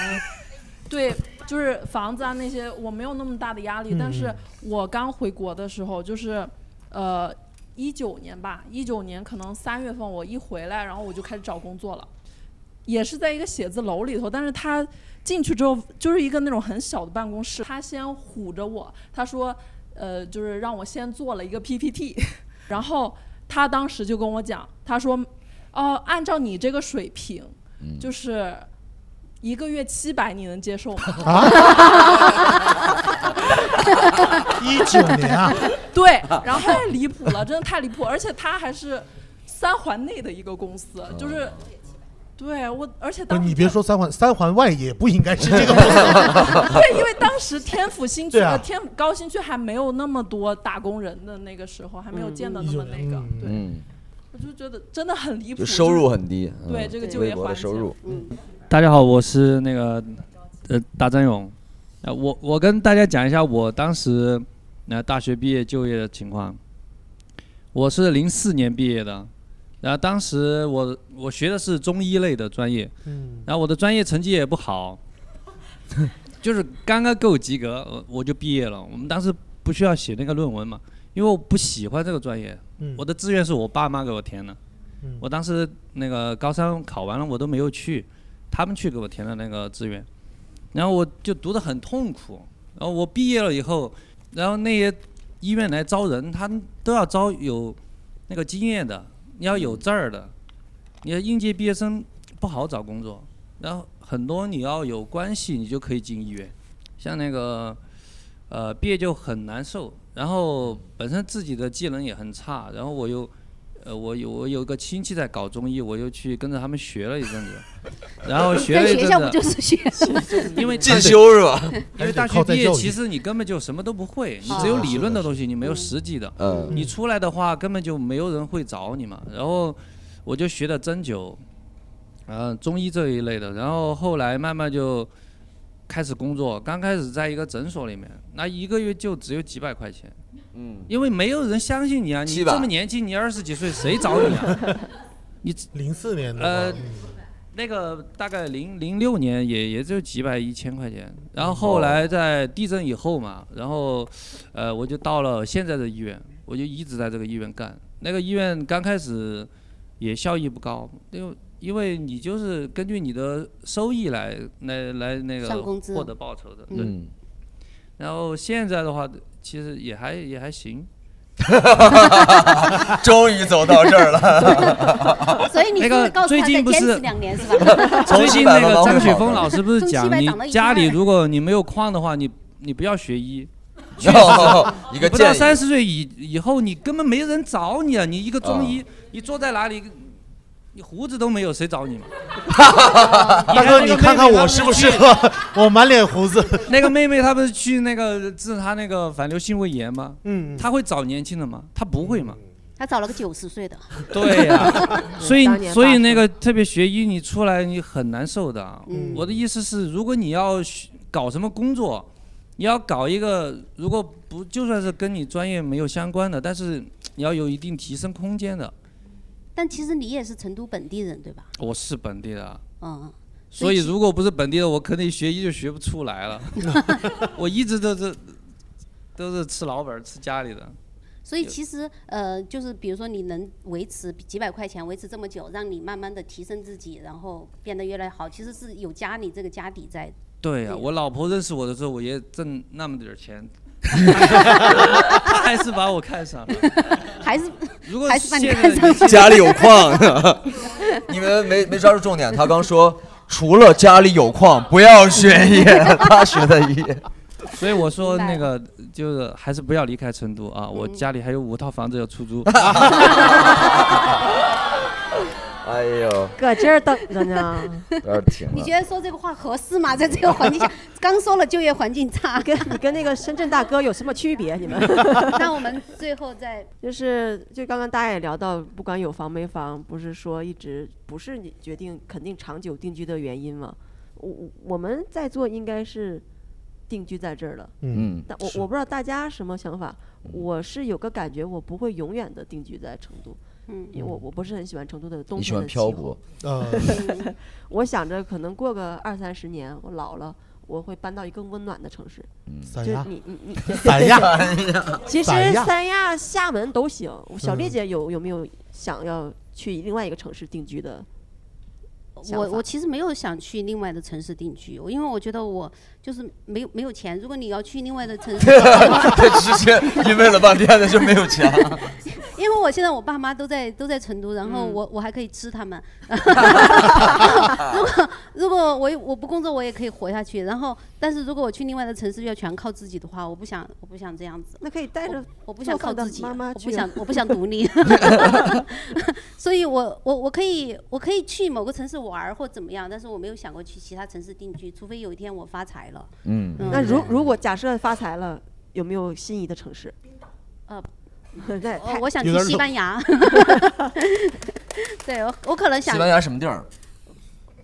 Speaker 13: 对，就是房子啊那些，我没有那么大的压力。
Speaker 16: 嗯
Speaker 13: 但是我刚回国的时候，就是呃一九年吧，一九年可能三月份我一回来，然后我就开始找工作了。也是在一个写字楼里头，但是他进去之后就是一个那种很小的办公室，他先唬着我，他说，呃，就是让我先做了一个 PPT，然 后他当时就跟我讲，他说，哦、按照你这个水平，
Speaker 2: 嗯
Speaker 13: 就是一个月七百，你能接受吗？
Speaker 2: 啊19年啊
Speaker 13: 对，然后太离谱了，真的太离谱，而且他还是三环内的一个公司，就是。对我，而且
Speaker 21: 哦
Speaker 2: 不
Speaker 13: 当
Speaker 2: 是
Speaker 13: 时
Speaker 2: 你别说三环，三环外也不应该是 这个公司。
Speaker 13: 对，因为当时天府新区、
Speaker 2: 对啊
Speaker 13: 呃天府高新区还没有那么多打工人的那个时候，还没有建的那么那个，对，
Speaker 21: 嗯，
Speaker 13: 我就觉得真的很离谱，
Speaker 21: 就收入很低，
Speaker 13: 就是对
Speaker 21: 嗯
Speaker 13: 这个就
Speaker 21: 微
Speaker 13: 业
Speaker 21: 薄
Speaker 13: 环
Speaker 21: 的
Speaker 13: 境，
Speaker 21: 收入，
Speaker 13: 嗯，
Speaker 6: 大家好，我是那个呃大张勇，呃，我我跟大家讲一下我当时呃大学毕业就业的情况。我是零四年毕业的，然后当时我我学的是中医类的专业，
Speaker 19: 嗯
Speaker 6: 然后我的专业成绩也不好， 就是刚刚够及格，我我就毕业了。我们当时不需要写那个论文嘛，因为我不喜欢这个专业，
Speaker 19: 嗯
Speaker 6: 我的志愿是我爸妈给我填的。
Speaker 19: 嗯
Speaker 6: 我当时那个高三考完了，我都没有去，他们去给我填的那个志愿，然后我就读得很痛苦。然后我毕业了以后，然后那些医院来招人，他们都要招有那个经验的，你要有证儿的，你的应届毕业生不好找工作，然后很多你要有关系，你就可以进医院。像那个，呃，毕业就很难受，然后本身自己的技能也很差，然后我又，呃，我有我有个亲戚在搞中医，我又去跟着他们学了一阵子，然后学
Speaker 7: 在
Speaker 6: 了一
Speaker 7: 学
Speaker 6: 阵
Speaker 7: 校
Speaker 6: 子，
Speaker 7: 不就 是学
Speaker 6: 因为
Speaker 25: 进修是吧
Speaker 6: 因为大学毕业，其实你根本就什么都不会，你只有理论的东西，你没有实际的。
Speaker 21: 嗯
Speaker 6: 你出来的话，根本就没有人会找你嘛。然后我就学的针灸，呃，中医这一类的。然后后来慢慢就开始工作，刚开始在一个诊所里面，那一个月就只有几百块钱。
Speaker 21: 嗯，
Speaker 6: 因为没有人相信你啊，你
Speaker 21: 七百
Speaker 6: 这么年轻，你二十几岁，谁找你啊？你
Speaker 2: 零四年的
Speaker 6: 呃，那个大概零零六年也也就几百一千块钱，然后后来在地震以后嘛，然后，呃，我就到了现在的医院，我就一直在这个医院干。那个医院刚开始也效益不高，因为因为你就是根据你的收益来来来那个
Speaker 7: 上工资
Speaker 6: 获得报酬的，对。
Speaker 21: 嗯
Speaker 6: 然后现在的话，其实也还也还 行。
Speaker 25: 终于走到这儿了
Speaker 7: 所以你
Speaker 6: 那
Speaker 7: 是不
Speaker 6: 个
Speaker 7: 是告诉
Speaker 6: 最
Speaker 7: 他再
Speaker 6: 近不
Speaker 7: 坚
Speaker 6: 是
Speaker 7: 持两年是 吧？
Speaker 6: 最近那个张雪峰
Speaker 7: 老
Speaker 6: 老师不是讲
Speaker 7: 从七百
Speaker 6: 你
Speaker 7: 涨到一千
Speaker 6: 家
Speaker 7: 二
Speaker 6: 里如果你没有矿的话，你你不要学医。确 实
Speaker 25: 哦一个
Speaker 6: 不
Speaker 25: 建
Speaker 6: 到
Speaker 25: 议
Speaker 6: 三十岁以以后，你根本没人找你啊！你一个中
Speaker 25: 哦
Speaker 6: 医，你坐在哪里，你胡子都没有，谁找 你嘛？
Speaker 2: 大哥，你看看我适不适合？ 我满脸胡子。
Speaker 6: 那个妹妹她不是去那个治她那个反流性胃炎吗？
Speaker 2: 嗯，
Speaker 6: 她会找年轻的吗？她不会嘛？
Speaker 7: 他找了个九十岁的。
Speaker 6: 对呀、 所以
Speaker 7: 当年
Speaker 6: 所
Speaker 7: 八
Speaker 6: 以
Speaker 7: 十
Speaker 6: 那个特别学医，你出来你很难受的啊。
Speaker 7: 嗯
Speaker 6: 我的意思是，如果你要学搞什么工作，你要搞一个，如果不就算是跟你专业没有相关的，但是你要有一定提升空间的。
Speaker 7: 但其实你也是成都本地人对吧？
Speaker 6: 我是本地的，啊
Speaker 7: 嗯，
Speaker 6: 所以如果不是本地的，我肯定学医就学不出来 了。我一直都是都是吃老本儿，吃家里的。
Speaker 7: 所以其实呃，就是比如说你能维持几百块钱维持这么久，让你慢慢的提升自己，然后变得越来越好，其实是有家里这个家底在。
Speaker 6: 对呀、我老婆认识我的时候，我也挣那么点儿 钱，她还是把我看上了。
Speaker 7: 还是
Speaker 6: 如果
Speaker 7: 还是把你
Speaker 6: 现
Speaker 7: 看
Speaker 6: 在
Speaker 7: 上
Speaker 21: 嗯
Speaker 7: 去
Speaker 25: 家里有矿， 你们没没抓住重点。他刚说，除了家里有矿，不要学医，他学的医。
Speaker 6: 所以我说那个就是还是不要离开成都
Speaker 1: 嗯
Speaker 6: 啊，我家里还有五套房子要 出租。
Speaker 21: 哎呦，
Speaker 1: 搁这儿等着呢。
Speaker 21: 有点停
Speaker 7: 你
Speaker 21: 了。
Speaker 7: 觉得说这个话合适吗？在这个环境下，刚说了就业环境差，
Speaker 1: 跟你跟那个深圳大哥有什么区别？你们？
Speaker 7: 那我们最后再
Speaker 1: 就是就刚刚大家也聊到，不管有房没房，不是说一直不是你决定肯定长久定居的原因嘛？我我我们在座应该是定居在这儿了。
Speaker 21: 嗯
Speaker 1: 但我我不知道大家什么想法，我是有个感觉，我不会永远的定居在成都。
Speaker 7: 嗯
Speaker 1: 因为我我不是很喜欢成都的冬
Speaker 21: 你喜
Speaker 1: 天
Speaker 21: 欢
Speaker 1: 的气
Speaker 21: 漂
Speaker 1: 候。
Speaker 21: 泊
Speaker 1: 嗯 我想着可能过个二三十年，我老了，我会搬到一个更温暖的城市。
Speaker 21: 嗯
Speaker 2: 三
Speaker 1: 就
Speaker 2: 亚
Speaker 1: 你你你
Speaker 2: 三亚
Speaker 1: 其实
Speaker 2: 三亚
Speaker 1: 三亚、哎厦门都行。小丽
Speaker 7: 嗯
Speaker 1: 姐有有没有想要去另外一个城市定居的想法？
Speaker 7: 我我其实没有想去另外的城市定居，因为我觉得我就是没有没有钱。如果你要去另外的城市定
Speaker 25: 他
Speaker 7: 居，
Speaker 25: 直 接因为了半天的就没有 钱。
Speaker 7: 因为我现在我爸妈都在都在成都，然后我、我还可以吃他 们。如果如果我我不工作，我也可以活下去。然后，但是如果我去另外的城市，要全靠自己的话，我不想我不想这 样子。
Speaker 1: 那可以带着
Speaker 7: 我不想靠自己，
Speaker 1: 妈妈
Speaker 7: 我
Speaker 1: 去
Speaker 7: 不
Speaker 1: 啊
Speaker 7: 想我不想 独立。所以我我我可以我可以去某个城市玩儿或怎么样，但是我没有想过去其他城市定居，除非有一天我发财了。
Speaker 21: 嗯
Speaker 1: 那如如果假设发财了，有没有心仪的城市？
Speaker 7: 呃，
Speaker 1: 对
Speaker 7: 我我想
Speaker 1: 有点
Speaker 7: 去西
Speaker 1: 冷
Speaker 7: 班牙。对我我可能想
Speaker 21: 西班牙什么地儿？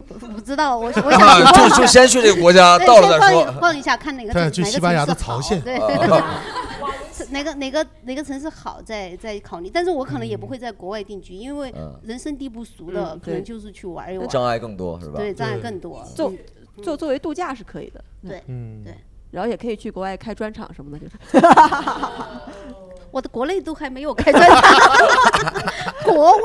Speaker 7: 不知道，我我想
Speaker 25: 啊就就先去这个国家，
Speaker 7: 对
Speaker 25: 到了
Speaker 7: 先
Speaker 25: 再
Speaker 7: 逛一
Speaker 25: 说。
Speaker 7: 逛一下，看哪个
Speaker 2: 他想
Speaker 7: 城
Speaker 2: 去
Speaker 7: 哪个
Speaker 2: 西班牙
Speaker 7: 城
Speaker 2: 的
Speaker 7: 市好
Speaker 2: 曹县
Speaker 7: 对，
Speaker 2: 啊
Speaker 7: 是 哪个哪个哪个城市好再再考虑。但是我可能也不会在国外定居，因为
Speaker 21: 嗯
Speaker 7: 人生地不熟的，
Speaker 1: 嗯
Speaker 7: 可能
Speaker 1: 对
Speaker 7: 就是去玩一玩。
Speaker 21: 障碍更多是吧
Speaker 7: 对，障碍更多。
Speaker 1: 做
Speaker 7: 嗯
Speaker 1: 做作为度假是可以的，
Speaker 7: 对
Speaker 2: 嗯
Speaker 7: 对。
Speaker 1: 然后也可以去国外开专场什么的，就是
Speaker 7: 我的国内都还没 有开专场，国外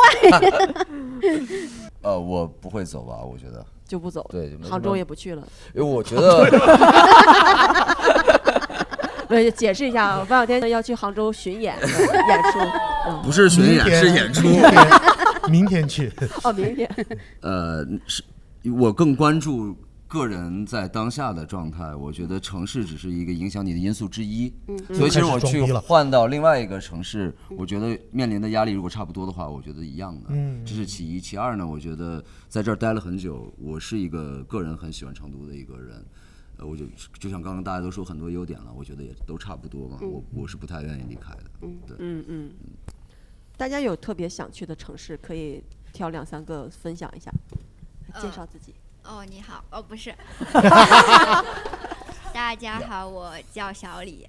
Speaker 21: 呃，我不会走吧？我觉得
Speaker 1: 就不走了
Speaker 21: 对，就没什么
Speaker 1: 杭州也不去了
Speaker 25: 哎
Speaker 21: 因为我觉 得
Speaker 1: 对，解释一下，啊，万小天要去杭州巡演演出， 嗯，
Speaker 9: 不是巡演
Speaker 2: 明天
Speaker 9: 是演出
Speaker 2: 明天明天去。
Speaker 1: 哦，明天，
Speaker 9: 呃，是我更关注个人在当下的状态。我觉得城市只是一个影响你的因素之一，
Speaker 21: 嗯
Speaker 9: 所以其实我
Speaker 21: 开始
Speaker 9: 去
Speaker 21: 装逼了
Speaker 9: 换到另外一个城市，我觉得面临的压力如果差不多的话，我觉得一样的。
Speaker 21: 嗯
Speaker 9: 这是其一，其二呢，我觉得在这儿待了很久，我是一个个人很喜欢成都的一个人。呃，我就就像刚刚大家都说很多优点了，我觉得也都差不多嘛。
Speaker 1: 嗯
Speaker 9: 我我是不太愿意离开的。
Speaker 1: 嗯
Speaker 9: 对。
Speaker 1: 嗯嗯，大家有特别想去的城市，可以挑两三个分享一下，
Speaker 16: 呃
Speaker 1: 介绍自己。
Speaker 16: 嗯哦，你好，哦，不 是，大家好，我叫小李，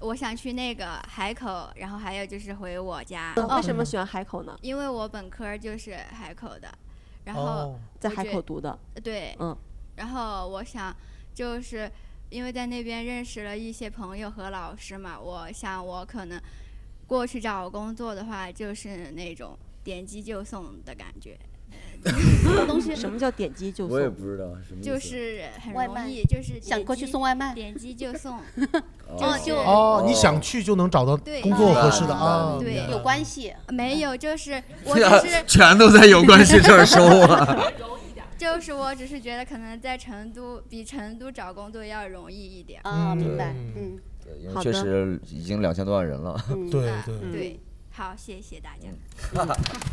Speaker 16: 我想去那个海口，然后还有就是回我家。
Speaker 1: 嗯
Speaker 16: 嗯
Speaker 1: 为什么喜欢海口呢？
Speaker 16: 因为我本科就是海口的，然后、
Speaker 1: 哦在海口读的
Speaker 16: 对，
Speaker 1: 嗯，
Speaker 16: 然后我想就是因为在那边认识了一些朋友和老师嘛，我想我可能过去找工作的话，就是那种点击就送的感 觉。
Speaker 1: 什么东西？ 什么叫点击就送？，
Speaker 21: 我也不知道什么意思
Speaker 16: 就是很
Speaker 7: 外
Speaker 16: 容
Speaker 7: 卖
Speaker 16: 易，就是
Speaker 7: 想过去送
Speaker 16: 外卖，点击就送，就是
Speaker 2: 哦，你想去就能找到
Speaker 16: 对
Speaker 2: 工作合适
Speaker 9: 嗯
Speaker 2: 的啊？
Speaker 16: 对，
Speaker 7: 有关系
Speaker 16: 没有，就是我只是
Speaker 9: 啊全都在有关系这儿收啊。
Speaker 16: 就是我只是觉得可能在成都比成都找工作要容易一点
Speaker 7: 啊，
Speaker 21: 嗯
Speaker 7: 明白，
Speaker 16: 嗯，
Speaker 21: 对因为确实已经两千多万人 了。
Speaker 2: 对
Speaker 16: 啊
Speaker 2: 对
Speaker 25: 嗯
Speaker 16: 对，好，谢谢大家。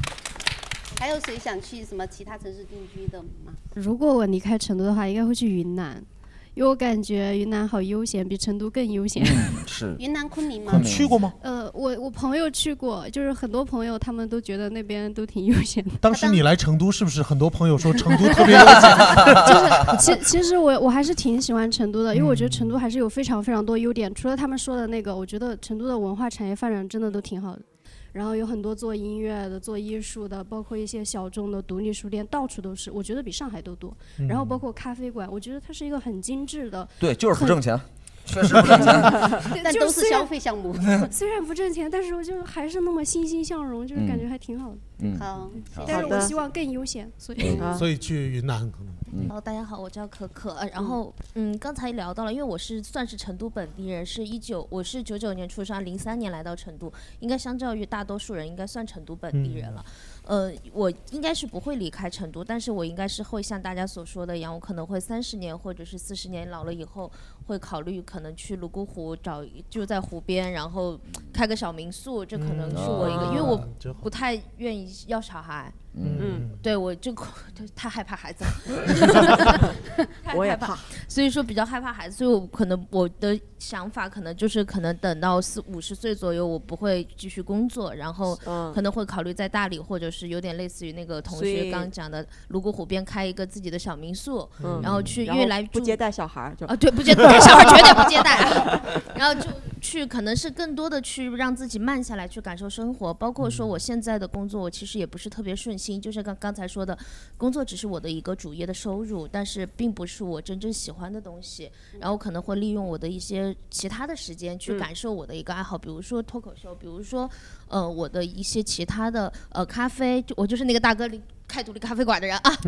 Speaker 7: 还有谁想去什么其他城市定居的吗？
Speaker 14: 如果我离开成都的话，应该会去云南，因为我感觉云南好悠闲，比成都更悠闲。
Speaker 21: 是
Speaker 7: 云南嗯昆明吗？
Speaker 2: 你去过吗？
Speaker 14: 呃，我我朋友去过，就是很多朋友他们都觉得那边都挺悠闲的。
Speaker 2: 当时你来成都，是不是很多朋友说成都 特别热 情？
Speaker 14: 其其实我我还是挺喜欢成都的，因为我觉得成
Speaker 21: 嗯
Speaker 14: 都还是有非常非常多优点。除了他们说的那个，我觉得成都的文化产业发展真的都挺好的。然后有很多做音乐的、做艺术的，包括一些小众的独立书店，到处都是，我觉得比上海都多。然后包括咖啡馆，我觉得它是一个很精致的。
Speaker 21: 嗯对，就是不
Speaker 14: 很
Speaker 21: 挣 钱，确实不挣 钱。
Speaker 14: 对
Speaker 7: 但
Speaker 14: 就
Speaker 7: 都是
Speaker 14: 虽然
Speaker 7: 消费项目
Speaker 14: 虽然不挣钱，但是我就还是那么欣欣向荣，就是感觉还挺好的。
Speaker 21: 嗯
Speaker 7: 好
Speaker 2: 好
Speaker 14: 但是
Speaker 2: 好
Speaker 14: 我
Speaker 2: 的
Speaker 14: 希望更悠闲，所以。
Speaker 2: 嗯所以去云南可能。
Speaker 10: 然后大家好，我叫可可。呃然后，嗯，刚才聊到了，因为我是算是成都本地人，是一九，我是九九年出生，零三年来到成都，应该相较于大多数人，应该算成都本地人
Speaker 2: 嗯
Speaker 10: 了。呃，我应该是不会离开成都，但是我应该是会像大家所说的一样，我可能会三十年或者是四十年老了以后，会考虑可能去泸沽湖找一，就在湖边，然后开个小民宿，这可能是我一个，因为我
Speaker 2: 啊真好
Speaker 10: 不太愿意要小孩。
Speaker 2: 嗯，
Speaker 10: 对我就 就太害怕孩子太
Speaker 1: 我也
Speaker 10: 害
Speaker 1: 怕
Speaker 10: 怕，所以说比较害怕孩子，所以我可能我的想法可能就是可能等到四五十岁左右，我不会继续工作，然后可能会考虑在大理或者是有点类似于那个同
Speaker 1: 嗯所以
Speaker 10: 学刚刚讲的泸沽湖边开一个自己的小民宿，
Speaker 1: 嗯
Speaker 10: 然后去
Speaker 1: 然
Speaker 10: 因为
Speaker 1: 后
Speaker 10: 来
Speaker 1: 不接待小孩儿就
Speaker 10: 啊对不接待小孩绝对不接 待，然后就去可能是更多的去让自己慢下来，去感受生活。包括
Speaker 1: 嗯
Speaker 10: 说我现在的工作，我其实也不是特别顺心，就是刚刚才说的，工作只是我的一个主业的收入，但是并不是我真正喜欢的东西。然后可能会利用我的一些其他的时间去嗯感受我的一个爱好，比如说脱口秀，比如说呃我的一些其他的呃咖啡，就我就是那个大哥里。开独立咖啡馆的人啊，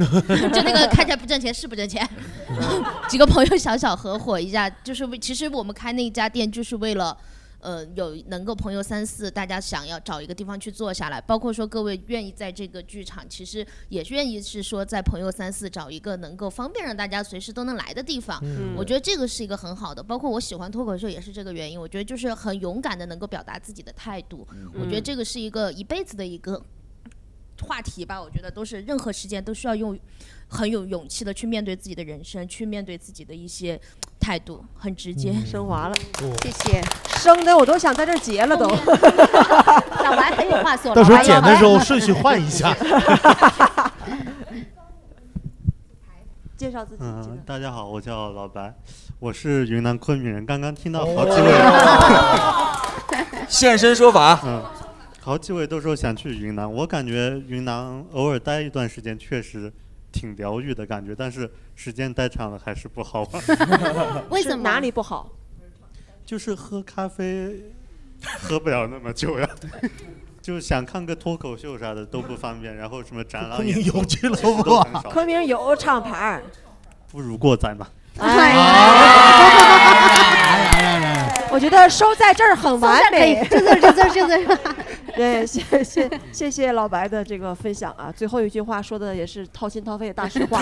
Speaker 10: 就那个看起来不挣钱是不挣钱， 几个朋友小小合伙一下，就是为其实我们开那家店就是为了。呃，有能够朋友三四，大家想要找一个地方去坐下来，包括说各位愿意在这个剧场，其实也愿意是说在朋友三四找一个能够方便让大家随时都能来的地方。
Speaker 24: 嗯
Speaker 10: 我觉得这个是一个很好的，包括我喜欢脱口秀也是这个原因。我觉得就是很勇敢的能够表达自己的态度，我觉得
Speaker 24: 嗯
Speaker 10: 这个是一个一辈子的一个话题吧，我觉得都是任何时间都需要用很有勇气的去面对自己的人生，去面对自己的一些态度，很直接。
Speaker 24: 嗯
Speaker 1: 升华了，
Speaker 7: 谢谢。
Speaker 1: 生的我都想在这儿结了都。
Speaker 7: 老白很有话说，
Speaker 2: 到时候
Speaker 7: 老白
Speaker 2: 剪的时候顺序换一下。
Speaker 1: 介绍自己。
Speaker 3: 嗯，大家好，我叫老白，我是云南昆明人。刚刚听到好几 位
Speaker 25: 现身说法，
Speaker 3: 嗯，好几位都说想去云南，我感觉云南偶尔待一段时间确实挺疗愈的感觉，但是时间待长了还是不好 玩。
Speaker 1: 为什么哪里不好？
Speaker 3: 就是喝咖啡喝不了那么久呀。 就想看个脱口秀啥的都不方便，然后什么展览
Speaker 2: 昆
Speaker 3: 也
Speaker 2: 明有俱乐
Speaker 3: 都
Speaker 2: 部啊
Speaker 3: 很少
Speaker 1: 昆明有厂牌儿。
Speaker 3: 不如过载嘛。
Speaker 1: 哎我觉得收在这儿很完美，
Speaker 14: 收在这儿可以就在这儿就在这
Speaker 1: 儿。对，谢谢谢谢老白的这个分享啊，最后一句话说的也是掏心掏肺的大实 话。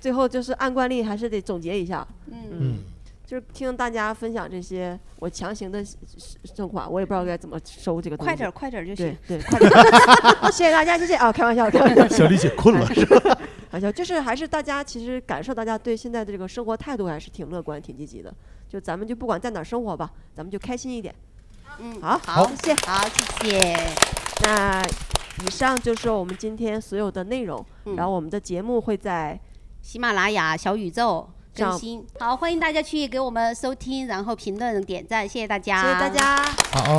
Speaker 1: 最后就是按惯例还是得总结一下，嗯，就是听大家分享这些，我强行的赠款，我也不知道该怎么收这个东西。
Speaker 5: 快点儿快点儿就行
Speaker 1: 对对，快点 儿。 谢谢大家，谢谢啊，开玩笑，开玩笑。
Speaker 2: 小李姐困了是 吧？
Speaker 1: 好像啊就是还是大家其实感受大家对现在的这个生活态度还是挺乐观、挺积极的。就咱们就不管在哪儿生活吧，咱们就开心一点。
Speaker 7: 嗯，
Speaker 1: 好，
Speaker 7: 好，
Speaker 1: 谢谢，好，谢谢。那以上就是我们今天所有的内容，
Speaker 7: 嗯
Speaker 1: 然后我们的节目会在
Speaker 7: 喜马拉雅、小宇宙更
Speaker 1: 上
Speaker 7: 新。好，欢迎大家去给我们收听，然后评论、点赞，谢谢大家，
Speaker 1: 谢谢大家。
Speaker 2: 好。